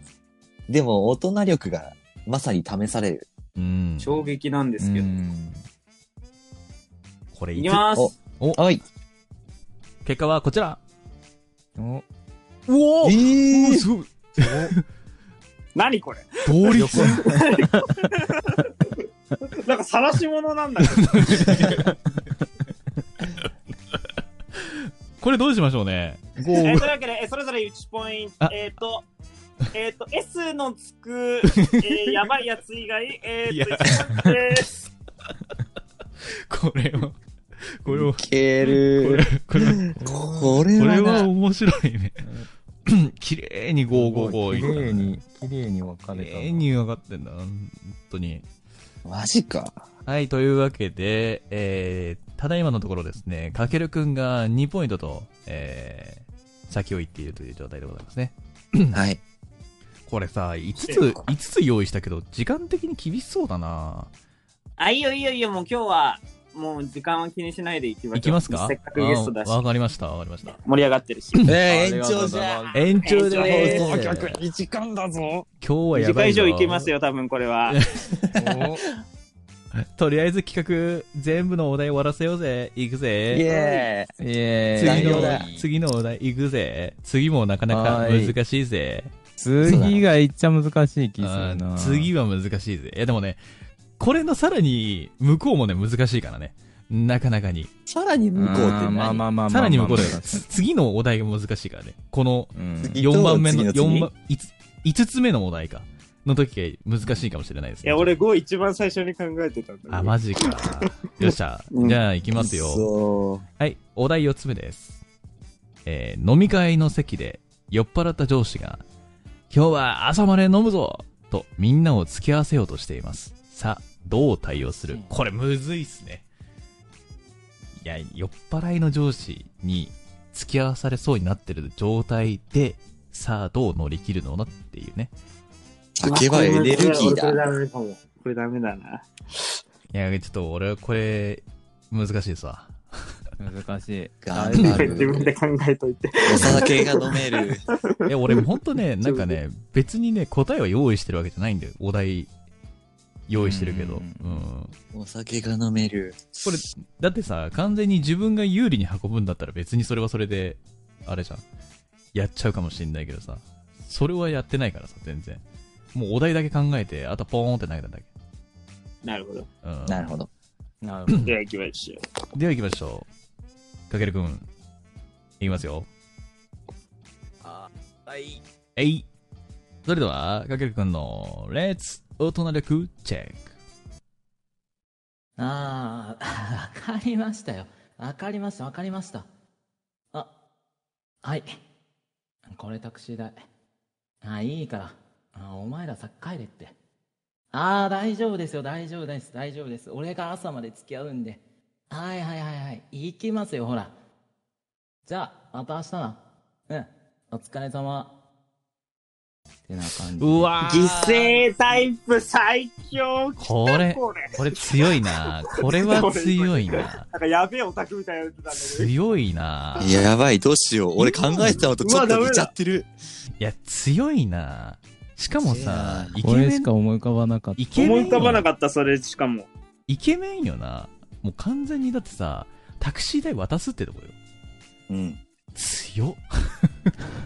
S3: でも、大人力がまさに試される。
S1: うん。
S2: 衝撃なんですけど。
S4: うん
S1: これ
S2: い
S1: い
S2: き
S1: つ、
S2: ます。
S1: お、
S3: はい。
S1: 結果はこちら。
S4: お
S1: うお
S3: え
S1: ー
S3: ー、
S1: すごい。
S2: 何これ
S1: 同率
S2: なんか晒し者なんだ けど。
S1: これどうしましょうね。
S2: えーというわけで、えーそれぞれ1ポイン
S1: あ
S2: ト。えっ、と、えっ、と、S のつく、え ーやばいやつ以外、え
S1: い
S2: っ、
S1: や
S2: と、一番です。
S1: これは、これは、
S3: いけ
S1: これ
S3: る。
S1: これは、
S3: これ
S1: こ
S3: は
S1: れは
S3: な、
S1: 面白いね。綺麗に555
S4: 綺麗に、綺麗に分か
S1: 綺
S4: れたな。
S1: 麗に上がってんだ、本当に。
S3: マジか。
S1: はい、というわけで、えー、ただいまのところですね、かけるくんが2ポイントと、えー、先を行っているという状態でございますね。
S3: はい。
S1: これさ、5つ、5つ用意したけど、時間的に厳しそうだな
S2: あ、いいよいいよいいよ、もう今日は、もう時間は気にしないでいきましょう。
S1: いきますか
S2: せっかくゲストだし
S1: あ、わかりました、わかりました。
S2: 盛り上がってるし。
S3: え
S4: あり
S3: ー、延
S4: がとう
S3: 長
S4: ご
S3: じ
S4: ざい
S3: ゃ
S4: ま。
S1: 延長で
S2: 延
S1: 放
S3: 長
S1: 送
S3: です
S1: 今
S2: 2時間だぞ。
S1: 日は
S2: 2
S1: や
S2: 時
S1: ば
S2: 間
S1: い
S2: 以
S1: ぞ
S2: 上いけますよ、多分これは。
S1: とりあえず企画、全部のお題終わらせようぜ。行く
S3: イ
S1: ぜ。
S3: ェーイ。
S4: イエーイ
S1: 次の
S3: 代表、
S1: 次のお題行くぜ。次もなかなか難しいぜ。
S4: 次がいっちゃ難しい気す
S1: あ
S4: るな。
S1: ー次は難しいぜ。いやでもね、これのさらに、向こうもね、難しいからね。なかなかに。
S3: さらに向こうって
S4: あーま
S3: 何
S4: あまあまあまあまあまあ。
S1: さらに向こうだよ
S4: 確か。
S1: つ 次のお題が難しいからね。この、
S4: にうん
S3: 次
S1: 4番目の、
S3: 次の次
S1: 4番、5つ目のお題か。の時が難しいかもしれないです
S2: い
S1: ね。
S2: や、俺5一番最初に考えてたんだけど。
S1: あ、マジか。よっしゃ。
S2: うん
S1: じゃあ、行きますよ。
S3: そ
S1: はい、お題4つ目です。えー飲み会の席で酔っ払った上司が、今日は朝まで飲むぞとみんなを付き合わせようとしています。さあ、どう対応するこれむずいっすね。いや、酔っ払いの上司に付き合わされそうになってる状態で、さあどう乗り切るのなっていうね。
S3: う。酒はエネルギー
S2: これ
S3: だ。
S2: ダメかも。これダメだな。
S1: いや、ちょっと俺はこれ、難しいですわ。
S4: 難しい。
S3: 頑張る
S2: 自分で考えといて。
S3: お酒が飲め る。
S1: え、 俺、ほんとね、なんかね、別にね、答えは用意してるわけじゃないんだよ。お題、用意してるけど。
S4: うん
S1: うん
S3: お酒が飲める。
S1: これ、だってさ、完全に自分が有利に運ぶんだったら別にそれはそれで、あれじゃん。やっちゃうかもしんないけどさ。それはやってないからさ、全然。もうお題だけ考えて、あとポーンって投げたんだけ。
S2: なるほど。
S1: うん、
S3: なるほど。
S7: なるほど。
S2: では行きましょ
S1: では行きましょう。かけるくん。いきますよ。
S7: はい。
S1: えい。それでは、かけるくんの、レッツ大人力チェック。
S7: ああ、わかりましたよ。わかりました、わかりました。あ、はい。これタクシー代。あ、いいから。あお前らさっき帰れって。ああ、大丈夫ですよ、大丈夫です、大丈夫です。俺が朝まで付き合うんで。はいはいはいはい。行きますよ、ほら。じゃあ、また明日な。うん。お疲れ様。ってな感じ。
S1: うわ
S2: う。犠牲タイプ最強
S1: これ、
S2: これ。
S1: これ強いな。これ は強いな。
S2: なんかやべえオタクみたいなやつだね。
S1: 強いな。
S3: やばい、どうしよう。俺考えてたのとちょっと似ちゃってる。
S1: いや、強いな。しかもさ、イケ
S4: これ
S1: メン
S4: し、か思い浮かばなかった
S1: イ。ケ
S2: 思
S1: メ
S2: い
S1: ン
S2: 浮かばな
S1: よ。
S2: かった、それしかも。
S1: イケメンよな。もう完全にだってさ、タクシー代渡すってとこよ。
S3: うん。
S1: 強っ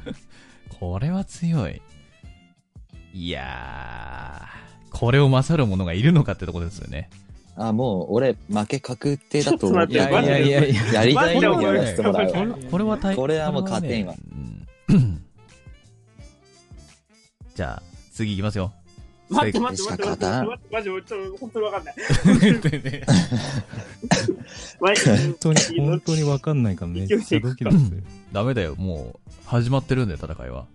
S1: これは強い。いやー、これを勝る者がいるのかってとこですよね。
S3: あ、もう、俺、負け確定だと思う。
S2: ちょっと待って
S3: やいや、やりたいようにやらせてもらう
S1: これ
S3: わ。
S1: これは大
S3: これはもう勝てんわ
S1: これはねうん じゃあ、次いきますよ。
S2: 待って待って待って待って
S3: 仕方
S2: 待って、マジ俺ちょっと本当にわかんない。
S1: は
S2: マジ
S4: 本当に、本当にわかんないからめっちゃドキドキする。
S1: ダメだよ、もう、始まってるんだよ、戦いは。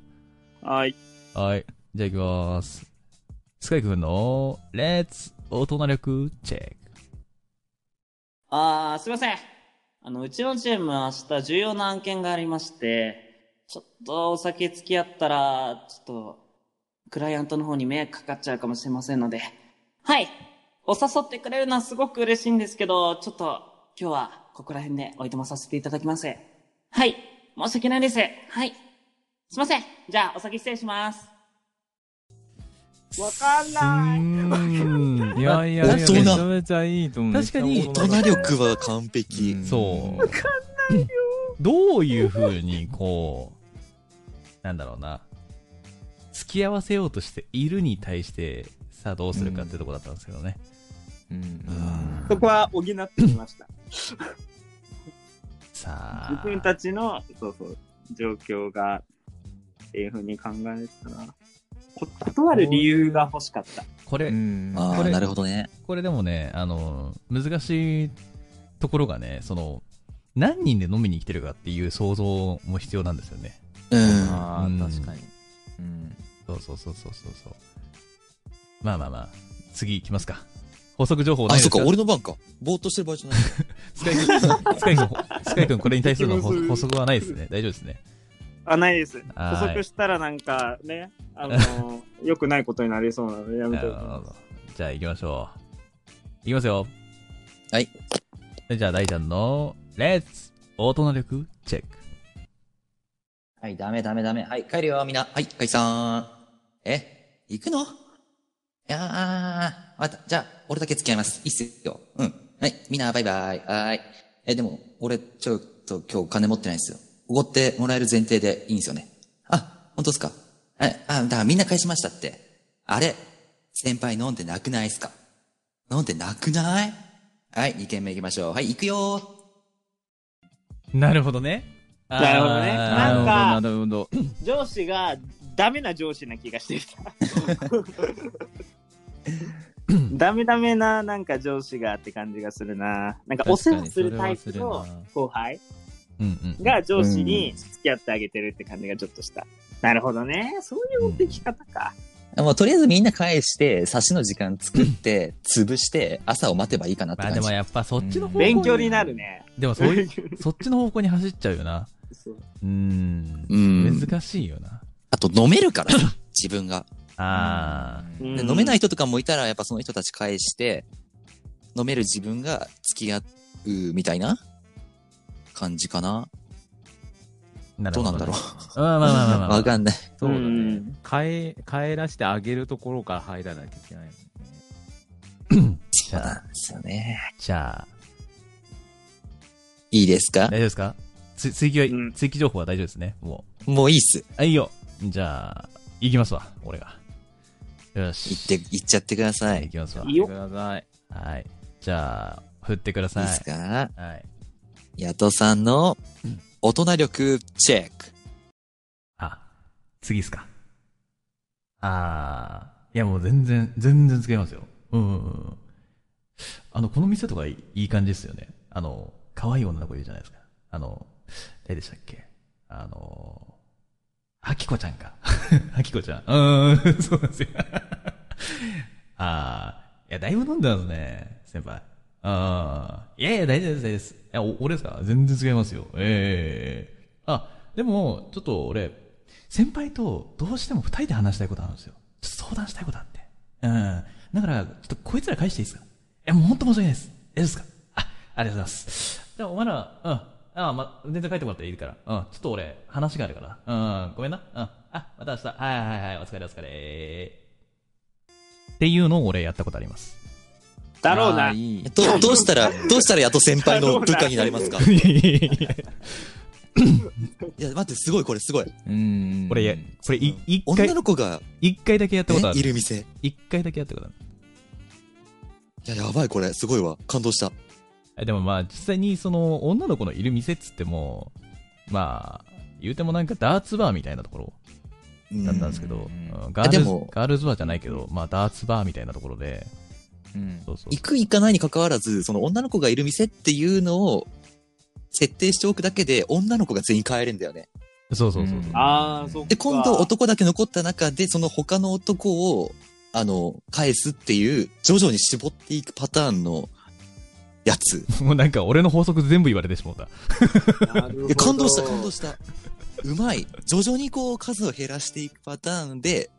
S2: はい。
S1: はい。じゃあ行きます。スカイくんの、レッツ大人力チェック。
S5: あー、すいません。あの、うちのチームは明日重要な案件がありまして、ちょっとお酒付き合ったら、ちょっと、クライアントの方に迷惑かかっちゃうかもしれませんので、はい。お誘ってくれるのはすごく嬉しいんですけど、ちょっと、今日はここら辺でおいとまさせていただきます。はい。申し訳ないです。はい。すいません。じゃあ、お先失礼します。
S2: わかんない。
S4: いやいやいや、め
S3: 大人
S4: ちゃめちゃいいと思う。
S1: 確かに
S4: めっちゃ
S3: 大
S4: 大人
S3: 人力は完璧。
S1: そう。どういうふうに、こう、なんだろうな。付き合わせようとしているに対して、さあどうするかってとこだったんですけどね。
S4: うん
S2: そこは補ってきました。
S1: さあ。
S2: 自分たちの、そうそう、状況が、っていうふうに考えたら、こ断る理由が欲しかった。
S1: こ
S4: う
S1: れ、
S4: ん
S3: あ
S1: こ
S3: あ、
S1: れ
S3: なるほどね。
S1: これでもね、あの、難しいところがね、その、何人で飲みに来てるかっていう想像も必要なんですよね。
S3: うん。
S7: あ
S1: うん
S7: あ、確かに。うん。
S1: そうそうそうそうそうそう。まあまあまあ、次行きますか。補足情報ない
S3: あ、
S1: です
S3: そっか、俺の番か。ぼーっとしてる場合じゃない。
S1: スカイ君、スカイ君、スカイ君、これに対するの補補足はないです ね。大丈夫ですね。
S2: あ、ないです。
S1: はい
S2: 補足したらなんかね、あの、良くないことになりそうなので、やめ
S1: な
S2: て
S1: る
S2: おき
S1: ほ
S2: ま
S1: ど。じゃあ行きましょう。行きますよ。
S3: はい。
S1: じゃあ大ちゃんの、レッツ大人力チェック。
S3: はい、ダメダメダメ。はい、帰るよ、みんな。はい、解散。え、行くのいやー、わかった。じゃあ、俺だけ付き合います。いいっすよ。うん。はい、みんな、バイバイ。はーい。え、でも、俺、ちょっと今日金持ってないんですよ。おごってもらえる前提でいいんですよね。あ、本当ですかえ、あ、だからみんな返しましたって。あれ、先輩飲んでなくないっすか飲んでなくないはい、2軒目行きましょう。はい、行くよ
S1: なるほどね。
S2: なるほどね
S1: あー
S2: なるほど
S4: なるほど。
S2: す。上司が、ダメな上司な気がしてきた。ダメダメな、なんか上司がって感じがするな。なんかお世話するタイプの後輩
S1: うんうん。
S2: が上司に付き合ってあげてるって感じがちょっとした。なるほどね。そういう持ってき方か。
S3: もうとりあえずみんな返して、差しの時間作って、潰して、朝を待てばいいかなって
S1: まあ
S3: 感
S1: で
S3: じ。
S1: もやっぱそっちの方向
S2: 勉強になる。ね。
S1: でもそういう、 そっちの方向に走っちゃうよな。
S2: そう。
S1: うーん。
S3: うん。
S1: 難しいよな。
S3: あと飲めるか らさ、自分が。
S1: あー。
S3: で飲めないい人とかもいたら、やっぱその人たち返して、飲める自分が付き合うみたいな感じかな。
S1: な
S3: どうなんだろう。
S1: う。まあまあまあまあまあ、
S3: わかんない。
S4: そうだ
S2: う
S4: ね
S2: ん。
S4: 帰、帰らしてあげるところから入らなきゃいけないもんね。
S3: そうなんですよね。
S1: じゃあ、
S3: いいですか
S1: 大丈夫ですかつ追記は、
S2: うん
S1: 追記情報は大丈夫ですね。も
S3: もういいっす。
S1: う。あ、いいよ。じゃあ、行きますわ、俺が。よし。
S3: 行って、行っちゃってください。
S1: 行
S3: い
S1: きますわ
S2: い。いよ
S4: く。ださい。
S1: はい。じゃあ、振ってくだ
S3: い
S1: さ
S3: で
S1: い。
S3: すか
S1: はい。
S3: ヤトさんの大人力チェック。
S1: あ、次っすか。あー、いやもう全然、全然違いますよ。うんうんうん。あの、この店とかいいい感じですよね。あの、可愛い女の子いるじゃないですか。あの、誰でしたっけあの、はきこちゃんか。はきこちゃん。うーん、そうなんですよ。あー、いや、だいぶ飲んでますね、先輩。あー、いやいや、大丈夫です、大丈夫です。いや、お俺ですか全然違いますよ。ええあ、でも、ちょっと俺、先輩とどうしても二人で話したいことあるんですよ。ちょっと相談したいことあって。うん。だから、ちょっとこいつら返していいですかいや、もうほんと申し訳ないです。大丈夫ですかあ、ありがとうございます。でもお前ら、うん。ああ、ま、全然帰ってもらっていいから。うん。ちょっと俺、話があるから。うん。ごめんな。うん。あ、また明日。はいはいはい。お疲れお疲れ。っていうのを俺やったことあります。
S2: だろう
S4: あー
S2: な。
S4: いい
S3: ど、どうしたら、どうしたらヤト先輩の部下になれますかいや、待って、すごい、これすごい。
S4: うん。
S1: 俺や、これい、一
S3: 女
S1: 回、
S3: の子が、
S1: 一回だけやったことあ
S3: ね、い
S1: る。
S3: る店。い
S1: 一回だけやったことある。
S3: や、やばい、これ、すごいわ。感動した。
S1: えでもまあ実際にその女の子のいる店っつってもまあ言うてもなんかダーツバーみたいなところ
S3: うん
S1: だったんですけど、
S4: うん
S1: うんガール
S3: あで
S1: ズ
S3: も
S1: ガールズバーじゃないけど、まあダーツバーみたいなところで
S4: うん。
S1: そうそう
S3: 行く行かないに関わらず、その女の子がいる店っていうのを設定しておくだけで、女の子が全員帰れんだよね。
S1: そうそうそうそう
S4: うん
S2: あー、そっか。
S3: で、今度男だけ残った中で、その他の男を、あの、返すっていう、徐々に絞っていくパターンのやつ。
S1: もうなんか俺の法則全部言われてしまった
S2: なるほ
S3: い
S2: ど
S3: や感動した、感動した。うまい。徐々にこう、数を減らしていくパターンで、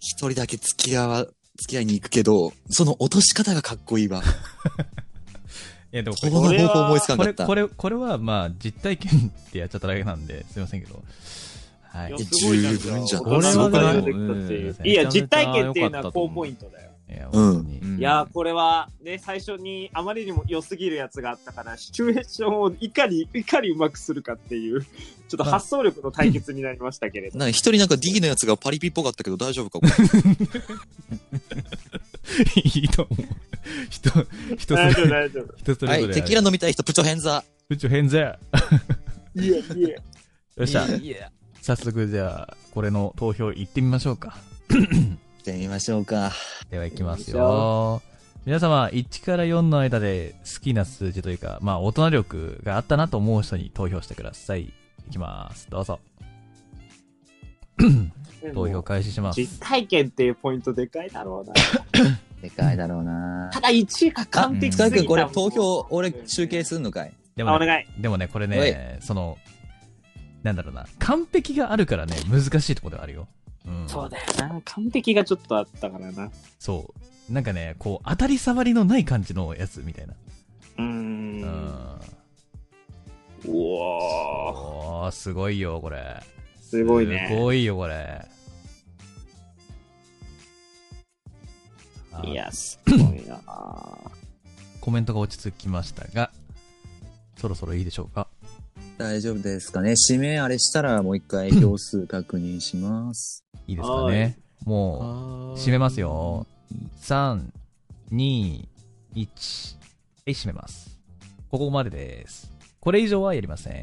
S3: 一人だけ付き合わ、付き合いに行くけど、その落とし方がかっこいいわ。
S1: いやでもこ
S3: こ
S1: れこれ
S3: の方法思いつかん
S1: こ
S3: か
S1: れ
S3: った。
S1: これこれはまあ実体験ってやっちゃっただけなんですいませんけどはいい
S2: や
S1: い
S2: すごいなんか
S3: 十分じゃん
S2: 大人
S3: すご
S2: の
S3: くな
S2: 対応
S3: い
S2: できたっていう
S1: うん
S2: いや、実体験っていうのは高ポイントだ
S1: や
S2: よ。
S3: う
S1: 本
S3: ん
S1: 当に
S4: うん
S2: いやー、これはね、最初にあまりにも良すぎるやつがあったから、シチュエーションをいかに、い かにうまくするかっていう、ちょっと発想力の対決になりましたけれど。
S3: なんか一人なんか D のやつがパリピっぽかったけど大丈夫かこれ
S1: いいと思う人人そ
S2: 大
S1: れぞ
S2: 丈
S1: れ
S2: 夫、大丈夫。
S1: 人そ
S3: は
S1: れぞ
S3: い、
S1: れ
S3: テキーラ飲みたい人、プチョヘンザ。
S1: うち変ぜ
S2: いや、いや。
S1: よっしゃ
S4: いや
S1: 早速じゃあこれの投票行ってみましょうか
S3: 行ってみましょうか。
S1: では行きますよ皆様1から4の間で好きな数字というかまあ大人力があったなと思う人に投票してくださいいきますどうぞ投票開始します
S2: 実体験っていうポイントでかいだろうな。
S3: でかいだろうな
S2: ただ1位が完璧す
S3: 深
S2: ぎ
S3: 井
S2: た
S3: 君、これ投票、俺集計すんのかい
S1: で
S2: あ、
S1: も
S2: お
S1: ね
S2: 願い。
S1: でもねこれねそのなんだろうな完璧があるからね難しいところではあるよ、うん、
S2: そうだよな。完璧がちょっとあったからな。
S1: そうなんかねこう当たり障りのない感じのやつみたいな
S2: うー。
S1: うんん
S2: うおー。
S1: おーすごいよこれ
S2: すごいね
S1: すごいよ、これ。あ
S2: いや、すごいな。
S1: コメントが落ち着きましたが、そろそろいいでしょうか。
S3: 大丈夫ですかね指名あれしたらもう一回票数確認します。
S1: いいですかね。もう、閉めますよ。3、2、1。はい、閉めます。ここまでです。これ以上はやりません。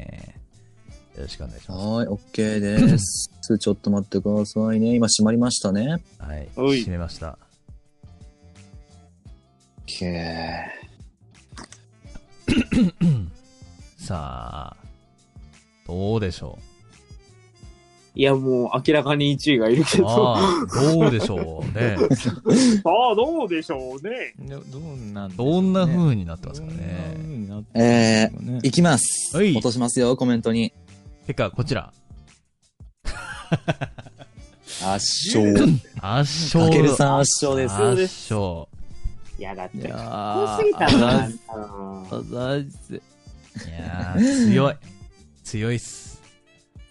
S1: よろしくお願いします。
S3: はーい、OK です。 ちょっと待ってくださいね。今閉まりましたね。
S1: はい、
S2: おい
S1: 閉めました。
S3: OK。
S1: さあ、どうでしょ
S2: いや、もう明らかに1位がいるけ
S1: う。
S2: ど。
S1: ああ、どうでしょうね。
S2: ああ、どうでしょうね。
S4: どどんなんでしょうね
S1: どんな風になってますか
S4: どんな風
S1: ね。
S4: になって
S3: え
S4: ますかね
S3: いきます。
S1: はい
S3: 落としますよ、コメントに。
S1: 結果、こちら。
S3: 圧勝。
S1: 圧
S3: か
S1: 勝。
S3: けるさん圧勝です。
S2: そう
S1: 圧勝。
S2: でいや、だっ
S4: い
S2: て、
S4: や
S2: かっ
S4: ー
S2: こすぎたな。
S4: あ
S2: な
S4: ざ
S2: ん
S4: っ
S2: か
S4: あざっす
S1: いやー、強い。強いっす。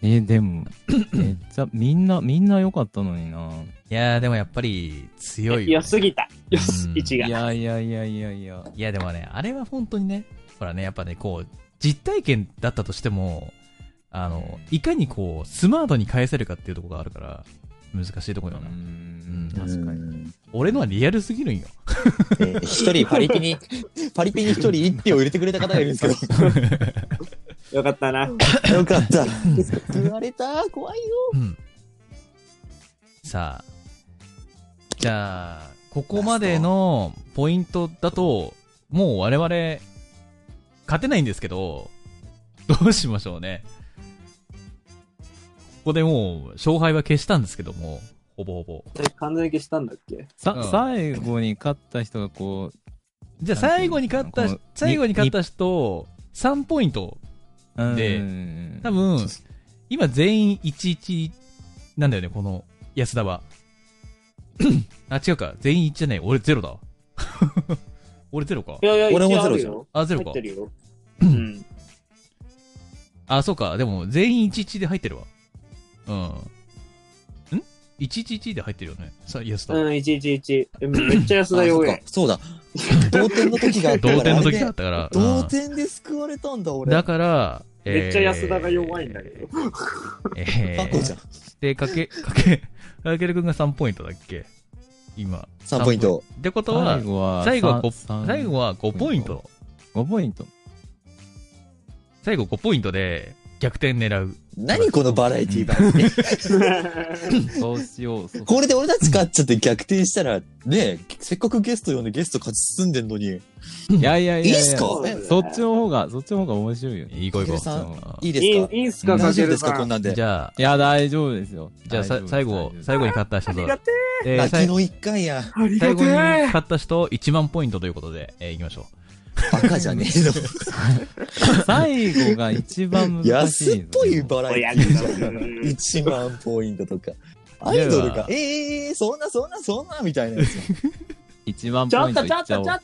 S4: えでもめっちゃみんなみんな良かったのにない
S1: やーでもやっぱり強いよ、
S2: 良すぎた。良す
S1: うん
S2: ぎち
S4: い
S2: が。
S4: やいやいやいやいや
S1: いやでもね、あれは本当にね、ほらね、やっぱね、こう、実体験だったとしても、あの、いかにこう、スマートに返せるかっていうところがあるから、難しいところよな。
S4: ん
S1: 確かに。
S3: に。
S1: 俺のはリアルすぎるんよ。
S3: えー一人パリピに、 パリピに一人一票入れてくれた方がいるんですけど。
S2: よかったな。
S3: よかった。言われた、怖いよ。
S1: うん。さあ、じゃあ、ここまでのポイントだと、もう我々、勝てないんですけど、どうしましょうね。ここでもう、勝敗は消したんですけども、ほぼほぼ。
S2: 完全に消したんだっけ
S4: さ、
S1: うん
S4: 最後に勝った人がこ
S1: じゃあ最後に勝った
S4: なんていうのかなこの、
S1: 最後に勝った人、3ポイント。
S4: う、うん
S1: で多分、今全員11なんだよね、この安田 は。あ、違うか。全員1じゃない。俺0だわ。 俺0か
S2: い。やいや、
S3: 俺も
S2: 一応ある
S3: ゼロ
S2: よ。
S1: あ、0
S2: 入
S1: か
S2: って。るよ。うん。
S1: あ、そうか。でも全員11で入ってるわ。うん。ん ?111 で入ってるよね。さ、安田。
S2: うん、111。めっちゃ安田洋
S3: そう
S2: 平
S3: か。そうだ。同点の時があったから。
S1: 同点の時だったから。
S3: あれね
S1: うん
S3: 同点で救われたんだ、俺。
S1: だから、
S2: めっちゃ安田が弱いんだけど。
S1: えー。え
S3: 過去じゃん。
S1: で、かけ、かけ、かけるくんが3ポイントだっけ今。
S3: 3ポイント。
S1: ってことは、
S4: 後は
S1: 最後は
S4: さ
S1: こ
S4: さん
S1: 最後は5ポイント。
S4: 5ポイント
S1: 最後5ポイントで逆転狙う。
S3: 何このバラエティ番組。
S4: そうしようそう
S3: これで俺たち勝っちゃって逆転したら、ねせっかくゲスト呼んでゲスト勝ち進んでんのに。
S4: いやいやい
S3: いい
S4: や
S3: っすか
S2: やいや
S4: そっちの方がそっちの方が面白いよね
S1: いいこいこ
S3: かける
S1: う。
S3: さん
S4: そう
S3: いい
S2: い
S3: です
S2: い
S3: か
S2: いいんすか、かけ
S3: 大丈夫
S2: る
S3: です
S2: さ
S3: かこん
S2: ん。
S3: なんで。
S1: じゃあ、
S4: いや大丈夫ですよ
S1: じゃあさ
S4: 大丈夫
S1: 最後、
S4: 大丈夫
S1: 最後に勝った人と、
S2: て
S1: えー
S3: 泣
S1: 最
S3: き
S1: 後
S3: の一回や。
S2: あり
S1: 最後
S2: え
S1: に勝った人1万ポイントということで、えー、いきましょ
S3: バカじゃねえの。
S4: 最後が一番難しいぞ
S3: 安っぽいバラエティーじゃん。
S2: うん
S3: 1万ポイントとか。アイドルか。えええそんなそんなそんなみたいなやつ。い
S4: 一番
S2: ちょ
S4: ポ
S2: っ
S4: イント
S2: と
S4: いっ
S2: ちょっ
S4: ちゃ
S2: と
S4: おう
S2: ちょっ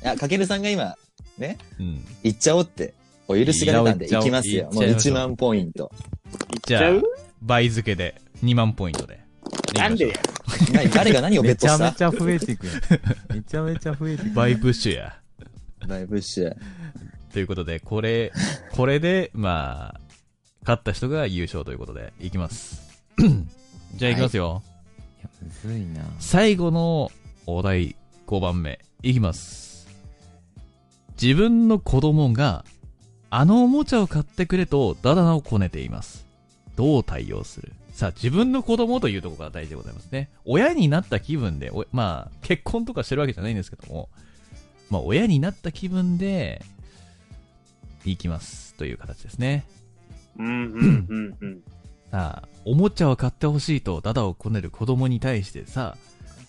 S2: と
S3: や、かけるさんが今、
S1: う。うん。
S3: 行っちゃおうって、お許しが出たんで、
S4: 行っち
S3: 行
S4: ゃおう
S3: きますよ。
S1: 行っ
S3: も
S1: ち
S3: う
S1: ゃいましょ
S3: 1
S1: う
S3: 万ポイント。
S1: じゃあ、倍付けで2万ポイントで。
S2: なんでだよ
S3: 何誰が何をベ
S4: め
S3: ット
S4: ちゃ
S3: し
S4: め
S3: た
S4: ちゃ増えていくよめちゃめちゃ増えていく
S1: 倍プッシュや。
S3: バイブッシュ。
S1: ということで、これ、これで、まあ、勝った人が優勝ということで、いきます。じゃあ、いきますよ。
S4: いやむずいな
S1: 最後のお題5番目いきます自分の子供があのおもちゃを買ってくれとダダナをこねていますどう対応するさあ自分の子供というところが大事でございますね親になった気分でおまあ結婚とかしてるわけじゃないんですけどもまあ親になった気分でいきますという形ですね
S2: うんうんうんうん。
S1: さあ、おもちゃを買ってほしいとダダをこねる子供に対してさあ、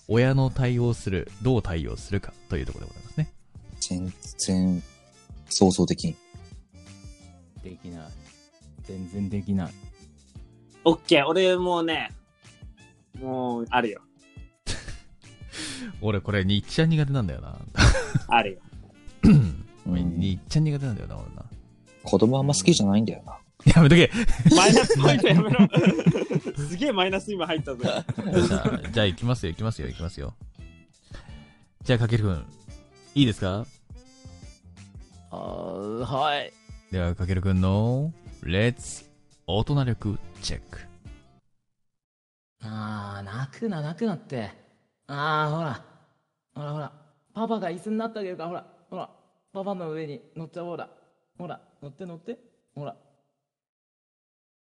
S1: 親の対応する、どう対応するかというところでございますね。
S3: 全然、想像できん。
S4: できない全然できない
S2: オッケー、俺もうね、もう、あるよ。
S1: 俺これ、にっちゃん苦手なんだよな。
S2: あるよ。
S1: 俺にっちゃん苦手なんだよな、俺な。
S3: 子供あんま好きじゃないんだよな。
S1: やめとけ
S2: マイナスポイントやめろ。すげえマイナス今入った ぞ。
S1: さあじゃあ行きますよ、行きますよ、行きますよ。じゃあ、かけるくん、いいですか
S7: あーはい
S1: では、かけるくんの、レッツ大人力チェッ ク。
S7: ああ泣くな泣くなってああほらほらほらパパが椅子になってあげるからほらほらパパの上に乗っちゃおうほらほら乗って乗ってほら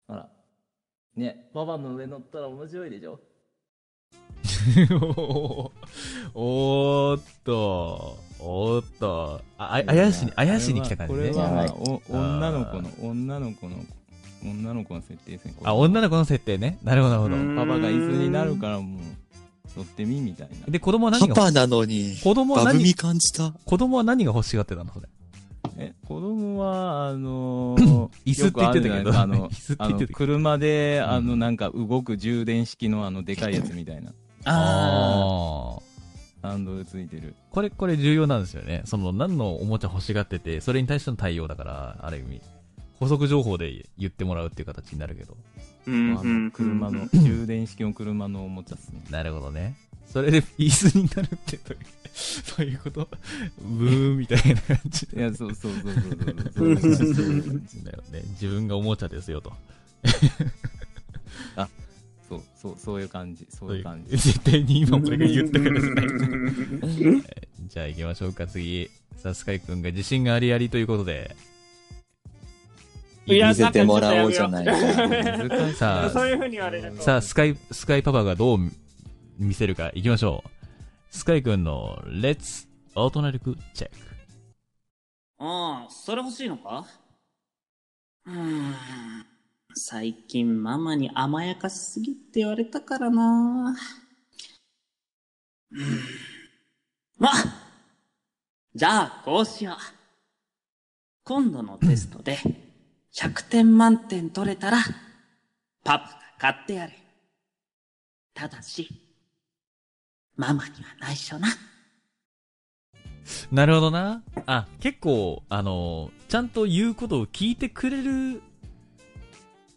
S7: ほらねパパの上乗ったら面白いでしょ
S1: おーっと、おーっと、あ、あ怪しに、怪しに来た感じね。
S4: これはまあお
S1: あー
S4: 女の子の女の子の女の子の設定ですねこれ
S1: あ、女の子の設定ね。なるほど、なるほど。
S2: うん
S4: パパが椅子になるからもう乗ってみみたいな
S1: で、子供は何
S3: パ
S1: が
S3: パなのに、
S1: 子供は
S3: バブ
S1: 何
S3: み感じた。
S1: 子供は何が欲しがってたのそれ。
S4: え子供はあのー
S1: 椅子って言ってたけど
S4: よくあるじゃない
S1: 椅子って
S4: あ
S1: 言ってたけ
S4: のあの
S1: ど
S4: 車で
S1: うん
S4: あのなんか動く充電式のあのでかいやつみた いな
S3: あ
S1: ああ。
S4: ハンドルついてる
S1: これ、これ重要なんですよね。その、何のおもちゃ欲しがってて、それに対しての対応だから、ある意味。補足情報で言ってもらうっていう形になるけど。
S2: うん
S4: あ
S2: うんうん
S4: の車の、充電式の車のおもちゃっすね。
S1: なるほどね。それでピースになるってどういう、そう いうことブーみたいな感じ
S4: い
S1: で。
S4: や、そうそうそうそうそうそう。
S1: だよね。自分がおもちゃですよと。
S4: そう、そう、そういう感じ、そういう感じ。
S1: 絶対に今俺が言ったからじゃない。じゃあ行きましょうか、次。さすかいくんが自信がありありということで。
S2: いや
S3: 見せてもらおうじゃないか。
S1: 難しさ
S2: そう
S1: あ、
S2: いうふうに言われると。
S1: さあ、スカイ、スカイパパがどう見せるか行きましょう。スカイくんの、レッツ、オートナリクチェック。
S5: ああ、それ欲しいのかうーん。最近ママに甘やかしすぎって言われたからな。うーん。あじゃあ、こうしよう。今度のテストで100点満点取れたら、パパが買ってやる。ただし、ママには内緒な。
S1: なるほどな。あ、結構、あの、ちゃんと言うことを聞いてくれる、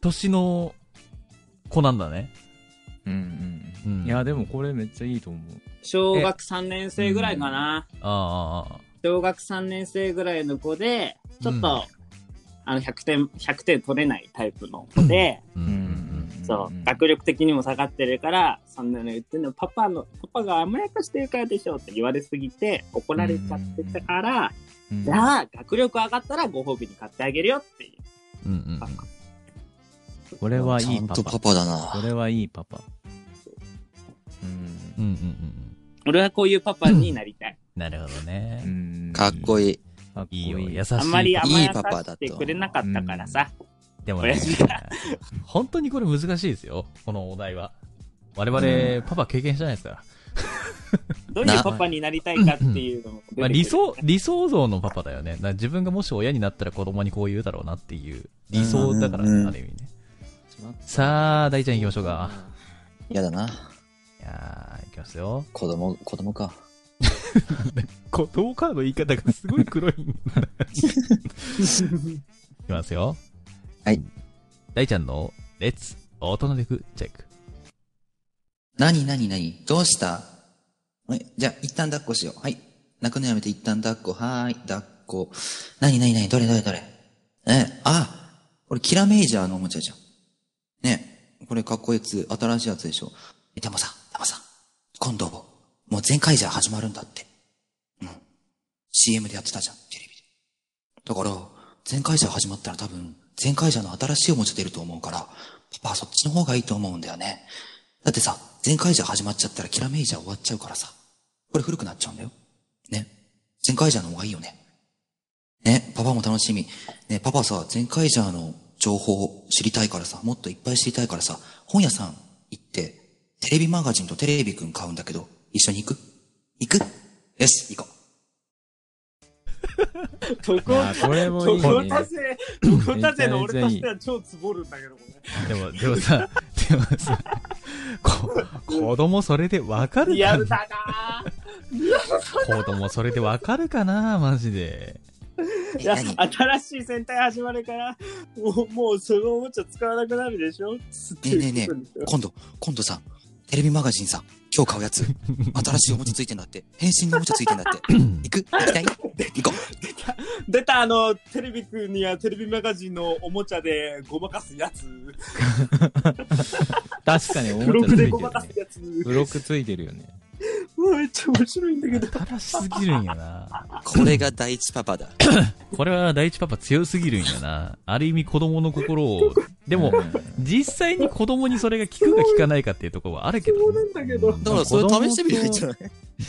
S1: 年の子なんだね。
S3: うんうん。
S1: うん。
S4: いや、でもこれめっちゃいいと思う。
S5: 小学3年生ぐらいかな。
S1: ああああ、
S5: 小学3年生ぐらいの子で、ちょっと、
S1: うん
S5: あの、100点、100点取れないタイプの子で、
S1: うん
S3: うんうん。
S5: そう、学力的にも下がってるから、そんなの言ってんの、パパの、パパが甘やかしてるからでしょって言われすぎて、怒られちゃってたから、
S3: うん
S5: じゃあ、学力上がったらご褒美に買ってあげるよってい
S1: う
S5: う。
S1: んうんうん。
S4: これはい
S3: ちゃ
S4: い
S3: ん
S4: パ
S3: と
S4: パ。
S3: パパだな
S4: こ。れはいいパパ。
S3: うん
S1: うんうんうん。
S5: 俺はこういうパパになりたい。
S1: なるほどね。
S4: うん
S3: かっこいい。
S4: かっこ
S1: いいよ、優しい。
S5: あんまり
S3: パパ
S5: 甘やかしてくれなかったからさ。
S1: でも
S5: 親
S1: ね
S5: 父、
S1: 本当にこれ難しいですよ、このお題は。我々、パパ経験してないですから。
S5: どういうパパになりたいかっていうのも出てくる
S1: まあ、 理想、理想像のパパだよね。な自分がもし親になったら子供にこう言うだろうなっていう理想だから
S3: うんうんう
S1: ね、
S3: ん
S1: ある意味ね。さあ、大ちゃん行きましょうか。
S3: やだ
S1: い
S3: な。
S1: やー、行きますよ。
S3: 子供、子供か。
S1: 子供カード言い方がすごい黒い。い きますよ。
S3: はい。
S1: 大ちゃんの、レッツ、大人でくチェック。
S3: なになになにどうしたえ、じゃあ、一旦抱っこしよう。はい。泣くのやめて一旦抱っこ。はーい、抱っこ。なになになにどれどれどれえ、あ、これキラメイジャーのおもちゃじゃん。ねこれかっこいいやつ、新しいやつでしょ。えでもさ、でもさ、今度、もう全開じゃ始まるんだって。うん。CM でやってたじゃん、テレビで。だから、全開じゃ始まったら多分、全開じゃの新しいおもちゃ出ると思うから、パパはそっちの方がいいと思うんだよね。だってさ、全開じゃ始まっちゃったらキラメイジャー終わっちゃうからさ。これ古くなっちゃうんだよ。ね。全開ジャーの方がいいよね。ね、パパも楽しみ。ね、パパさ、全開ジャーの情報を知りたいからさ、もっといっぱい知りたいからさ、本屋さん行って、テレビマガジンとテレビくん買うんだけど、一緒に行く行くよし、行こう。
S2: そ
S4: い
S2: こ、
S4: や、これもい
S2: そ
S4: い
S2: こ
S4: ね。
S2: 達成、そこ達成の俺としては超つぼるんだけど、こ
S1: でも、でもさ、でもさ、こ子供それでわか
S2: れ。
S1: る
S2: リア
S1: か
S2: ル
S1: な
S2: だなぁ
S1: 子供それでわかるかなマジで。
S3: え
S2: いや、
S3: 何
S2: 新しい戦隊始まるから、もう、もうそのおもちゃ使わなくなるでしょね
S3: えねえねえ、今度、今度さ、テレビマガジンさ、今日買うやつ、新しいおもちゃついてんだって、変身のおもちゃついてんだ って、行く行きたい行こう
S2: 出た、あの、テレビくんにはテレビマガジンのおもちゃでごまかすやつ。
S4: 確かにお
S2: ブ
S4: も
S2: ロ
S4: ちゃつ
S2: グ
S4: いて
S2: で
S4: る
S2: ごま
S4: よ
S2: かす
S4: ね。
S2: やつ。
S4: ブロックついてるよね。
S2: うわめっちゃ面白いんだけど。
S1: 正しすぎるんやな。
S3: これが第一パパだ。
S1: これは第一パパ強すぎるんやな。ある意味子供の心を。でも、実際に子供にそれが効くか効かないかっていうところはあるけど、ね。
S2: だけど、
S3: だからそれ試してみればいいんじゃない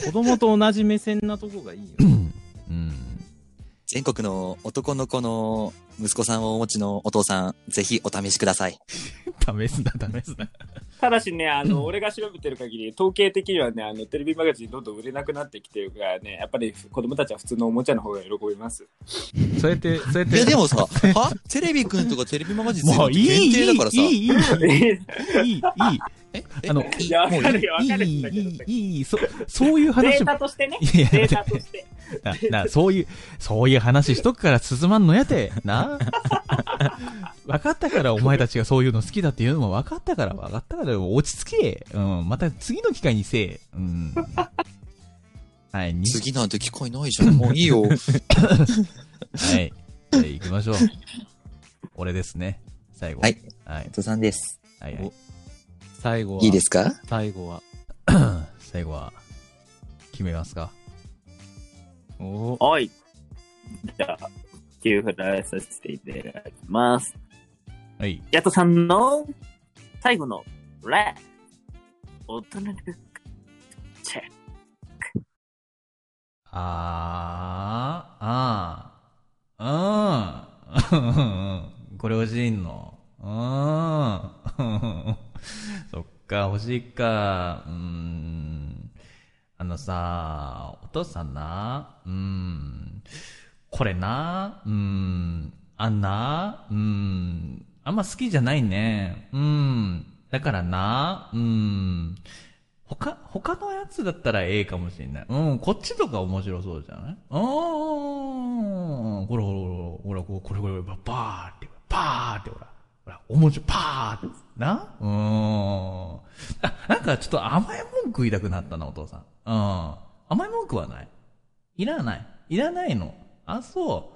S4: 子供と同じ目線なとこがいいよ。
S1: うん。
S3: 全国の男の子の息子さんをお持ちのお父さん、ぜひお試しください。
S1: 試すな、試すな。
S2: ただしね、あの、俺が調べてる限り、統計的にはね、あの、テレビマガジンどんどん売れなくなってきてるからね、やっぱり子供たちは普通のおもちゃの方が喜びます。
S1: そうやって、そうやっ
S3: いや、
S1: て。
S3: でもさ、はテレビくんとかテレビマガジン
S1: もういい、い
S3: 限
S1: い、い
S3: 定
S1: い
S3: だから、さ。
S1: いい、いい、いい、いい。
S3: え
S1: あの、
S2: いや、わかるよ、わ
S1: いい
S2: かるん
S1: い
S2: だけど。
S1: いいいいいいそそういう
S2: デ
S1: 話
S2: ー
S1: も
S2: タとしてね、
S1: いやいや
S2: データとして。
S1: な、な、そういう、そういう話しとくから進まんのやて。な。分かったから、お前たちがそういうの好きだっていうのも分かったから、分かったから、落ち着け。うん、また次の機会にせえ。うん。はい、に
S3: 次なんて機会ないじゃん。もういいよ。
S1: はい。じゃあ行きましょう。俺ですね。最後。
S3: はい。
S1: はい。
S3: とさんです。
S1: はい、はい。
S4: 最後は。
S3: いいですか
S4: 最後は。
S1: 最後は、決めますか。
S4: おお。
S2: はい。じゃあ、給付らさせていただきます。
S1: はい。
S2: ヤトさんの最後のレ大人のチェック。
S1: あー、あー、あー、うん。 これ欲しいの。うーん。 そっか、欲しいか。うーん。あのさ、お父さんな、うーん。これな、うーん。あんな、うーん。あんま好きじゃないね。うーん。だからな、うーん。他、他のやつだったらええかもしれない。うん、こっちとか面白そうじゃないうん、ほらほらほら、ほら、これこれこれ、ばばーって、ばーって、ほら、ほら、おもちゃ、ばーって、なうーん。あ、なんかちょっと甘い文句言いたくなったな、お父さん。うん。甘い文句はないいらない。いらないの。あ、そ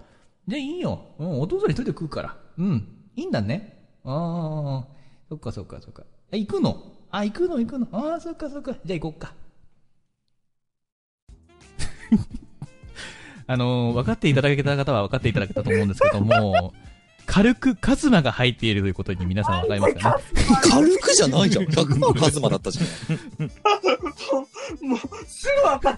S1: う。じゃあいいよ。うん、お父さん一人で食うから。うん。いいんだね。ああ、そっかそっかそっか。え、行くのあ、行くの行くの。ああ、そっかそっか。じゃあ行こっか。 あのー分かっていただけた方は分かっていただけたと思うんですけど も、軽くカズマが入っているということに皆さん分かりますかね
S3: 軽くじゃないじゃん。100万カズマだったじゃん。
S2: もう、すぐ分かっ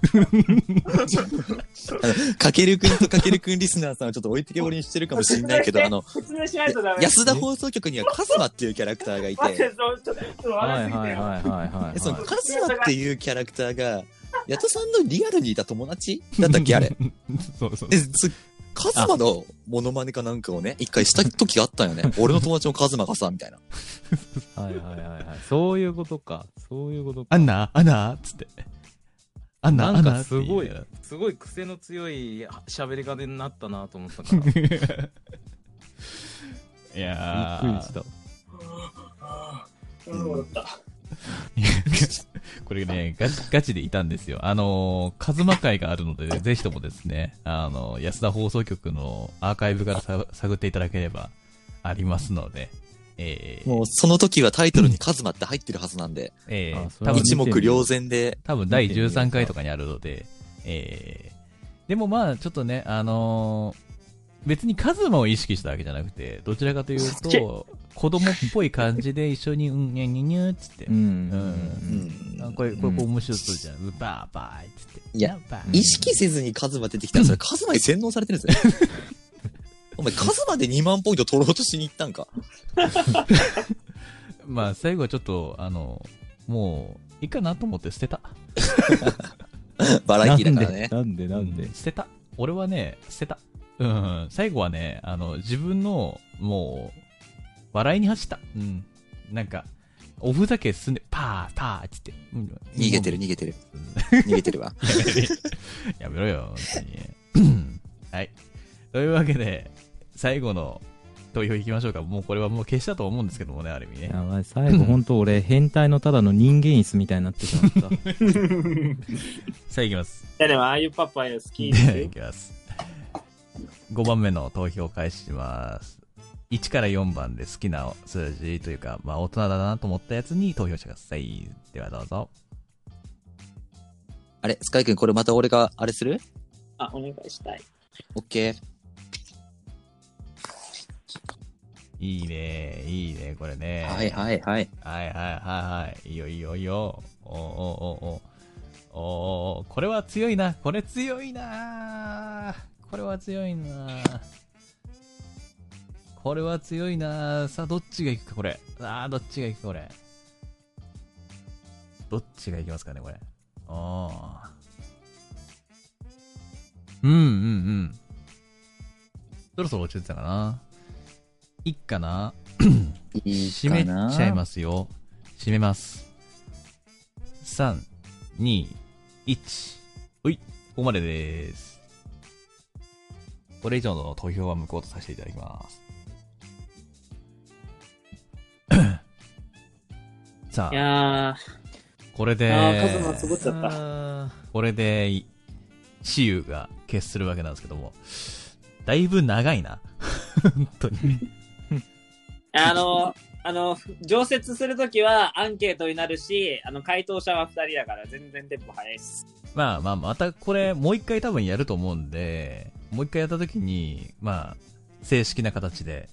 S3: あのかけるくんとかけるくんリスナーさんをちょっと置いてけぼりにしてるかもしれないけど、あの、
S2: 説明しないとダメ。
S3: 安田放送局にはカズマっていうキャラクターがい、
S2: 待ってて、そうちょっとちょっと
S4: は
S2: 笑
S4: い
S2: い
S4: は
S2: す
S4: い
S2: ぎ
S4: は
S2: て
S4: い
S2: よ。
S4: はいは
S3: え
S4: い。
S3: そのカズマっていうキャラクターが、ヤトさんのリアルにいた友達だったっけあれ。
S1: そうそう
S3: で、つカズマのモノマネかなんかをね、一回した時があったよね。俺の友達もカズマがさ、みたいな。
S4: はいはいはいはい。そういうことか。そういうことか。
S1: アンナアンナつって。アンナ
S4: なん
S1: アン
S4: か
S1: ナ
S4: すご
S1: っ
S4: い
S1: てう、
S4: すごい癖の強い喋り方になったなと思った から。びっく
S1: いやー
S4: りした。
S1: これね、ガチ、ガチでいたんですよ。あのー、カズマ会があるので、ぜひともですね、あのー、安田放送局のアーカイブからさ探っていただければありますので、えー、
S3: もうその時はタイトルにカズマって入ってるはずなんで、
S1: え
S4: あ
S1: ー、
S4: そ
S1: 多
S4: れ
S1: 分
S4: は、
S3: 一目瞭然で、
S1: 多分第13回とかにあるので、えー、でもまあ、ちょっとね、あのー別にカズマを意識したわけじゃなくて、どちらかというと、子供っぽい感じで一緒に、うん、にゃにゃにゃっつって
S4: う、ん。
S1: う
S4: うんん
S3: う
S1: あ
S3: ん。
S1: これ、これ、こう面白そうじゃん。うんバーバーいっつって。
S3: いや、
S1: バー
S3: 意識せずにカズマ出てきたら、それカズマに洗脳されてるんですね。お前、カズマで2万ポイント取ろうとしに行ったんか。
S1: まあ、最後はちょっと、あの、もう、いいかなと思って捨てた。
S3: バラ
S4: な
S3: エ
S4: ん
S3: ティーだから
S4: で
S3: ね。
S4: なんでなん
S1: う
S4: で
S1: ん捨てた。俺はね、捨てた。うん、最後はね、あの、自分の、もう、笑いに走った。うん。なんか、おふざけすんで、パー、パーっつって。うん
S3: 逃げてる、逃げてる。逃げてるわ。
S1: やめろよ、本当に。はい。というわけで、最後の投票いきましょうか。もうこれはもう消したと思うんですけどもね、ある意味ね。
S4: やばい、最後本当俺、変態のただの人間椅子みたいになってしまった。
S1: さあ、いきます。
S2: いやでも、ああいうパパよ好きです
S1: で
S2: よ
S1: い。きます。5番目の投票を開始します。1から4番で好きな数字というか、まあ大人だなと思ったやつに投票してください。ではどうぞ。
S3: あれ、スカイ君、これまた俺が、あれする
S2: あ、お願いしたい。
S3: オッケー。
S1: いいね、いいね、これね。
S3: はいはいはい。
S1: はいはいはいはい。いいよいいよいいよ。おーおーおーおーおーおーこれは強いな。これ強いな。これは強いな。これは強いな。さあ、どっちがいくか、これ。ああ、どっちがいくか、これ。どっちがいきますかね、これ。ああ。うんうんうん。そろそろ落ちてたかな。いっかな。
S3: いい
S1: 閉
S3: か
S1: め
S3: な
S1: ちゃいますよ。閉めます。3、2、1。ほい、ここまでです。これ以上の投票は無効とさせていただきます。 さ
S5: い
S1: あ、
S5: や
S1: これ
S5: ー、あー、カ
S1: で
S5: ズ、マつぼっちゃった。
S7: あ
S1: これで、い雌雄が決するわけなんですけども、だいぶ長いな。 本当に。
S5: あの、あの、常設するときはアンケートになるし、あの、回答者は二人だから全然テンポ早いっす。
S1: まあまあ、またこれ、もう一回多分やると思うんで、もう一回やった時に、まあ、正式な形で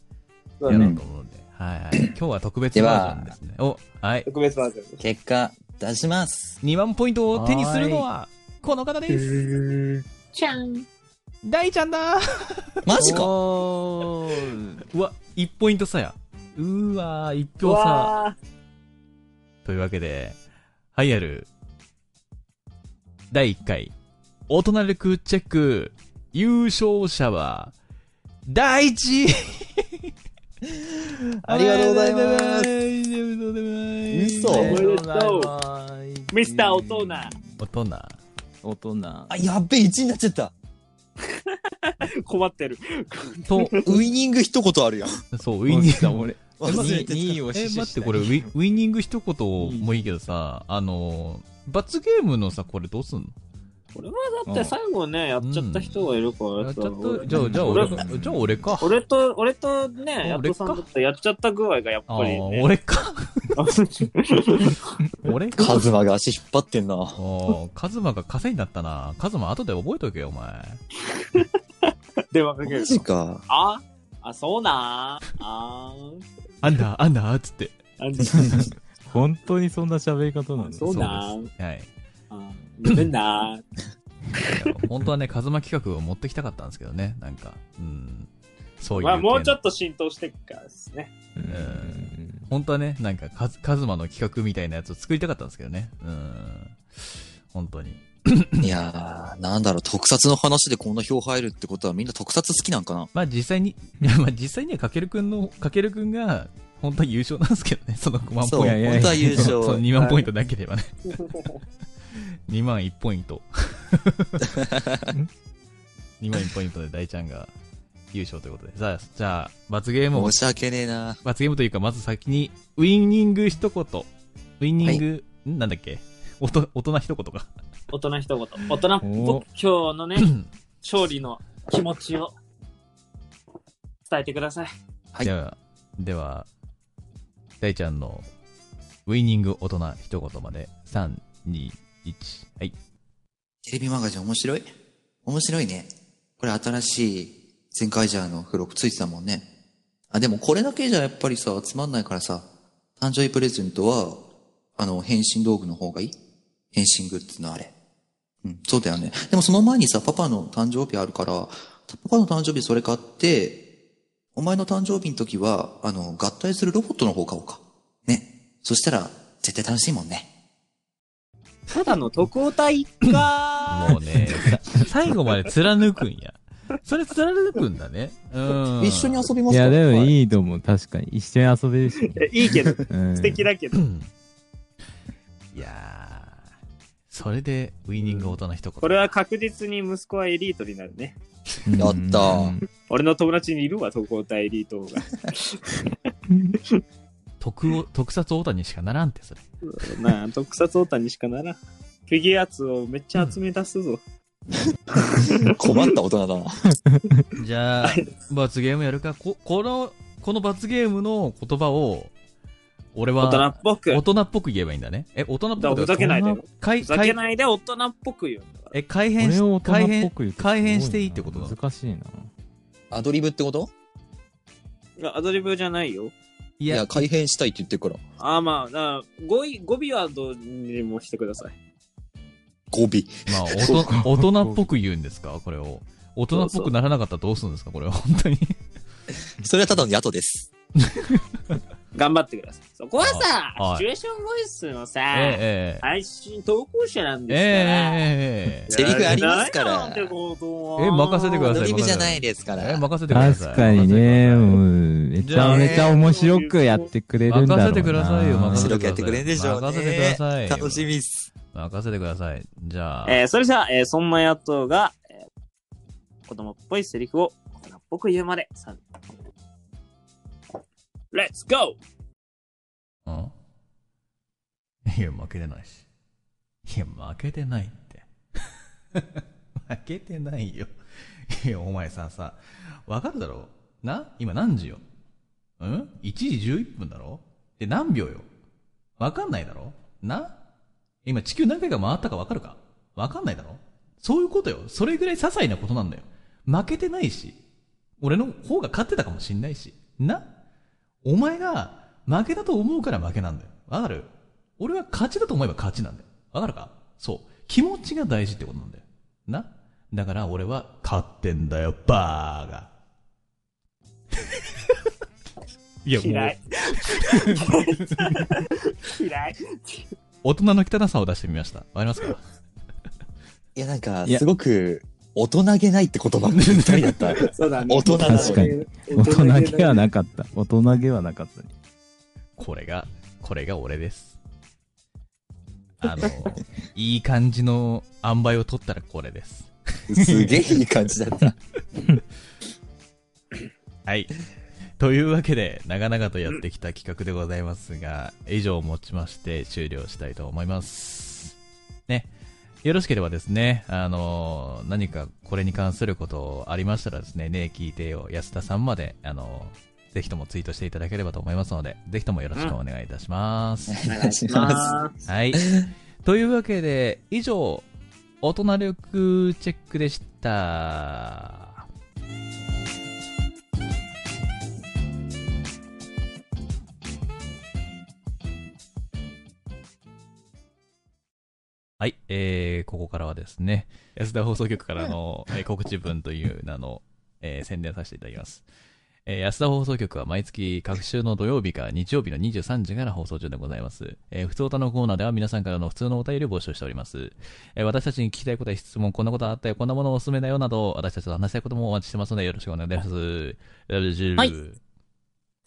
S2: そ
S1: や
S2: うだ
S1: ろ
S2: ね
S1: うと思うんで、はいはい。今日は特別バージョンですね。お、はい。
S2: 特別バージョンです。
S3: 結果、出します。
S1: 2万ポイントを手にするのは、この方です。大ちゃんだ
S3: マジか
S4: おー
S1: うわ、1ポイント差や。うーわー、1
S5: う
S1: 票差。
S5: わー
S1: というわけで、栄えある、第1回、大人力チェック、優勝者は、第一
S3: ありがとうございます
S1: ありがとうございます
S3: 嘘
S4: おめでとうございます
S5: ミスターオトーナ
S1: 大人。
S4: 大人
S3: あ、やっべえ、1になっちゃった。
S5: 困ってる。
S1: と、
S3: ウイニング一言あるやん。
S1: そう、ウィニング。
S4: 俺
S3: 忘れてた
S4: 2位を死
S1: え、
S4: 守し
S1: 待って、
S4: た
S1: これウィ、ウィニング一言もいいけどさ、あの、罰ゲームのさ、これどうすんの
S5: これはだって最後ね、やっちゃった人がいるから、
S1: やっちゃっ
S5: 俺
S1: たじゃあ、じゃあ俺か、
S4: うん
S1: じゃあ俺か。
S5: 俺と、俺とね、
S1: あ
S5: やっとさん
S1: 俺
S5: だ
S1: か
S5: ったらやっちゃった具合がやっ
S1: あ
S5: ぱ
S1: あ
S5: りね、
S1: ー、俺か。 俺か。
S3: カズマが足引っ張ってんな。
S1: おーカズマが稼いだったな。カズマ後で覚えとけよ、お前。
S5: 電話かけ
S3: マ
S5: る。
S3: ジか。
S5: ああ、そうなー。あー
S1: アンダー、アンダーっつって。
S5: あん。
S4: 本当にそんな喋り方なの
S5: そうなー。
S1: はい。
S5: あーごめん なー。
S1: いや本当はね、カズマ企画を持ってきたかったんですけどね、なんか。うん。そういう。
S5: まあ、もうちょ
S1: と。
S5: っと浸透していくからですね。
S4: うん
S1: 本当はね、なんかカズ、カズマの企画みたいなやつを作りたかったんですけどね。うん。本当に。
S3: いやー、なんだろう、特撮の話でこんな票入るってことはみんな特撮好きなんかな
S1: まあ実際に、 いやまあ実際にはかけるくんの、かけるくんが、本当は優勝なんですけどね、その5万
S3: そう、
S1: ポイント。
S4: いやいやい
S3: 本
S4: や
S3: 当は優勝。
S1: そう、2万ポイントなければね。2万1ポイント。2万1ポイントで大ちゃんが優勝ということで。さあ、じゃあ、罰ゲームを
S3: 申、し訳ねえな。
S1: 罰ゲームというか、まず先に、ウィニング一言。ウィニング、んなんだっけおと大人一言 か。
S5: 大人一言。大人
S4: お
S5: 僕今日のね、勝利の気持ちを伝えてください。
S3: はい
S1: では、では、大ちゃんの、ウィニング大人一言まで、3、2、1。はい。
S3: テレビマガジン面白い面白いね。これ新しい、ゼンカイジャーの付録ついてたもんね。あ、でもこれだけじゃやっぱりさ、つまんないからさ、誕生日プレゼントは、あの、変身道具の方がいい変身グッズのあれ。うん、そうだよね。でもその前にさ、パパの誕生日あるから、パパの誕生日それ買って、お前の誕生日の時は、あの、合体するロボットの方買おうか。ね。そしたら、絶対楽しいもんね。
S5: ただの特攻隊か
S1: もう ね、さ最後まで貫くんや。それ貫くんだね。うん。
S3: 一緒に遊びま
S4: い
S3: すか
S4: やでも
S3: はい
S4: いいと思う確かに一緒に遊べるし ね
S2: いいけど、
S4: うん
S2: 素敵だけど。
S1: いやーそれで、ウィニング大人一言。
S2: これは確実に息子はエリートになるね。
S3: やったー
S4: うん
S2: 俺の友達にいるわ、特攻隊エリートが。
S1: 特を、特撮大谷しかならんって、それ。
S2: なあ、特撮オタにしかならん。フィギュアツをめっちゃ集め出すぞ。
S3: 困った大人だな。
S1: じゃあ、罰ゲームやるか。こ、この、この罰ゲームの言葉を、俺
S2: 大
S1: は、
S2: 人っぽく。
S1: 大人っぽく言えばいいんだね。え、大人っぽく
S2: ふざけないで。ふ
S1: かい
S2: ざ
S1: か
S2: け
S1: い
S2: ないで大人っぽく言うんだから。
S1: え、改
S4: こ
S1: 変
S4: れを
S1: し、
S4: 大
S1: 改
S4: 人っぽ
S1: 変
S4: く言う、と
S1: 改変していいってことなの
S4: 難しいな
S3: アドリブってこと
S2: いやアドリブじゃないよ。
S1: い
S3: い
S1: や
S3: や、、改変したいって言ってるから。
S2: あーまあ、なあ語彙、語尾はどうにもしてください。
S3: 語尾。
S1: まあ、おと大人っぽく言うんですかこれを。大人っぽくならなかったらどうするんですかこれは本当に。
S3: それはただの宿です。
S2: 頑張ってください。そこは
S1: あは
S2: さ
S1: い、
S2: シチュエーションボイスのさ、
S1: ええ
S2: 配信投稿者なん
S1: ええ
S2: です
S1: ええええ
S2: から。
S1: え
S3: セリフありますから
S2: なんてことは
S1: え任せてく
S3: ア
S1: ださい
S3: ドリブじゃないですか
S1: えええ
S3: ら。
S1: 任せてください。
S4: 確かにね、もうめちゃめちゃ面白くやってくれるんだろうな。
S1: 任せてくださいよ任
S3: 面
S1: せ
S3: 白くやってくれるんでしょうね。
S1: 任せてください
S3: 楽しみっす。
S1: 任せてください。じゃあ、
S2: えーそれじゃあ、えーそんな野党が、えー子供っぽいセリフを僕言うまで。さレッツゴ
S1: うんいや、負けてないし。いや、負けてないって。 負けてないよ。いや、お前さ、さ、わかるだろな今何時よん ?1 時11分だろで、何秒よわかんないだろな今地球何回か回ったかわかるかわかんないだろそういうことよ。それぐらい些細なことなんだよ。負けてないし、俺の方が勝ってたかもしんないし。なお前が負けだと思うから負けなんだよ。わかる俺は勝ちだと思えば勝ちなんだよ。わかるかそう。気持ちが大事ってことなんだよ。なだから俺は勝ってんだよ、バーが。 いや、も、
S2: 嫌いうー嫌い。
S1: 大人の汚さを出してみました。わかりますか
S3: いや、なんか、
S4: いや
S3: すごく、大人げないって言葉がぴったりだった。
S2: そうだね。
S3: 大人だね確
S4: かに大人げはなかった。大人げはなかった。
S1: これが、これが俺です。あの、いい感じの塩梅を取ったらこれです。
S3: すげえいい感じだった。
S1: はい。というわけで、長々とやってきた企画でございますが、以上をもちまして終了したいと思います。ね。よろしければですね、あの、何かこれに関することありましたらですね、ねえ聞いてよ、安田さんまで、あの、ぜひともツイートしていただければと思いますので、ぜひともよろしくお願いいたします。
S3: お
S2: お願いしま す。
S1: はい。というわけで、以上、大人力チェックでした。はい、えー、ここからはですね、安田放送局からの、えー告知文という名の、えー宣伝させていただきます。えー安田放送局は毎月各週の土曜日か日曜日の23時から放送中でございます。えー、普通歌のコーナーでは皆さんからの普通のお便りを募集しております。えー私たちに聞きたいことや質問、こんなことあったよ、こんなものおすすめだよなど、私たちと話したいこともお待ちしてますのでよろしくお願いします。
S5: はい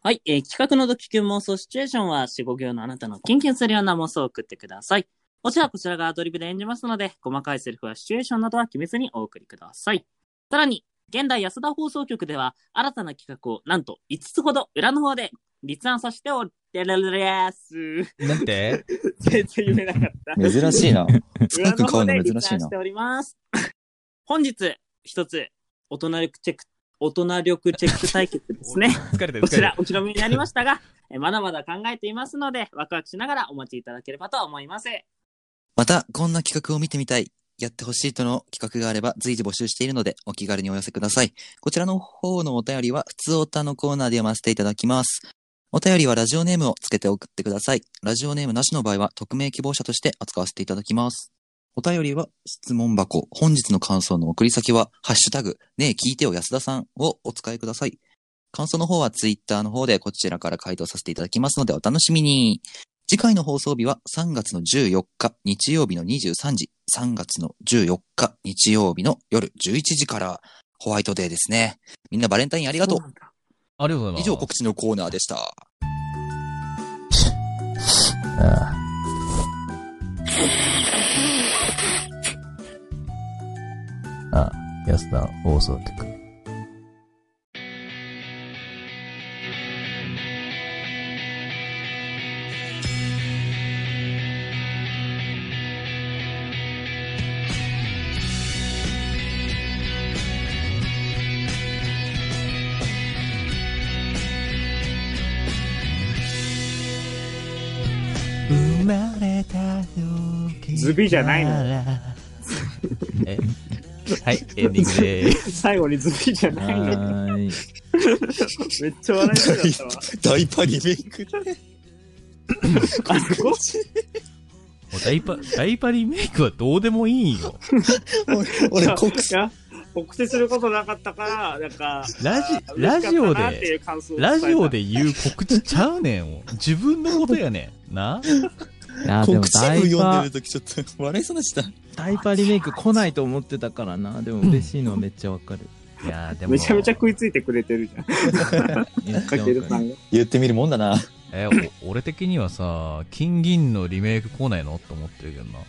S5: はい、えー企画のドキキュン妄想シチュエーションは、四五行のあなたのキンキュンするような妄想を送ってください。もちろんこちらがアドリブで演じますので、細かいセリフはシチュエーションなどは決めずにお送りください。さらに、現代安田放送局では、新たな企画をなんと5つほど裏の方で立案させておってられやす。
S1: なんて
S5: 全然言えなかった。
S3: 珍しい な。
S5: 裏
S3: 深く買うの珍
S5: 立
S3: しい
S5: 案
S3: な
S5: して。おります。本日、一つ、大人力チェック、大人力チェック対決ですね。
S1: 疲れてる、疲れてる。
S5: こちら、お披露目になりました が、えまだまだ考えていますので、ワクワクしながらお待ちいただければと思います。
S3: また、こんな企画を見てみたい。やってほしいとの企画があれば随時募集しているのでお気軽にお寄せください。こちらの方のお便りは普通おたのコーナーで読ませていただきます。お便りはラジオネームをつけて送ってください。ラジオネームなしの場合は匿名希望者として扱わせていただきます。お便りは質問箱、本日の感想の送り先は、ハッシュタグ、ねえ聞いてよ安田さんをお使いください。感想の方はツイッターの方でこちらから回答させていただきますのでお楽しみに。次回の放送日は3月の14日日曜日の23時、3月の14日日曜日の夜11時からホワイトデーですね。みんなバレンタインありがとう。
S1: ありがとうございま
S3: 以
S1: す。
S3: 上告知のコーナーでした。
S1: 安田放送局。生まれた時
S2: ズビじゃないの
S1: から えはい、エンディングでーす。
S2: 最後にズビじゃないの。
S4: は ーい。
S2: めっちゃ笑いそうだったわ。
S3: 大パリメイクだね。
S2: あそこ
S1: もうダイパ、ダイパリメイクはどうでもいいよ。
S3: 俺、告
S2: いや告知することなかったから、なんか、
S1: ラジ
S2: あー嬉しかったなっていう感想を伝えた
S1: ラジオで言う告知ちゃうねんを。自分のことやねん。な
S4: あ、でもダイパ、
S3: ときちょっと笑いそうなした。
S4: ダイパリメイク来ないと思ってたからな。でも嬉しいのはめっちゃわかる。
S1: いやーでも。
S2: めちゃめちゃ食いついてくれてるじゃん。
S4: めっちゃ
S2: か
S4: わ
S2: ける
S4: か
S2: さ
S4: る
S2: んが。
S3: 言ってみるもんだな。
S1: え、お俺的にはさ、金銀のリメイク来ないのって思ってるけどな。
S2: い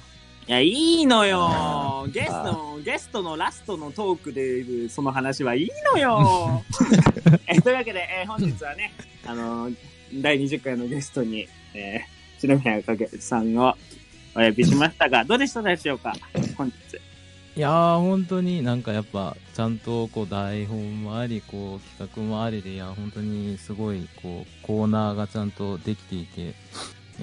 S2: や、いいのよ。ゲスト、ゲストのラストのトークで、その話はいいの よ。えというわけで、えー本日はね、あのー第20回のゲストに、えー、篠宮かけさんをお呼びしましたが、どうでしたでしょうか本日。
S4: いやー、本当になんかやっぱ、ちゃんとこう台本もあり、こう企画もありで、いや、本当にすごい、こう、コーナーがちゃんとできていて、い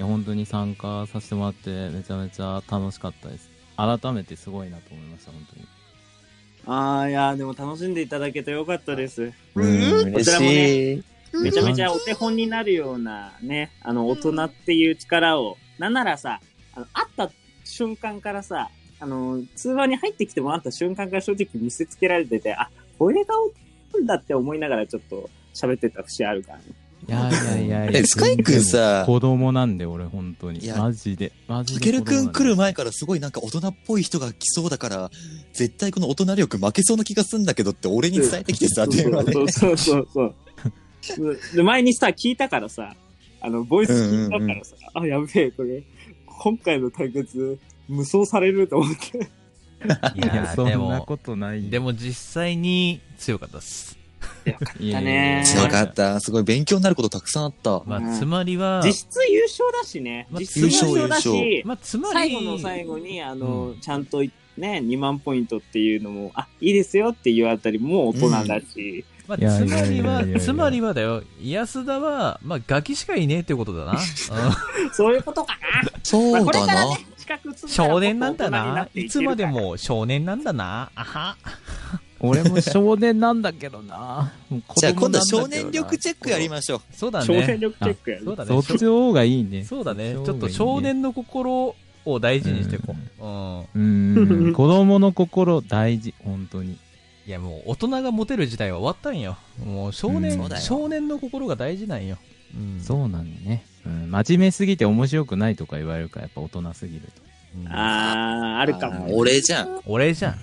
S4: や、本当に参加させてもらって、めちゃめちゃ楽しかったです。改めてすごいなと思いました、本当に。
S2: ああ、いや、でも楽しんでいただけてよかったです。
S3: うん、
S2: こ
S3: 嬉
S2: ちらもね
S3: しい。
S2: めちゃめちゃお手本になるようなね、あの、大人っていう力を、なんならさ、あの、会った瞬間からさ、あの、通話に入ってきてもらった瞬間から正直見せつけられてて、あ、これがおんだって思いながらちょっと喋ってた節あるからね。
S4: いやいやいやいや。
S3: えスカイくんさ
S4: 子供なんで、俺、本当
S3: い
S4: に。
S3: や
S4: マジで。マジ
S3: た
S4: で。
S3: けるくん来る前からすごいなんか大人っぽい人が来そうだから、絶対この大人力負けそうな気がすんだけどって俺に伝えてきてさ、電話で。
S2: そうそうそうそうそう。で、前にさ、聞いたからさ、あの、ボイス聞いたからさ、あ、やべえ、これ、今回の対決、無双されると思って。
S4: いやいや、そんなことない。
S1: でも実際に強かったっす。
S4: いやいやいや、
S3: 強かった。すごい勉強になることたくさんあった。
S1: ま
S2: うん
S1: あ、つまりは、
S2: 実質優勝だしね。
S1: まあ
S2: 実質優勝だ
S3: 優勝優
S2: し、
S1: まあ、つまり、
S2: 最後の最後に、あの、
S1: うん
S2: ちゃんとね、2万ポイントっていうのも、あ、いいですよっていうあたりも大人だし、
S1: まあ、
S4: いや
S1: つま
S4: い
S1: り
S4: やいやいやい
S1: は、
S4: や
S1: つまりはだよ、安田は、まあ、ガキしかいねえってこと だな。うん
S2: そういうことか
S3: そ
S2: な。まあ、
S3: う
S2: これ
S3: だ
S2: から
S3: な
S2: ね。、資格積んだら
S1: 少年なんだ
S2: もっと大人に
S1: な。
S2: って
S1: い
S2: い
S1: つ
S2: ける
S1: まで
S2: から。
S1: も少年なんだな。あは。
S4: 俺も少年なんだけどな。もう子供
S3: じゃあ今度は
S4: な
S3: 少
S4: んだけど
S3: 年
S4: な
S3: 力チェックやりましょう。
S1: そうだね。
S2: 少年力チェックやね
S1: そうだ
S4: そ
S1: ね。
S4: っちの方がいいね。
S1: そうだね。
S4: そっ
S1: ちょっと
S4: の方
S1: 少
S4: がいいね。
S1: 年の心を大事にしていこう。うん。
S4: う ん。子供の心大事、本当に。
S1: いや、もう大人がモテる時代は終わったんよ。もう少
S4: う
S1: 年
S4: んそ、
S3: うだよ
S1: 少年の心が大事なんよ。うん。
S4: そうなんだね。うん、真面目すぎて面白くないとか言われるから、やっぱ大人すぎると。
S1: うん
S2: あー、あるかも。
S3: あー俺じゃん。
S1: 俺じゃん。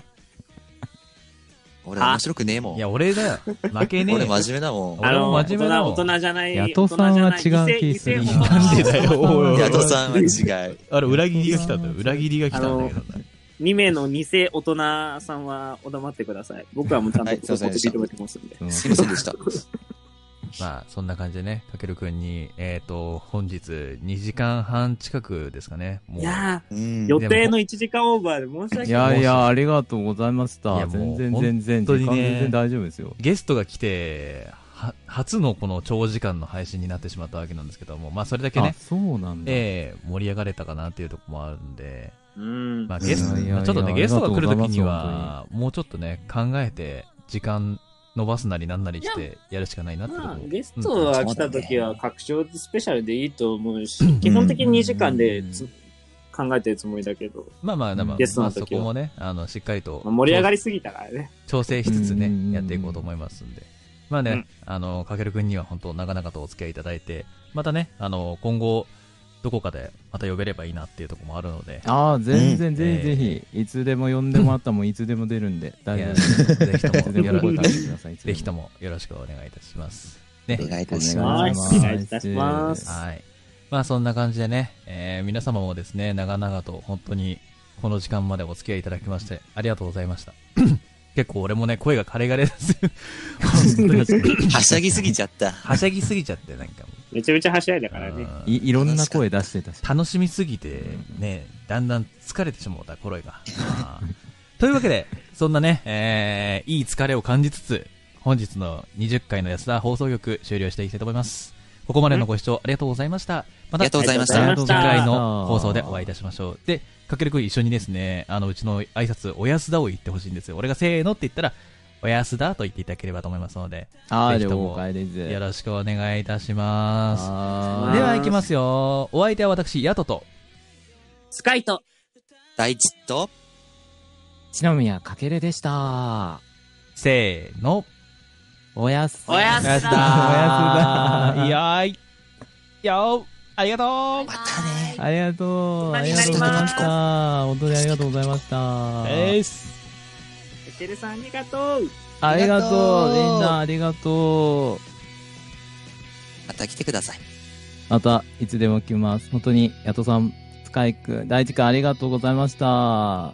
S3: 俺面白くねえもん。
S1: いや、俺だよ。負けねえ
S3: 俺
S1: よ。
S3: 真面目だもん。
S2: あ
S1: 俺
S2: の、
S1: も
S2: 大
S1: 真
S2: 人、
S1: 面目だもん
S2: 大人じゃない。
S4: ヤトさんは違う気する。
S2: 異性異性大人
S1: なんでだよおいおい
S3: ヤ
S1: お
S3: ト
S1: い
S3: さんは違う。
S1: あれ、裏切りが来たんだよ。裏切りが来たんだけどな。
S2: 2名の偽大人さんはお黙ってください。僕はもうちゃんと
S3: はいすいませんでした
S2: 認めてますんで。
S4: うん
S3: すいませんでした。
S1: まあ、そんな感じでね、かけるくんに、えっ、と、本日2時間半近くですかね。もう
S2: いや
S3: うん
S2: ー、予定の1時間オーバーで申し
S4: い
S2: 訳ない。
S4: やいや、ありがとうございまし
S1: い
S4: た。
S1: やも
S4: 全
S1: う
S4: 然全
S1: 本
S4: 然、
S1: 当
S4: 時
S1: に
S4: 間
S1: ね
S4: 全然大丈夫ですよ。
S1: ゲストが来て、は初のこの長時間の配信になってしまったわけなんですけども、まあ、それだけ
S4: あ、
S1: ね、
S4: そうなんだ。
S1: ええ盛り上がれたかなっていうところもあるんで、
S2: うん。
S1: まあ、ゲスト、
S4: いやいやいや
S1: ちょっとね、ゲストが来るときに
S4: あ
S1: は、もうちょっとね、考えて、時間伸ばすなりなんなりして、やるしかないなってこと
S2: まあ
S1: を、
S2: ゲストが来た時は拡張スペシャルでいいと思うし、基本的に2時間でつ考えてるつもりだけど、
S1: まあまあ、まあまあ
S2: ゲストの時
S1: そ
S2: は
S1: こもね、あの、しっかりと
S2: まあ、、盛り上がりすぎたからね。
S1: 調整しつつ
S4: うんうんうん
S1: ね、やっていこうと思いますんで。まあね、
S2: うん
S1: あの、かけるくんには本当、長々とお付き合いいただいて、またね、あの、今後、どこかでまた呼べればいいなっていうところもあるので、
S4: ああ、全然、
S1: え
S4: ぜ
S1: え
S4: ひぜひ、いつでも呼んでもらったもん、いつでも出るんで、大
S1: い
S4: 丈夫
S1: や
S4: で
S1: ぜひ
S4: す。い
S1: と
S4: つ
S1: も
S4: で
S1: よ
S4: も声
S1: ろ
S4: かけ
S1: し
S4: て
S1: く、
S4: ください。いつで
S1: ぜ ひともよろしくお願いいたします。ね
S3: お。願いい
S4: お
S3: たし
S4: 願
S3: ま
S4: い
S3: す。
S4: します。
S2: お願いいたします
S1: はい。まあそんな感じでね、えー皆様もですね、長々と本当にこの時間までお付き合いいただきまして、ありがとうございました。 結構俺もね、声が枯れ枯れです。本当に。
S3: はしゃぎすぎちゃった。
S1: はしゃぎすぎちゃって、なんかもう
S2: めちゃめちゃはしゃいだからね。
S1: うん
S4: いいろんな声出してたし。
S1: 楽しみすぎて、ね、だんだん疲れてしまった、頃が。 あーというわけで、そんなね、えーいい疲れを感じつつ、本日の20回の安田放送局終了していきたいと思います。ここまでのご視聴ありがとうございました。ま
S3: あ
S1: た
S3: りがとうございまし
S2: あ
S3: た
S2: りが。とうございました
S1: 次回の放送でお会いいたしましょう。で、かけるくん一緒にですね、あの、うちの挨拶、おやすだを言ってほしいんですよ。俺がせーのって言ったら、おやすだと言っていただければと思いますので、
S4: あ
S1: ぜ
S4: あ、
S1: ひとも
S4: 了解です。
S1: よろしくお願いいたします。
S4: あ
S2: ー
S1: では、行きますよ。お相手は私、ヤトと、
S2: スカイと、
S3: 大地と、
S7: 篠宮かけるでした。
S1: せーの。
S7: おやす
S2: おやすだ
S4: だ
S1: おやすだ。いやーい。よー。ありがと
S3: またね。
S4: ありがとう。
S2: 大
S4: あり
S2: 人
S4: が
S2: になり
S4: とうございま
S2: ま
S4: し
S2: す
S4: た。本当にありがとうございました
S1: う。。です。
S2: エケルさんありがとう。
S4: ありがとう。
S3: ありがとう
S4: みんなありがと
S3: また来てください。
S4: う。また、いつでも来ます。本当に、やとさん、
S7: スカイくん、大地くんありがとうございました。